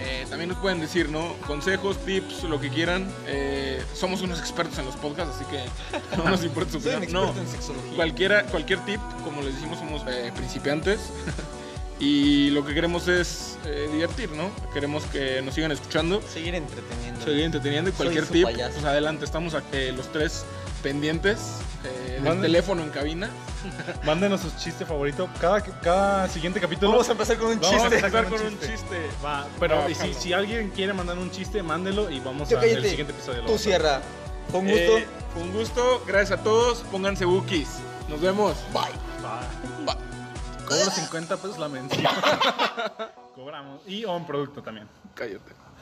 Speaker 1: eh, también nos pueden decir, ¿no? Consejos, tips, lo que quieran. Eh, somos unos expertos en los podcasts, así que no nos importa su
Speaker 4: güey. Soy un
Speaker 1: opinión. No.
Speaker 4: experto en sexología.
Speaker 1: cualquiera, cualquier tip, como les dijimos, somos eh, principiantes. y lo que queremos es eh, divertir, ¿no? Queremos que nos sigan escuchando,
Speaker 4: Seguir entreteniendo.
Speaker 1: seguir entreteniendo. Y
Speaker 4: Soy
Speaker 1: cualquier
Speaker 4: su
Speaker 1: tip,
Speaker 4: payaso.
Speaker 1: pues adelante, estamos aquí los tres pendientes. eh, del
Speaker 3: Mande.
Speaker 1: teléfono en cabina.
Speaker 3: Mándenos su chiste favorito. Cada, cada siguiente capítulo.
Speaker 4: Vamos a empezar con un
Speaker 3: Vamos
Speaker 1: Vamos a
Speaker 4: chiste.
Speaker 1: empezar con un chiste.
Speaker 3: Va, pero
Speaker 1: Ah,
Speaker 3: y si,
Speaker 1: jalo.
Speaker 3: si alguien quiere mandar un chiste, mándelo y vamos
Speaker 4: Yo
Speaker 3: a
Speaker 4: cállate.
Speaker 3: el siguiente episodio. lo
Speaker 4: Tú
Speaker 3: vamos a-
Speaker 4: cierra. Con gusto.
Speaker 1: Eh, con gusto, gracias a todos. Pónganse bookies. Nos vemos.
Speaker 4: Bye.
Speaker 3: Va. Cobro 50 pesos la mención. Cobramos. Y on producto también.
Speaker 1: Cállate.